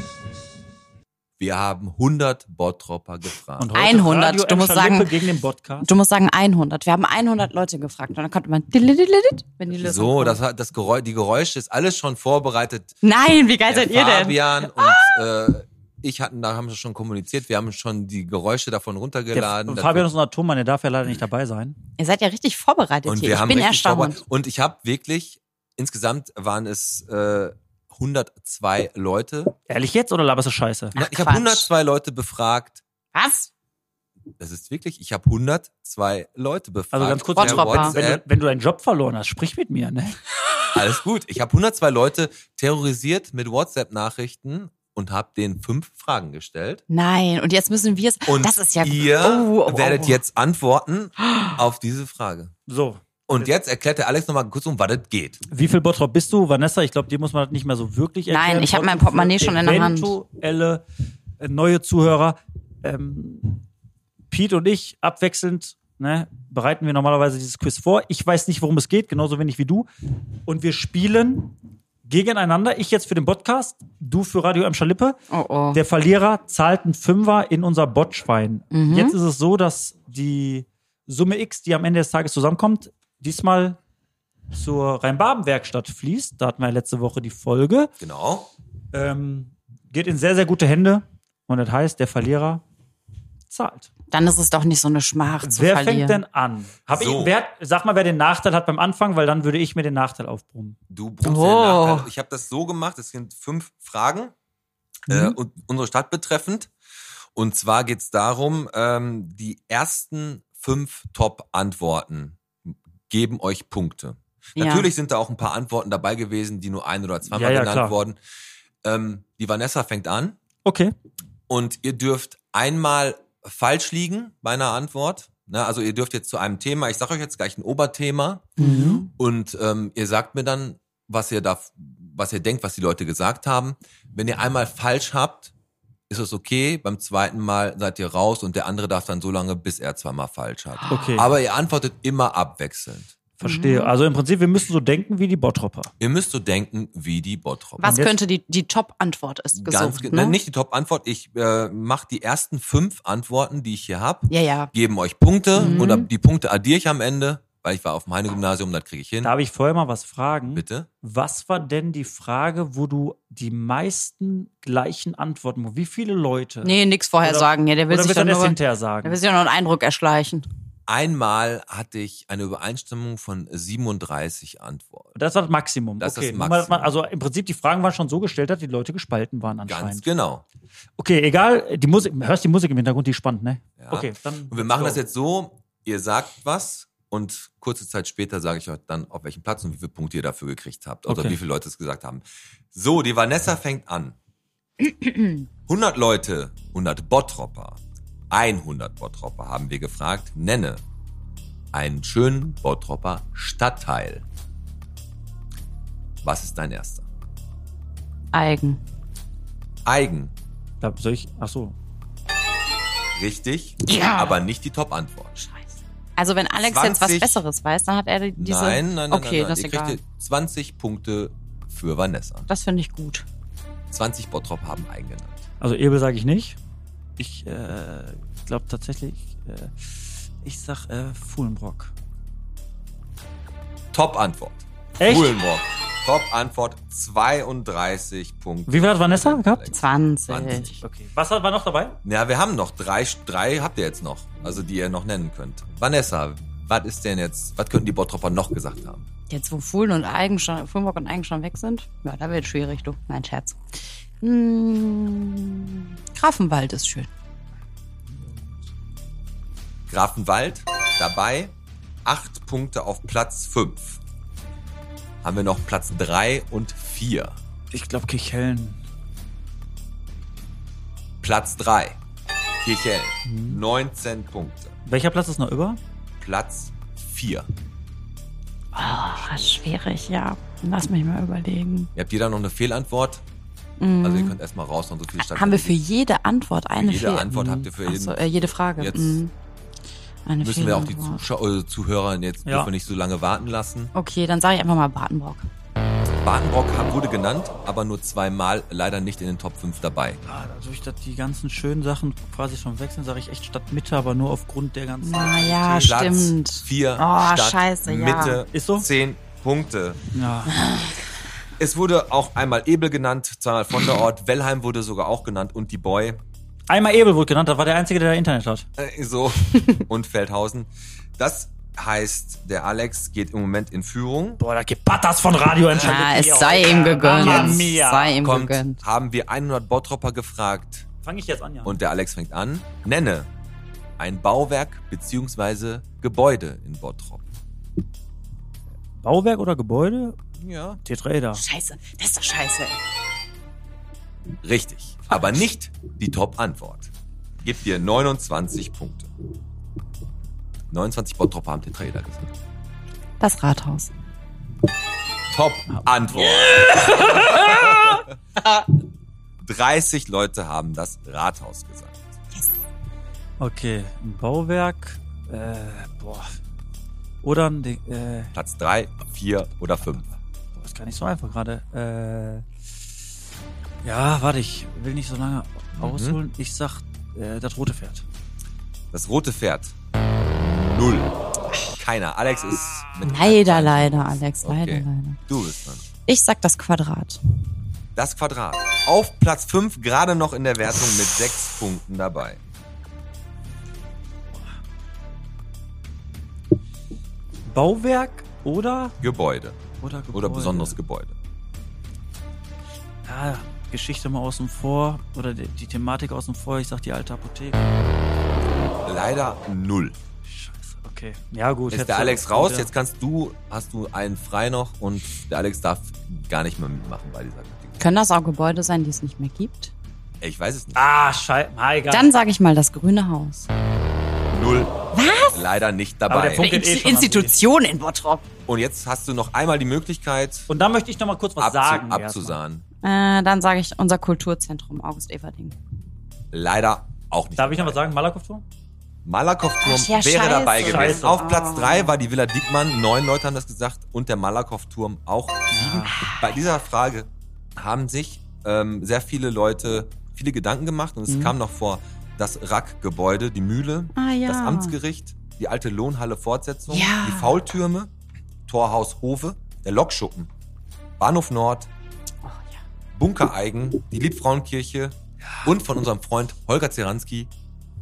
S3: Wir haben 100 Bottropper gefragt.
S4: Und heute
S7: 100,
S4: Radio
S7: du musst
S4: Emscher Lippe
S7: sagen-
S4: gegen den Podcast.
S7: Du musst sagen 100. Wir haben 100 Leute gefragt und dann konnte man dillidillidit, wenn die Lösung
S3: so,
S7: kommt.
S3: das hat das Geräusch, die Geräusche ist alles schon vorbereitet.
S7: Nein, wie geil
S3: Der
S7: seid ihr denn? Ah!
S3: Fabian und äh, ich hatten, da haben wir schon kommuniziert, wir haben schon die Geräusche davon
S4: Der,
S3: runtergeladen.
S4: und
S3: dass
S4: Fabian
S3: wir-
S4: ist ein Atommann, der darf ja leider nicht dabei sein.
S7: Ihr seid ja richtig vorbereitet
S3: und
S7: hier.
S3: wir
S7: ich
S3: haben
S7: bin
S3: richtig
S7: erstaunt.
S3: vorbereitet. Und ich habe wirklich, insgesamt waren es äh, 102 Leute.
S4: Ehrlich jetzt oder laberst du Scheiße?
S3: Na, ich habe
S7: Quatsch.
S3: 102 Leute befragt.
S7: Was?
S3: Das ist wirklich, ich habe 102 Leute befragt.
S4: Also ganz kurz,
S3: per
S7: Bottropper.
S4: Wenn du,
S3: WhatsApp.
S4: wenn du deinen Job verloren hast, sprich mit mir, ne?
S3: Alles gut. Ich habe 102 Leute terrorisiert mit WhatsApp-Nachrichten und habe denen fünf Fragen gestellt.
S7: Nein, und jetzt müssen wir es.
S3: Und
S7: Das ist ja
S3: ihr
S7: Oh, oh, oh,
S3: werdet
S7: oh.
S3: jetzt antworten auf diese Frage.
S4: So.
S3: Und jetzt erklärt der Alex nochmal kurz um, was das geht.
S4: Wie viel Bottrop bist du, Vanessa? Ich glaube, dir muss man das nicht mehr so wirklich
S7: Nein,
S4: erklären.
S7: ich hab mein
S4: Trotzdem
S7: Portemonnaie
S4: für
S7: schon in der Hand.
S4: Eventuelle äh, neue Zuhörer. Ähm, Pete und ich abwechselnd ne, bereiten wir normalerweise dieses Quiz vor. Ich weiß nicht, worum es geht, genauso wenig wie du. Und wir spielen gegeneinander. Ich jetzt für den Podcast, du für Radio M. Schalippe.
S7: Oh oh.
S4: Der Verlierer zahlt einen Fünfer in unser Botschwein.
S7: Mhm.
S4: Jetzt ist es so, dass die Summe X, die am Ende des Tages zusammenkommt, diesmal zur Rhein-Baben-Werkstatt fließt. Da hatten wir letzte Woche die Folge.
S3: Genau.
S4: Ähm, geht in sehr, sehr gute Hände. Und das heißt, der Verlierer zahlt.
S7: Dann ist es doch nicht so eine Schmach zu
S4: wer
S7: verlieren.
S4: fängt denn an? Hab
S3: So.
S4: ich, wer, sag mal, wer den Nachteil hat beim Anfang, weil dann würde ich mir den Nachteil aufbrummen.
S3: Du brummst
S7: Oh.
S3: den Nachteil. Ich habe das so gemacht, es sind fünf Fragen äh,
S4: Mhm.
S3: und unsere Stadt betreffend. Und zwar geht's darum, ähm, die ersten fünf Top-Antworten geben euch Punkte.
S7: Ja.
S3: Natürlich sind da auch ein paar Antworten dabei gewesen, die nur ein oder zweimal
S4: Ja, ja,
S3: genannt
S4: klar.
S3: wurden. Ähm, die Vanessa fängt an
S4: Okay.
S3: und ihr dürft einmal falsch liegen bei einer Antwort. Na, also ihr dürft jetzt zu einem Thema, ich sage euch jetzt gleich ein Oberthema
S7: Mhm.
S4: Mhm.
S3: und ähm, ihr sagt mir dann, was ihr da, was ihr denkt, was die Leute gesagt haben. Wenn ihr einmal falsch habt, ist es okay. Beim zweiten Mal seid ihr raus und der andere darf dann so lange, bis er zweimal falsch hat.
S4: Okay.
S3: Aber ihr antwortet immer abwechselnd.
S7: Mhm.
S4: Verstehe. Also im Prinzip, wir müssen so denken wie die Bottropper.
S3: Ihr müsst so denken wie die Bottrop.
S7: Was
S4: jetzt-
S7: könnte die, die Top-Antwort ist gesucht,
S3: ge-
S7: ne?
S3: Nicht die Top-Antwort. Ich äh, mache die ersten fünf Antworten, die ich hier habe,
S7: ja, ja.
S3: geben euch Punkte
S7: Mhm.
S3: oder die Punkte addiere ich am Ende weil ich war auf dem Heine-Gymnasium, das kriege ich hin.
S4: Darf ich vorher mal was fragen?
S3: Genau. Bitte?
S4: Was war denn die Frage, wo du die meisten gleichen Antworten, wo wie viele Leute?
S7: Nee, nix vorher
S4: Oder-
S7: sagen. Ja, der will
S4: Oder
S7: sich
S4: wird
S7: doch
S4: er das
S7: nur, der
S4: hinterher sagen?
S7: will sich doch noch einen Eindruck erschleichen.
S3: Einmal hatte ich eine Übereinstimmung von 37 Antworten.
S4: Das war das Maximum.
S3: Das ist
S4: okay.
S3: das
S4: Nur mal, dass man-
S3: Maximum.
S4: Also im Prinzip die Fragen waren schon so gestellt, dass die Leute gespalten waren
S3: Ganz
S4: anscheinend.
S3: genau.
S4: Okay, egal. Die Musik, hörst die Musik im Hintergrund, die ist spannend, ne?
S3: Ja.
S4: Okay, dann.
S3: Und wir machen
S4: let's
S3: das
S4: go.
S3: jetzt so, ihr sagt was und kurze Zeit später sage ich euch dann, auf welchen Platz und wie viele Punkte ihr dafür gekriegt habt oder
S4: Okay.
S3: wie viele Leute es gesagt haben. So, die Vanessa fängt an. 100 Leute, 100 Bottropper, 100 Bottropper haben wir gefragt, nenne einen schönen Bottropper Stadtteil. Was ist dein erster?
S7: Eigen.
S3: Eigen,
S4: Da soll ich, ach so.
S3: richtig,
S7: Ja.
S3: aber nicht die Top-Antwort.
S7: Also wenn Alex jetzt was
S3: 20.
S7: Besseres weiß, dann hat er die- diese...
S3: Nein, nein, nein,
S7: Okay,
S3: nein, nein.
S7: das ist
S3: ihr
S7: egal.
S3: kriegt 20 Punkte für Vanessa.
S7: Das finde ich gut.
S3: 20 Bottrop haben eingenannt.
S4: Also Ebel sage ich nicht. Ich äh, glaube tatsächlich, äh, ich sag äh, Fuhlenbrock.
S3: Top-Antwort.
S4: Echt?
S3: Uhlenburg. Top-Antwort 32 Punkte.
S4: Wie viel hat Vanessa gehabt?
S7: 20.
S3: 20.
S4: Okay. Was hat- war noch dabei?
S3: Ja, wir haben noch drei, drei habt ihr jetzt noch, also die ihr noch nennen könnt. Vanessa, was ist denn jetzt, was könnten die Bottropper noch gesagt haben?
S7: Jetzt, wo Fuhlen und Eigen schon, Fuhlenburg und Eigen schon weg sind, ja, da wird schwierig, du. Mein Scherz. Hm, Grafenwald ist schön.
S3: Grafenwald dabei, acht Punkte auf Platz fünf. Haben wir noch Platz drei und vier.
S4: Ich glaube Kichellen.
S3: Platz drei, Kirchhell, 19 Punkte.
S4: Welcher Platz ist noch über?
S3: Platz vier.
S7: Ah, schwierig, ja. Lass mich mal überlegen.
S3: Ihr habt jeder noch eine Fehlantwort. Also ihr könnt erstmal raus und so viel Stadt.
S7: Mhm. Haben wir für jede Antwort eine
S3: Für jede
S7: Fehl-
S3: Antwort habt ihr für
S7: Ach so,
S3: jeden-
S7: äh, jede Frage.
S3: Jetzt
S7: Mhm. Eine
S3: müssen wir auch die
S7: Fehlantwort.
S3: Zuschauer, äh, Zuhörer jetzt
S4: Ja.
S3: dürfen wir nicht so lange warten lassen.
S7: Okay, dann sage ich einfach mal Badenbrock.
S3: Badenbrock hab- wurde genannt, aber nur zweimal leider nicht in den Top 5 dabei.
S4: Ah, dadurch, dass die ganzen schönen Sachen quasi schon wechseln, sage ich echt Stadtmitte, aber nur aufgrund der ganzen.
S7: Naja,
S3: Platz
S7: Ah, stimmt.
S3: 4
S7: Oh,
S3: Stadt
S7: scheiße, ja.
S3: Mitte
S4: Ist so?
S3: 10 Punkte.
S4: Ja.
S3: Es wurde auch einmal Ebel genannt, zweimal von der Ort. Wellheim wurde sogar auch genannt und die Boy.
S4: Einmal Ebel wurde genannt, das war der Einzige, der da Internet hat.
S3: Äh, so und Feldhausen. Das heißt, der Alex geht im Moment in Führung.
S4: Boah, da gibt Patas von Radio Entscheidung.
S7: Ah, es sei ihm gegönnt.
S4: Mamma
S7: Es
S4: mia.
S7: sei ihm
S3: Kommt,
S7: gegönnt.
S3: haben wir 100 Bottropper gefragt,
S4: Fange ich jetzt an, ja.
S3: Und der Alex fängt an. Nenne ein Bauwerk beziehungsweise Gebäude in Bottrop.
S4: Bauwerk oder Gebäude?
S3: Ja.
S4: Tetraeder.
S7: Scheiße, das ist doch scheiße. ey.
S3: Richtig. Aber nicht die Top-Antwort. Gibt dir 29 Punkte. 29 Bottropper haben Tetraeder gesagt.
S7: Das Rathaus.
S3: Top-Antwort. 30 Leute haben das Rathaus gesagt.
S4: Okay, ein Bauwerk. Äh, boah. Oder ein Ding. Äh,
S3: Platz 3, 4 oder 5.
S4: boah, ist gar nicht so einfach gerade. Äh, ja, warte, ich will nicht so lange ausholen. Ich sag, äh, das rote Pferd.
S3: Das rote Pferd. Null. Keiner. Alex ist mit
S7: Leider, leider, Alex, leider,
S3: Okay.
S7: leider.
S3: Du bist dran.
S7: Ich sag das Quadrat.
S3: Das Quadrat. Auf Platz 5, gerade noch in der Wertung mit 6 Punkten dabei.
S4: Bauwerk oder.
S3: Gebäude.
S4: Oder, Gebäude.
S3: Oder besonderes Gebäude.
S4: Ja, Geschichte mal außen vor. Oder die, die Thematik außen vor. Ich sag die alte Apotheke.
S3: Leider null.
S4: Scheiße, okay. Ja,
S3: Ist
S4: gut. hättest
S3: der
S4: du-
S3: Alex raus,
S4: Ja.
S3: jetzt kannst du, hast du einen frei noch und der Alex darf gar nicht mehr mitmachen bei dieser Kategorie.
S7: Können das auch Gebäude sein, die es nicht mehr gibt?
S3: Ey, Ich weiß es nicht.
S4: Ah, scheiße. Na, egal.
S7: Dann sage ich mal das Grüne Haus.
S3: Null. Was? Leider nicht
S4: Aber
S3: dabei.
S4: der Punkt-
S7: Eine
S4: Geht eh
S7: Inst-
S4: schon an
S7: Institution in Bottrop.
S3: Und jetzt hast du noch einmal die Möglichkeit,
S4: Und dann möchte ich noch mal kurz was
S3: abzu
S4: sagen. erstmal.
S3: abzusahen.
S7: Äh, dann sage ich unser Kulturzentrum August-Everding.
S3: Leider auch nicht.
S4: Darf ich noch
S3: dabei.
S4: was sagen? Malakow-Turm?
S3: Malakow-Turm
S7: Ach ja,
S3: wäre
S7: scheiße.
S3: dabei gewesen.
S4: Scheiße.
S3: Auf Platz
S7: Ah.
S3: 3 war die Villa Diekmann. Neun Leute haben das gesagt. Und der Malakow-Turm auch.
S7: Ah.
S3: Sieben. Bei dieser Frage haben sich ähm, sehr viele Leute
S7: Mhm.
S3: viele Gedanken gemacht. Und es kam noch vor das Rack-Gebäude, die Mühle,
S7: Ah ja.
S3: das Amtsgericht, die alte Lohnhalle-Fortsetzung,
S7: Ja.
S3: die Faultürme, Torhaus Hove, der Lokschuppen, Bahnhof Nord,
S7: Oh,
S3: Bunker Eigen, die Liebfrauenkirche und von unserem Freund Holger Zeranski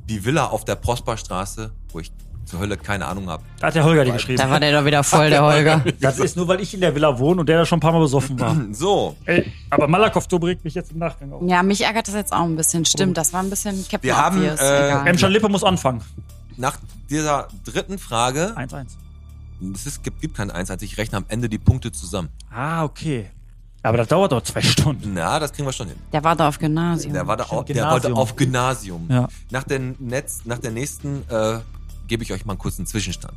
S3: die Villa auf der Prosperstraße, wo ich zur Hölle keine Ahnung habe.
S4: Da hat der Holger die geschrieben.
S7: Da war der doch wieder voll, der Holger.
S4: Das ist nur, weil ich in der Villa wohne und der da schon ein paar Mal besoffen war.
S3: So,
S4: Ey, aber Malakow-Tobe regt mich jetzt im Nachgang auf.
S7: Ja, mich ärgert das jetzt auch ein bisschen. Stimmt, das war ein bisschen Captain
S3: Wir haben,
S7: Obvious.
S3: äh,
S7: Egal.
S4: Emscher Lippe muss anfangen.
S3: nach dieser dritten Frage,
S4: 1-1.
S3: es ist, gibt, gibt kein Eins, als ich rechne am Ende die Punkte zusammen.
S4: Ah, okay. Aber das dauert doch zwei Stunden.
S3: Na, das kriegen wir schon hin.
S7: Der war da auf Gymnasium.
S3: Der war da auf, der
S4: Gymnasium.
S3: wollte auf Gymnasium.
S4: Ja.
S3: Nach, der Netz, nach der nächsten äh, gebe ich euch mal einen kurzen Zwischenstand,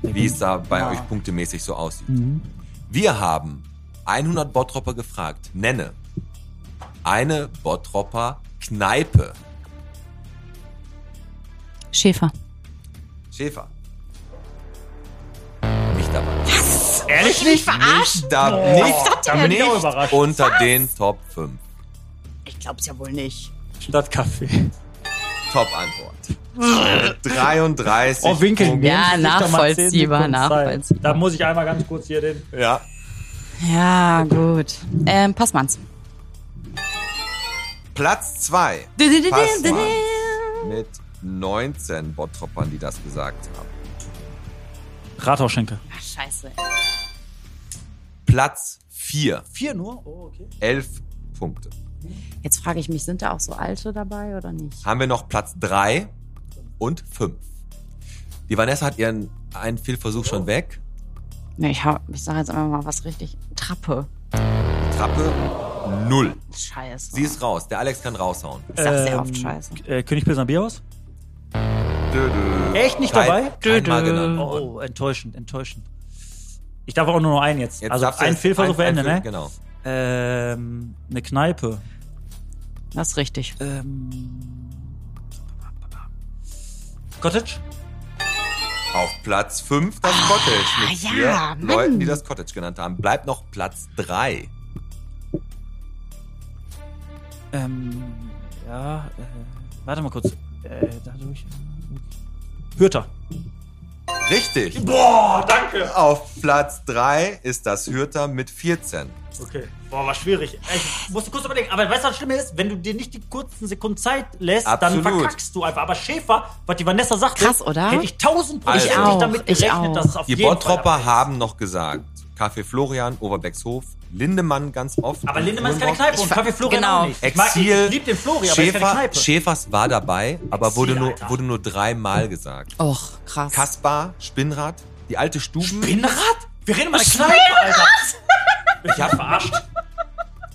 S3: wie es da bei euch punktemäßig so aussieht.
S4: Mhm.
S3: Wir haben 100 Bottropper gefragt. Nenne eine Bottropper Kneipe.
S7: Schäfer.
S3: Schäfer. Nicht dabei.
S4: Ehrlich
S7: Ich mich verarscht?
S3: Da nicht,
S4: Da bin ich auch
S3: nicht
S4: überrascht.
S3: unter den Top 5.
S7: Ich glaub's ja wohl nicht.
S4: Stadtcafé.
S3: Top-Antwort. 33.
S4: Oh, Winkel.
S3: Punkte.
S7: Ja,
S4: nehmen Sie sich doch mal zehn
S7: nachvollziehbar,
S4: Sekunden Zeit.
S7: nachvollziehbar.
S4: Da muss ich einmal ganz kurz hier den...
S3: Ja.
S7: Ja, gut. Ähm, Passmanns.
S3: Platz 2. Passmann. Mit 19 Bottroppern, die das gesagt haben.
S4: Rathausschenke.
S7: Ach, scheiße.
S3: Platz 4.
S4: Vier nur? Oh, okay.
S3: 11 Punkte.
S7: Jetzt frage ich mich, sind da auch so alte dabei oder nicht?
S3: Haben wir noch Platz 3 und 5. Die Vanessa hat ihren einen Fehlversuch schon weg.
S7: Ne, ich, hau- ich sage jetzt einfach mal was richtig. Trappe.
S3: Trappe 0.
S7: Scheiße.
S3: Sie ist raus. Der Alex kann raushauen.
S7: ich sag sehr
S4: Ähm,
S7: oft Scheiße.
S4: Äh, König Pilsner Bierhaus?
S3: Dö,
S4: Echt nicht dabei?
S3: Kein, kein Mal genannt worden.
S4: Oh, enttäuschend, enttäuschend. Ich darf auch nur noch einen jetzt.
S3: Jetzt
S4: also
S3: darfst du
S4: einen
S3: jetzt
S4: Fehlversuch
S3: ein- ein
S4: beenden,
S3: Fehl-
S4: ne?
S3: Genau.
S4: Ähm, eine Kneipe.
S7: Das ist richtig.
S4: Ähm, Cottage?
S3: Auf Platz 5 das
S4: Ah,
S3: Cottage. Mit
S7: ja,
S3: vier
S7: Mann.
S3: Leuten, die das Cottage genannt haben. Bleibt noch Platz 3.
S4: Ähm, ja, äh, warte mal kurz. Äh, dadurch. Hürter.
S3: Richtig. Boah, danke. Auf Platz 3 ist das Hürter mit 14.
S4: Okay. Boah, war schwierig. Ich musste kurz überlegen. Aber weißt du, was schlimm ist? Wenn du dir nicht die kurzen Sekunden Zeit lässt,
S3: Absolut.
S4: dann verkackst du einfach. Aber Schäfer, was die Vanessa sagte,
S7: Krass, oder?
S4: hätte ich tausend
S3: Also.
S4: Prozent
S7: Ich auch,
S4: damit
S7: ich
S4: gerechnet,
S7: auch.
S4: dass es auf
S3: Die
S4: jeden Fall...
S3: Bottropper haben noch gesagt. Café Florian, Oberbeckshof, Lindemann ganz oft.
S4: Aber Lindemann ist keine
S3: Grünbock.
S4: Kneipe und
S7: ver-
S4: Kaffee Florian
S7: genau.
S4: auch nicht. Ich, mag, ich,
S3: Exil,
S4: ich liebe den Florian, aber ist keine
S3: Schäfer,
S4: Kneipe.
S3: Schäfers war dabei, aber wurde nur,
S4: Alter.
S3: wurde nur dreimal gesagt.
S7: Och, krass.
S3: Kaspar, Spinnrad, die alte Stuben.
S4: Spinnrad? Wir reden über eine Kneipe, Alter. Ich hab verarscht.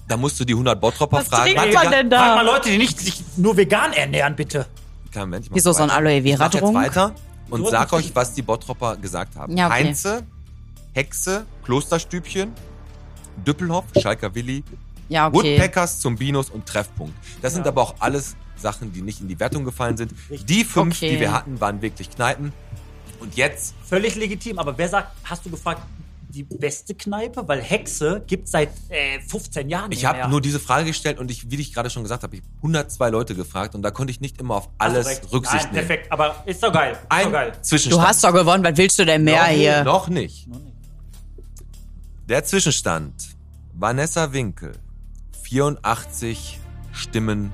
S3: da musst du die 100 Bottropper
S7: was
S3: fragen.
S7: trinkt
S3: Warte,
S7: man denn
S4: Frag mal
S7: da?
S4: Leute, die nicht sich nur vegan ernähren, bitte.
S3: Klar, Moment, ich mach
S7: Wieso so ein
S3: weiter.
S7: Aloe
S3: Ich
S7: Vera
S3: mach jetzt
S7: Trunk?
S3: weiter und
S4: Du-
S3: sag euch, was die Bottropper gesagt haben.
S7: Ja, okay.
S3: Heinze, Hexe, Klosterstübchen, Düppelhoff, Schalker Willi,
S7: Ja, okay.
S3: Woodpeckers, Zumbinos und Treffpunkt. Das sind aber auch alles Sachen, die nicht in die Wertung gefallen sind. Die fünf,
S7: Okay.
S3: die wir hatten, waren wirklich Kneipen. Und jetzt,
S4: Völlig legitim, aber wer sagt, hast du gefragt, die beste Kneipe? Weil Hexe gibt seit äh, 15 Jahren
S3: ich
S4: nicht
S3: habe
S4: mehr.
S3: nur diese Frage gestellt und ich, wie ich gerade schon gesagt habe, ich habe 102 Leute gefragt und da konnte ich nicht immer auf
S4: Hast du
S3: alles
S4: Also recht.
S3: Rücksicht
S4: Nein,
S3: nehmen.
S4: Perfekt, aber ist doch geil. Ist doch
S3: Ein
S4: geil.
S3: Zwischenstand.
S7: Du hast doch gewonnen, was willst du denn mehr
S3: noch,
S7: hier?
S3: Noch nicht. Der Zwischenstand. Vanessa Winkel. 84 Stimmen,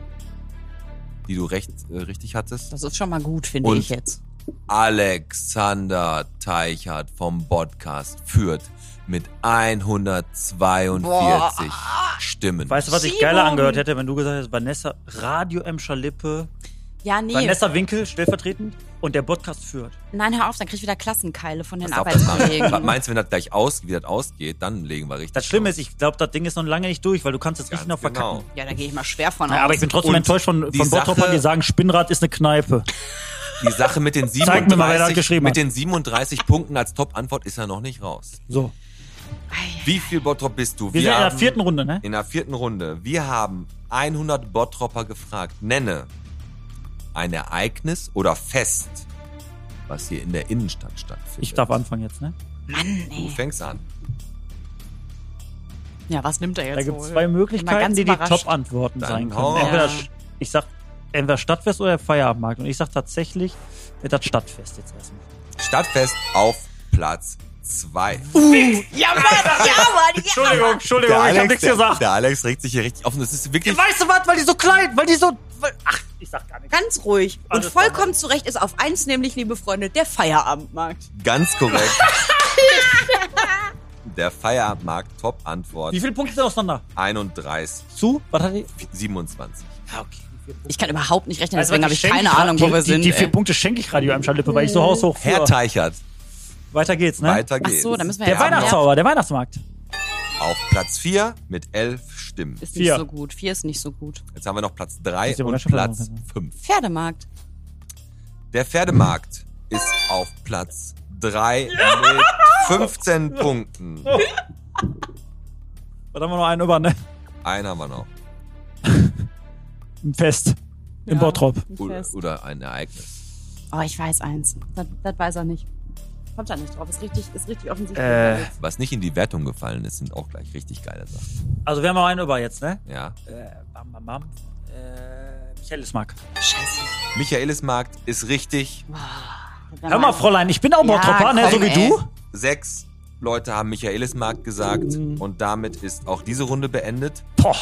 S3: die du recht, äh, richtig hattest.
S7: Das ist schon mal gut, finde
S3: Und-
S7: ich jetzt.
S3: Alexander Teichert vom Podcast führt mit 142 Stimmen.
S4: Weißt du, was ich geiler angehört hätte, wenn du gesagt hättest, Vanessa, Radio Emscher Lippe,
S7: Ja, nee.
S4: Vanessa Winkel, stellvertretend, und der Podcast führt.
S7: Nein, hör auf, dann krieg ich wieder Klassenkeile von den
S3: Pass auf, das machen wir. Was
S7: Arbeitskollegen.
S3: meinst du, wenn das gleich aus, wie das ausgeht, dann legen wir richtig.
S4: Das Schlimme ist, ich glaube, das Ding ist noch lange nicht durch, weil du kannst jetzt richtig noch
S3: Ganz
S4: verkacken.
S3: genau.
S7: Ja, da gehe ich mal schwer von aus.
S4: Ja, aber ich bin trotzdem
S3: Und
S4: enttäuscht von,
S3: die
S4: von Bottropern,
S3: Sache-
S4: die sagen, Spinnrad ist eine Kneipe.
S3: Die Sache mit den
S4: Zeig
S3: 37,
S4: mir mal, wer da geschrieben
S3: mit
S4: hat.
S3: den 37 Punkten als Top-Antwort ist ja noch nicht raus.
S4: So.
S3: Wie viel Bottrop bist du?
S4: Wir, sind in der
S3: haben-
S4: vierten Runde, ne?
S3: In der vierten Runde. Wir haben 100 Bottropper gefragt. Nenne ein Ereignis oder Fest, was hier in der Innenstadt stattfindet.
S4: Ich darf anfangen jetzt, ne?
S7: Mann,
S3: Du
S7: ey.
S3: fängst an.
S7: Ja, was nimmt er jetzt?
S4: Da gibt es
S7: wohl?
S4: zwei
S7: Bin mal
S4: Möglichkeiten,
S7: ganz
S4: die die
S7: überrascht.
S4: Top-Antworten
S3: Dann
S4: sein können.
S3: hau raus.
S4: Entweder,
S7: Ja.
S4: ich sag entweder Stadtfest oder Feierabendmarkt. Und ich sag tatsächlich, wird das Stadtfest jetzt erstmal.
S3: Stadtfest auf Platz zwei.
S7: Ja, Mann, ja, Mann, ja.
S4: Entschuldigung, Entschuldigung, ich hab nichts
S3: der,
S4: gesagt.
S3: der Alex regt sich hier richtig auf und das ist wirklich.
S4: Weißt du was, weil die so klein, weil die so. Weil, ach, ich sag gar nichts.
S7: Ganz ruhig. Und
S4: Alles
S7: vollkommen zurecht ist auf eins nämlich, liebe Freunde, der Feierabendmarkt.
S3: Ganz korrekt. Der Feierabendmarkt, Top-Antwort.
S4: Wie viele Punkte sind auseinander?
S3: 31,
S4: Zu? Was hat die?
S3: 27.
S4: Ja, okay.
S7: Ich kann überhaupt nicht rechnen,
S4: Also,
S7: deswegen
S4: die
S7: habe ich
S4: schenke
S7: keine
S4: ich-
S7: Ahnung,
S4: die,
S7: wo wir
S4: die,
S7: sind.
S4: Die vier
S7: ey.
S4: Punkte schenke ich Radio am Schalippe, weil ich so haushoch
S3: Herr
S4: führe.
S3: Teichert,
S4: Hm. Weiter geht's, ne?
S3: weiter
S7: Ach
S3: geht's.
S7: so, dann müssen wir
S4: Der
S7: ja sagen,
S4: Weihnachtszauber, der Weihnachtsmarkt.
S3: Auf Platz 4 mit 11 Stimmen.
S7: ja, Ist
S4: Vier.
S7: nicht so gut. Vier ist nicht so gut.
S3: Jetzt haben wir also. noch Platz 3
S4: Ist aber
S3: und
S4: ganz schön
S3: Platz
S4: verloren,
S3: 5.
S7: Pferdemarkt.
S3: Der Pferdemarkt ist auf Platz 3 mit 15 Punkten.
S4: Da haben wir noch einen über, ne?
S3: Einen haben wir noch.
S4: Ein Fest. Im
S7: Ja.
S4: Bottrop.
S3: Oder,
S7: Fest.
S3: oder ein Ereignis.
S7: Oh, ich weiß eins. Das, das weiß er nicht. Kommt da nicht drauf. Ist richtig, ist richtig offensichtlich.
S4: Äh.
S3: Was nicht in die Wertung gefallen ist, sind auch gleich richtig geile Sachen.
S4: Also wir haben noch einen über jetzt, ne?
S3: Ja.
S4: Äh, bam, bam, bam. Äh, Michaelismarkt.
S7: Scheiße.
S3: Michaelismarkt ist richtig.
S4: Hör mal, Fräulein, ich bin auch
S7: Ja,
S4: Bottropper, ne? So
S7: komm,
S4: wie
S7: ey.
S4: du.
S3: Sechs Leute haben Michaelismarkt gesagt und damit ist auch diese Runde beendet.
S4: Boah,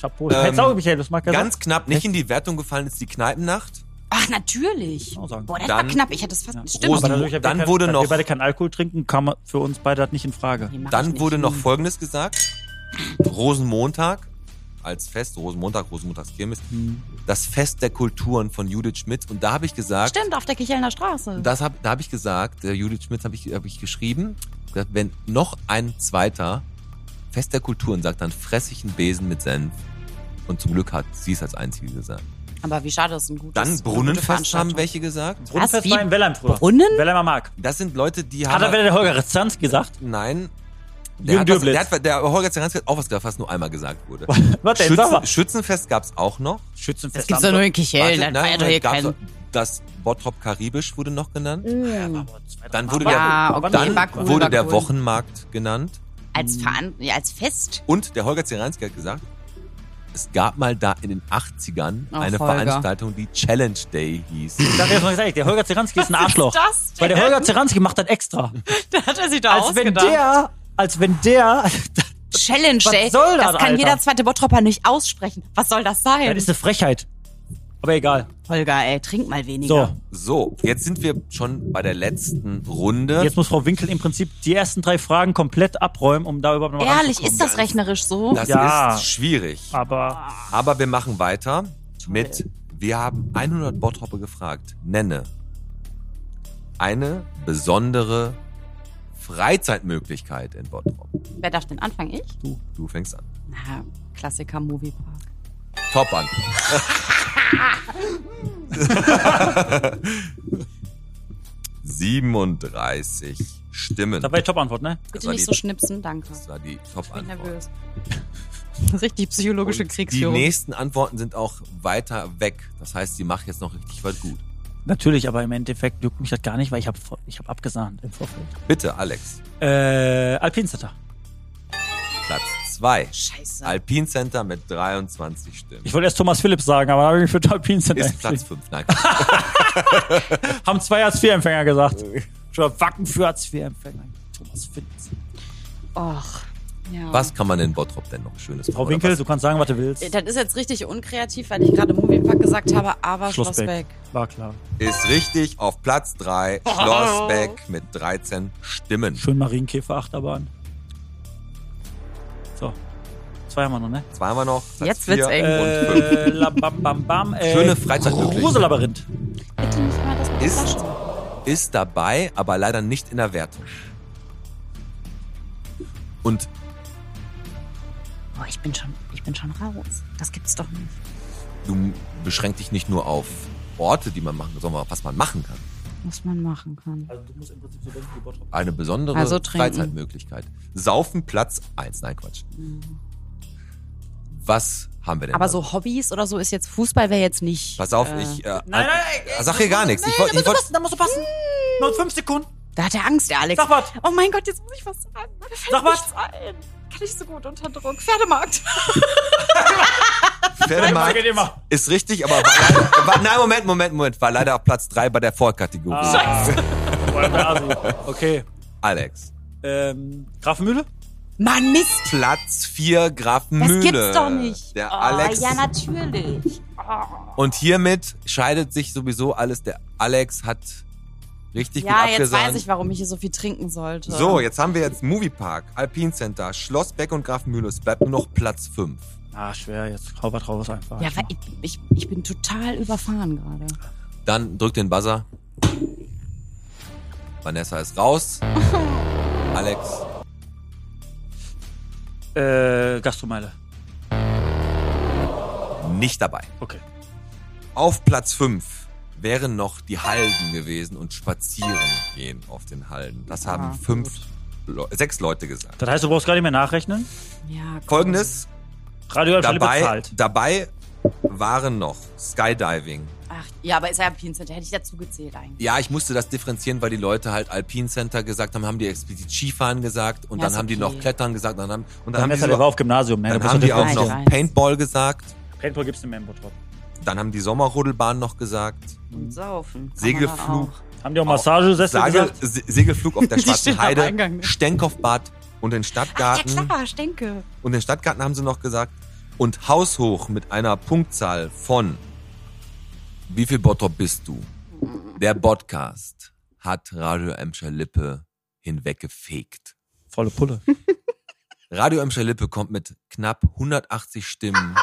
S4: Chapeau. Ähm,
S3: Ähm,
S4: Hättest du auch Michaelismarkt gesagt?
S3: Ganz knapp nicht in die Wertung gefallen ist die Kneipennacht.
S7: Ach, natürlich.
S4: Auch sagen.
S7: Boah, das
S3: Dann-
S7: war knapp. Ich hätte es fast.
S4: Ja.
S7: Stimmt.
S3: Rosen-
S4: Aber dadurch, dass wir
S3: Dann
S4: kein-
S3: wurde
S4: dass
S3: noch-
S4: wir beide keinen Alkohol trinken, kam für uns beide das nicht in Frage.
S7: Nee, mach ich
S3: Dann
S7: nicht. Hm.
S3: wurde noch Folgendes gesagt. Rosenmontag als Fest, Rosenmontag, Rosenmontagskirmes,
S7: Hm.
S3: das Fest der Kulturen von Judith Schmitz. Und da habe ich gesagt,
S7: Stimmt, auf der Kichelner Straße.
S3: das hab, da habe ich gesagt, äh, Judith Schmitz habe ich, hab ich geschrieben, gesagt, wenn noch ein zweiter Fest der Kulturen sagt, dann fresse ich einen Besen mit Senf. Und zum Glück hat sie es als einzige gesagt.
S7: Aber wie schade, das ist ein gutes. eine
S3: Dann
S7: gute
S3: Brunnenfest haben
S7: Veranstaltung.
S3: welche gesagt.
S4: Brunnenfest
S7: Wie?
S4: war in Wellheim früher.
S7: Brunnen?
S4: Wellheimer Mark.
S3: Das sind Leute, die
S4: Hat
S3: haben...
S4: er wieder der Holger Rezanski gesagt?
S3: Nein. Der, hat
S4: Jürgen
S3: was,
S4: Dürblitz.
S3: der, hat, der Holger Zeranski hat auch was gesagt, was nur einmal gesagt wurde.
S4: Was denn? Sag mal.
S3: Schützen, Schützenfest gab's auch noch.
S4: Schützenfest.
S7: Das gibt's doch nur in Kichellen.
S3: Warte,
S7: Dann feiert doch hier
S3: gab's
S7: keinen.
S3: das Bottrop Karibisch wurde noch genannt. Dann wurde
S7: Ja, okay,
S3: Dann
S7: war cool,
S3: wurde
S7: war
S3: der
S7: cool.
S3: Wochenmarkt genannt.
S7: Als, Veran ja, als Fest.
S3: Und der Holger Zeranski hat gesagt, es gab mal da in den 80ern
S7: Ach,
S3: eine
S7: Oh, Holger.
S3: Veranstaltung, die Challenge Day hieß.
S4: Ich sag dir jetzt mal gesagt, der Holger Zeranski ist ein Arschloch.
S7: das
S4: Weil der Holger Zeranski macht das extra.
S7: Da hat er sich da
S4: Als wenn der, als wenn der,
S7: Challenge,
S4: Was
S7: ey.
S4: soll das,
S7: das kann
S4: Alter?
S7: jeder zweite Bottropper nicht aussprechen. Was soll das
S4: das
S7: sein?
S4: ist eine Frechheit. Aber egal.
S7: Holger, ey, trink mal weniger.
S4: So,
S3: So, jetzt sind wir schon bei der letzten Runde.
S4: jetzt muss Frau Winkel im Prinzip die ersten drei Fragen komplett abräumen, um da überhaupt noch
S7: Ehrlich,
S4: ranzukommen.
S7: ist das rechnerisch so?
S3: das
S4: Ja.
S3: ist schwierig.
S4: Aber
S3: Aber wir machen weiter mit, wir haben 100 Bottropper gefragt, nenne eine besondere Freizeitmöglichkeit in Bottrop.
S7: Wer darf den Anfang? Ich?
S3: Du, du fängst an.
S7: Na, Klassiker Moviepark.
S3: Top an. ...37 Stimmen.
S4: das war die Top-Antwort, ne?
S7: Bitte
S3: war
S7: nicht
S3: die-
S7: so schnipsen, danke.
S3: Das war die
S7: Ich bin
S3: Top-Antwort.
S7: nervös. Richtig psychologische
S3: Und Die
S7: Kriegsführung.
S3: nächsten Antworten sind auch weiter weg. Das heißt, die macht jetzt noch richtig weit gut.
S4: Natürlich, aber im Endeffekt juckt mich das gar nicht, weil ich habe ich hab abgesahnt im Vorfeld.
S3: Bitte, Alex.
S4: Äh, Alpinzetter.
S3: Platz 2.
S7: Scheiße.
S3: Alpine Center mit 23 Stimmen.
S4: Ich wollte erst Thomas Phillips sagen, aber da habe ich mich für Alpinzetter
S3: ist Platz
S4: entschieden.
S3: 5. Nein.
S4: Haben zwei Hartz-IV-Empfänger gesagt. Schon Wacken für Hartz-IV-Empfänger. Thomas Phillips.
S7: Och. Ja. Äh,
S3: Was kann man in Bottrop denn noch Schönes machen?
S4: Frau
S3: Oder
S4: Winkel,
S3: was-
S4: du kannst sagen, was du willst.
S7: Das ist jetzt richtig unkreativ, weil ich gerade Moviepark gesagt habe, aber Schlossbeck.
S4: War klar.
S3: Ist richtig auf Platz 3. Schlossbeck mit 13 Stimmen.
S4: Schön Marienkäfer-Achterbahn. So. Zwei haben wir noch, ne?
S3: Zwei haben wir noch. Platz
S7: Jetzt wird's
S3: vier
S7: eng.
S3: Und fünf.
S4: Äh, la bam, bam, bam. Äh,
S3: Schöne Freizeitmöglichkeit.
S4: Gruselabyrinth.
S7: Bitte nicht mal das mit der
S3: Ist-
S7: Flasche.
S3: Ist dabei, aber leider nicht in der Wertung. Und
S7: Boah, ich bin schon, ich bin schon raus. Das gibt's doch nicht.
S3: du beschränkst dich nicht nur auf Orte, die man machen kann, sondern was man machen kann.
S7: Was man machen kann.
S4: Also du musst im Prinzip so denken wie Bottrop.
S3: Eine besondere
S7: Also trinken.
S3: Freizeitmöglichkeit. Saufen Platz 1. Nein, Quatsch. Was haben wir denn?
S7: Aber
S3: da?
S7: so Hobbys oder so ist jetzt Fußball wäre jetzt nicht.
S3: Pass auf,
S7: äh,
S3: ich. Äh,
S4: Nein, nein,
S3: äh, sag hier gar nichts. ich wollt- ich wollt-
S4: Da musst du passen. Noch fünf Sekunden.
S7: Da hat er Angst, der Alex.
S4: Sag was.
S7: Oh mein Gott, jetzt muss ich was sagen. Da fällt
S4: Sag was.
S7: nichts ein. gar nicht so gut unter Druck. Pferdemarkt.
S3: Pferdemarkt ist richtig, aber war leider, war, nein, Moment, Moment, Moment, war leider auf Platz drei bei der Vorkategorie.
S4: Ah. also. Okay.
S3: Alex.
S4: Ähm, Grafenmühle?
S7: Mann, Mist.
S3: Platz vier
S7: Das
S3: Grafenmühle.
S7: gibt's doch nicht.
S3: Der
S7: Oh,
S3: Alex.
S7: Ja, natürlich.
S3: und hiermit scheidet sich sowieso alles. Der Alex hat richtig gut
S7: ja, jetzt
S3: abgesagt.
S7: weiß ich, warum ich hier so viel trinken sollte.
S3: So, jetzt haben wir jetzt Moviepark, Alpine Center, Schloss Beck und Grafenmühle. Es bleibt nur noch Platz 5.
S4: Ah, schwer, jetzt hau was drauf, einfach.
S7: Ja, weil ich, ich, ich bin total überfahren gerade.
S3: Dann drückt den Buzzer. Vanessa ist raus. Alex,
S4: äh, Gastromeile.
S3: nicht dabei.
S4: Okay.
S3: Auf Platz 5 wären noch die Halden gewesen und spazieren gehen auf den Halden. Das haben
S7: Ah,
S3: fünf, Leu- sechs Leute gesagt.
S4: Das heißt, du brauchst gar nicht mehr nachrechnen.
S7: Ja, komm.
S3: Folgendes,
S4: Radio Amsterdam
S3: dabei,
S4: bezahlt.
S3: dabei waren noch Skydiving,
S7: Ach, ja, aber ist ja ein Pinsel, da hätte ich dazu gezählt eigentlich.
S3: Ja, ich musste das differenzieren, weil die Leute halt Alpine Center gesagt haben, haben die explizit Skifahren gesagt und
S7: Ja,
S3: dann
S7: ist
S3: haben die
S7: okay.
S3: noch Klettern gesagt und dann haben, und dann
S4: Dann
S3: haben,
S4: ist
S3: die,
S4: er der
S3: so,
S4: war auf Gymnasium, ne?
S3: dann
S4: Da
S3: haben die auch
S7: natürlich
S3: noch
S7: rein.
S3: Paintball gesagt,
S4: Paintball gibt's im Membo drauf.
S3: dann haben die Sommerrodelbahn noch gesagt,
S7: Und saufen. kann man
S3: Segelflug,
S7: auch.
S4: Haben die auch Massagesessel
S3: Sage,
S4: gesagt?
S3: Se- Segelflug auf der
S7: Die stehen
S3: Schwarzen
S7: am
S3: Heide,
S7: Eingang, ne?
S3: Stenkopfbad und den
S7: Ach, ja
S3: Stadtgarten.
S7: klar, Stenke.
S3: und den Stadtgarten haben sie noch gesagt und haushoch mit einer Punktzahl von wie viel Bottrop bist du? Der Podcast hat Radio Emscher Lippe hinweggefegt.
S4: Volle Pulle.
S3: Radio Emscher Lippe kommt mit knapp 180 Stimmen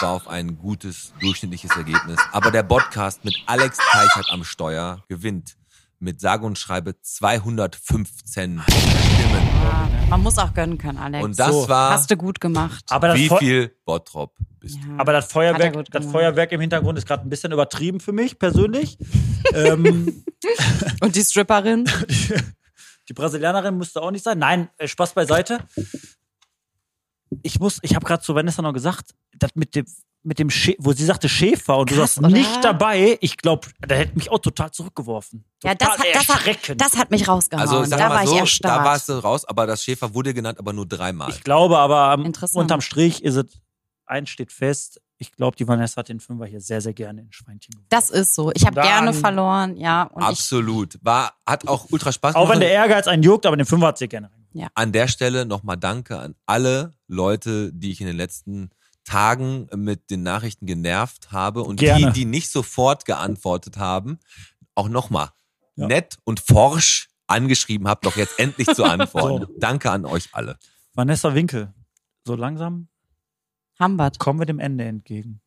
S3: zwar auf ein gutes durchschnittliches Ergebnis, aber der Podcast mit Alex Teichert am Steuer gewinnt mit sage und schreibe 215 Stimmen.
S7: Ja, man muss auch gönnen können, Alex.
S3: Und das
S4: So.
S3: war
S7: Hast du gut gemacht.
S4: Aber das,
S3: wie
S4: Feu-
S3: viel Bottrop bist du?
S7: Ja.
S4: aber das
S7: Hat er
S4: Feuerwerk,
S7: gut
S4: das
S7: gemacht.
S4: Feuerwerk im Hintergrund ist gerade ein bisschen übertrieben für mich persönlich. ähm,
S7: Und die Stripperin?
S4: Die Brasilianerin musste auch nicht sein. Nein, äh, Spaß beiseite. Ich muss, ich habe gerade zu Vanessa noch gesagt, das mit dem, mit dem Schä wo sie sagte Schäfer und du
S7: Krass,
S4: sagst
S7: oder?
S4: nicht dabei, ich glaube, da hätte mich auch total zurückgeworfen.
S7: ja, das hat,
S4: Total
S7: das, hat,
S4: erschreckend.
S7: das hat mich rausgehauen.
S3: Also sag
S7: da
S3: mal
S7: war ich
S3: so,
S7: erstarrt.
S3: da warst du raus, aber das Schäfer wurde genannt, aber nur dreimal.
S4: ich glaube aber, am,
S7: Interessant.
S4: unterm Strich ist es, eins steht fest, ich glaube, die Vanessa hat den Fünfer hier sehr, sehr gerne in Schweinchen geworfen.
S7: das ist so. Ich habe
S4: Dann-
S7: gerne verloren, ja. Und ich,
S3: Absolut. War, hat auch ultra Spaß
S4: Auch wenn der
S3: gemacht.
S4: Ehrgeiz einen juckt, aber den Fünfer hat sie gerne reingeworfen.
S3: An der Stelle nochmal Danke an alle Leute, die ich in den letzten Tagen mit den Nachrichten genervt habe und
S4: Gerne.
S3: die, die nicht sofort geantwortet haben, auch nochmal
S4: Ja.
S3: nett und forsch angeschrieben habt, doch jetzt endlich zu antworten. Danke an euch alle.
S4: Vanessa Winkel, so langsam
S7: Hambert.
S4: kommen wir dem Ende entgegen.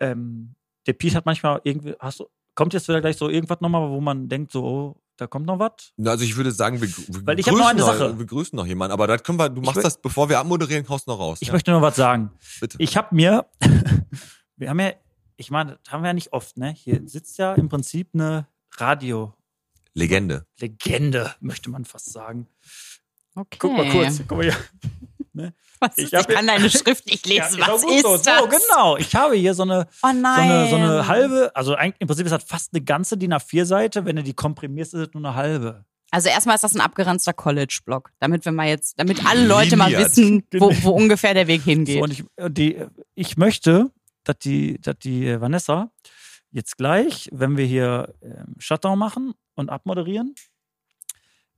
S4: Ähm, der Piet hat manchmal irgendwie, hast du, kommt jetzt wieder gleich so irgendwas nochmal, wo man denkt, so, oh, da kommt noch was?
S3: Na, Also ich würde sagen, wir, wir,
S4: Weil ich hab
S3: grüßen,
S4: noch eine Sache.
S3: wir grüßen noch jemanden, aber das können wir, du machst
S4: will-
S3: das, bevor wir abmoderieren, haust noch raus.
S4: Ich
S3: ja.
S4: möchte noch was sagen.
S3: Bitte.
S4: Ich habe mir, wir haben ja, ich meine, das haben wir ja nicht oft, ne? Hier sitzt ja im Prinzip eine Radio-Legende,
S3: Legende.
S4: möchte man fast sagen.
S7: Okay.
S4: Guck mal kurz, guck mal hier.
S7: Was
S4: Ich
S7: ist, ich,
S4: hab-
S7: kann deine Schrift nicht lesen.
S4: genau
S7: Was
S4: gut
S7: ist
S4: so.
S7: das?
S4: So, genau. Ich habe hier so eine So
S7: Oh nein.
S4: eine, so eine halbe, also eigentlich im Prinzip ist das fast eine ganze DIN A4-Seite. Wenn du die komprimierst, ist es nur eine halbe.
S7: Also erstmal ist das ein abgeranzter College-Block, damit wir mal jetzt, damit alle Leute mal
S3: Liniert.
S7: wissen, wo, wo ungefähr der Weg hingeht.
S4: Genau. So, und ich, und die, ich möchte, dass die, dass die äh, Vanessa jetzt gleich, wenn wir hier ähm, Shutdown machen und abmoderieren,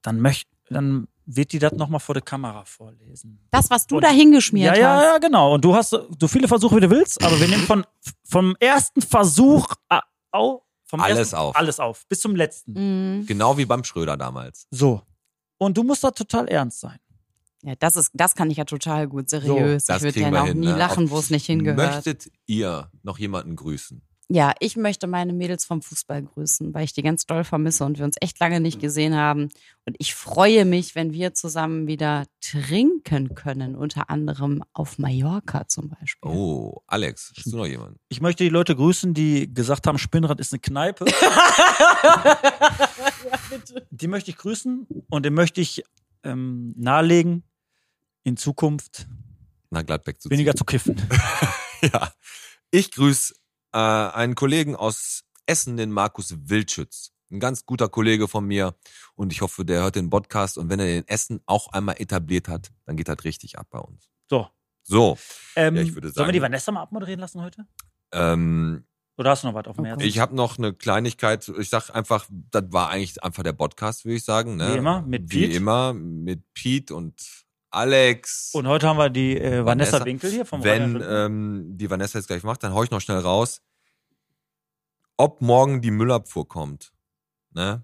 S4: dann, möcht, dann wird die das nochmal vor der Kamera vorlesen.
S7: das, was du
S4: und-
S7: da hingeschmiert
S4: Ja, ja,
S7: hast.
S4: ja, genau. Und du hast so viele Versuche, wie du willst, aber wir nehmen von, vom ersten Versuch ah, au, vom
S3: Alles
S4: ersten,
S3: auf.
S4: alles auf, bis zum letzten.
S7: Mhm.
S3: Genau wie beim Schröder damals.
S4: So. Und du musst da total ernst sein.
S7: Ja, das ist, das kann ich ja total gut, seriös.
S3: Das
S7: ich würde
S3: kriegen
S7: ja
S3: wir
S7: auch
S3: hin,
S7: nie
S3: ne?
S7: lachen,
S3: Auf-
S7: wo es nicht hingehört.
S3: Möchtet ihr noch jemanden grüßen?
S7: Ja, ich möchte meine Mädels vom Fußball grüßen, weil ich die ganz doll vermisse und wir uns echt lange
S3: Mhm.
S7: nicht gesehen haben. Und ich freue mich, wenn wir zusammen wieder trinken können, unter anderem auf Mallorca zum Beispiel.
S3: Oh, Alex, hast du noch jemanden?
S4: Ich möchte die Leute grüßen, die gesagt haben, Spinnrad ist eine Kneipe. Die möchte ich grüßen und dem möchte ich ähm, nahelegen, in Zukunft
S3: Na, Gladbeck zu
S4: weniger zu kiffen.
S3: ziehen. Ja. Ich grüße äh, einen Kollegen aus Essen, den Markus Wildschütz. ein ganz guter Kollege von mir und ich hoffe, der hört den Podcast und wenn er den Essen auch einmal etabliert hat, dann geht das richtig ab bei uns.
S4: So.
S3: So,
S4: Ähm,
S3: Ja, ich würde
S4: sollen
S3: sagen-
S4: wir die Vanessa mal abmoderieren lassen heute?
S3: ähm,
S4: Oder hast du noch was auf
S7: Oh,
S4: dem Herzen?
S3: ich habe noch eine Kleinigkeit. Ich sag einfach, das war eigentlich einfach der Podcast, würde ich sagen. Ne?
S4: Wie immer, mit
S3: Wie
S4: Piet.
S3: immer mit Pete und Alex.
S4: Und heute haben wir die äh, Vanessa,
S3: Vanessa,
S4: Winkel hier vom
S3: wenn
S4: Radio-
S3: ähm, die Vanessa jetzt gleich macht, dann hau ich noch schnell raus, ob morgen die Müllabfuhr kommt. Ne?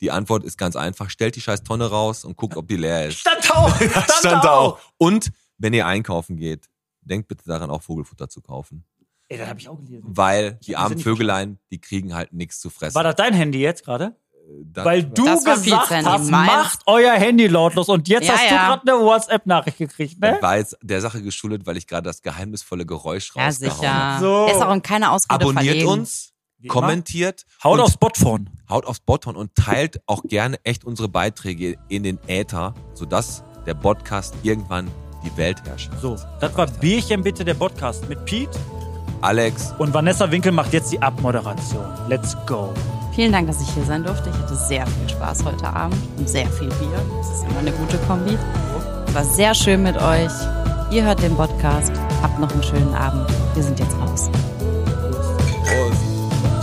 S3: Die Antwort ist ganz einfach. Stellt die scheiß Tonne raus und guckt, ob die leer ist.
S4: Stand da auch! Stand,
S3: äh, Stand
S4: da
S3: da
S4: auch!
S3: Und wenn ihr einkaufen geht, denkt bitte daran, auch Vogelfutter zu kaufen.
S4: Ey, das habe ich auch gelesen.
S3: Weil die
S4: hab den Sinn
S3: armen
S4: nicht
S3: Vögelein, die kriegen halt nichts zu fressen. Äh,
S4: War das dein Handy jetzt gerade?
S3: Das-
S4: Weil du
S7: Das war
S4: gesagt
S7: Piet's
S4: hast,
S7: Handy, meins.
S4: macht euer Handy lautlos und jetzt
S7: Ja,
S4: hast du
S7: ja.
S4: gerade eine WhatsApp-Nachricht gekriegt, ne?
S3: das war jetzt der Sache geschuldet, weil ich gerade das geheimnisvolle Geräusch
S7: Ja,
S3: rausgehauen
S7: sicher.
S3: habe.
S4: So.
S7: Ist auch in keiner Ausrede
S3: Abonniert
S7: verlegen.
S3: uns, kommentiert
S4: Haut
S3: und
S4: aufs Botphone.
S3: haut aufs Botton und teilt auch gerne echt unsere Beiträge in den Äther, sodass der Podcast irgendwann die Welt herrscht.
S4: So, das war Bierchen bitte der Podcast mit Pete
S3: Alex,
S4: und Vanessa Winkel macht jetzt die Abmoderation. Let's go.
S7: Vielen Dank, dass ich hier sein durfte. Ich hatte sehr viel Spaß heute Abend und sehr viel Bier. Das ist immer eine gute Kombi.
S3: Oh.
S7: Es war sehr schön mit euch. Ihr hört den Podcast. Habt noch einen schönen Abend. Wir sind jetzt raus.
S3: Prost.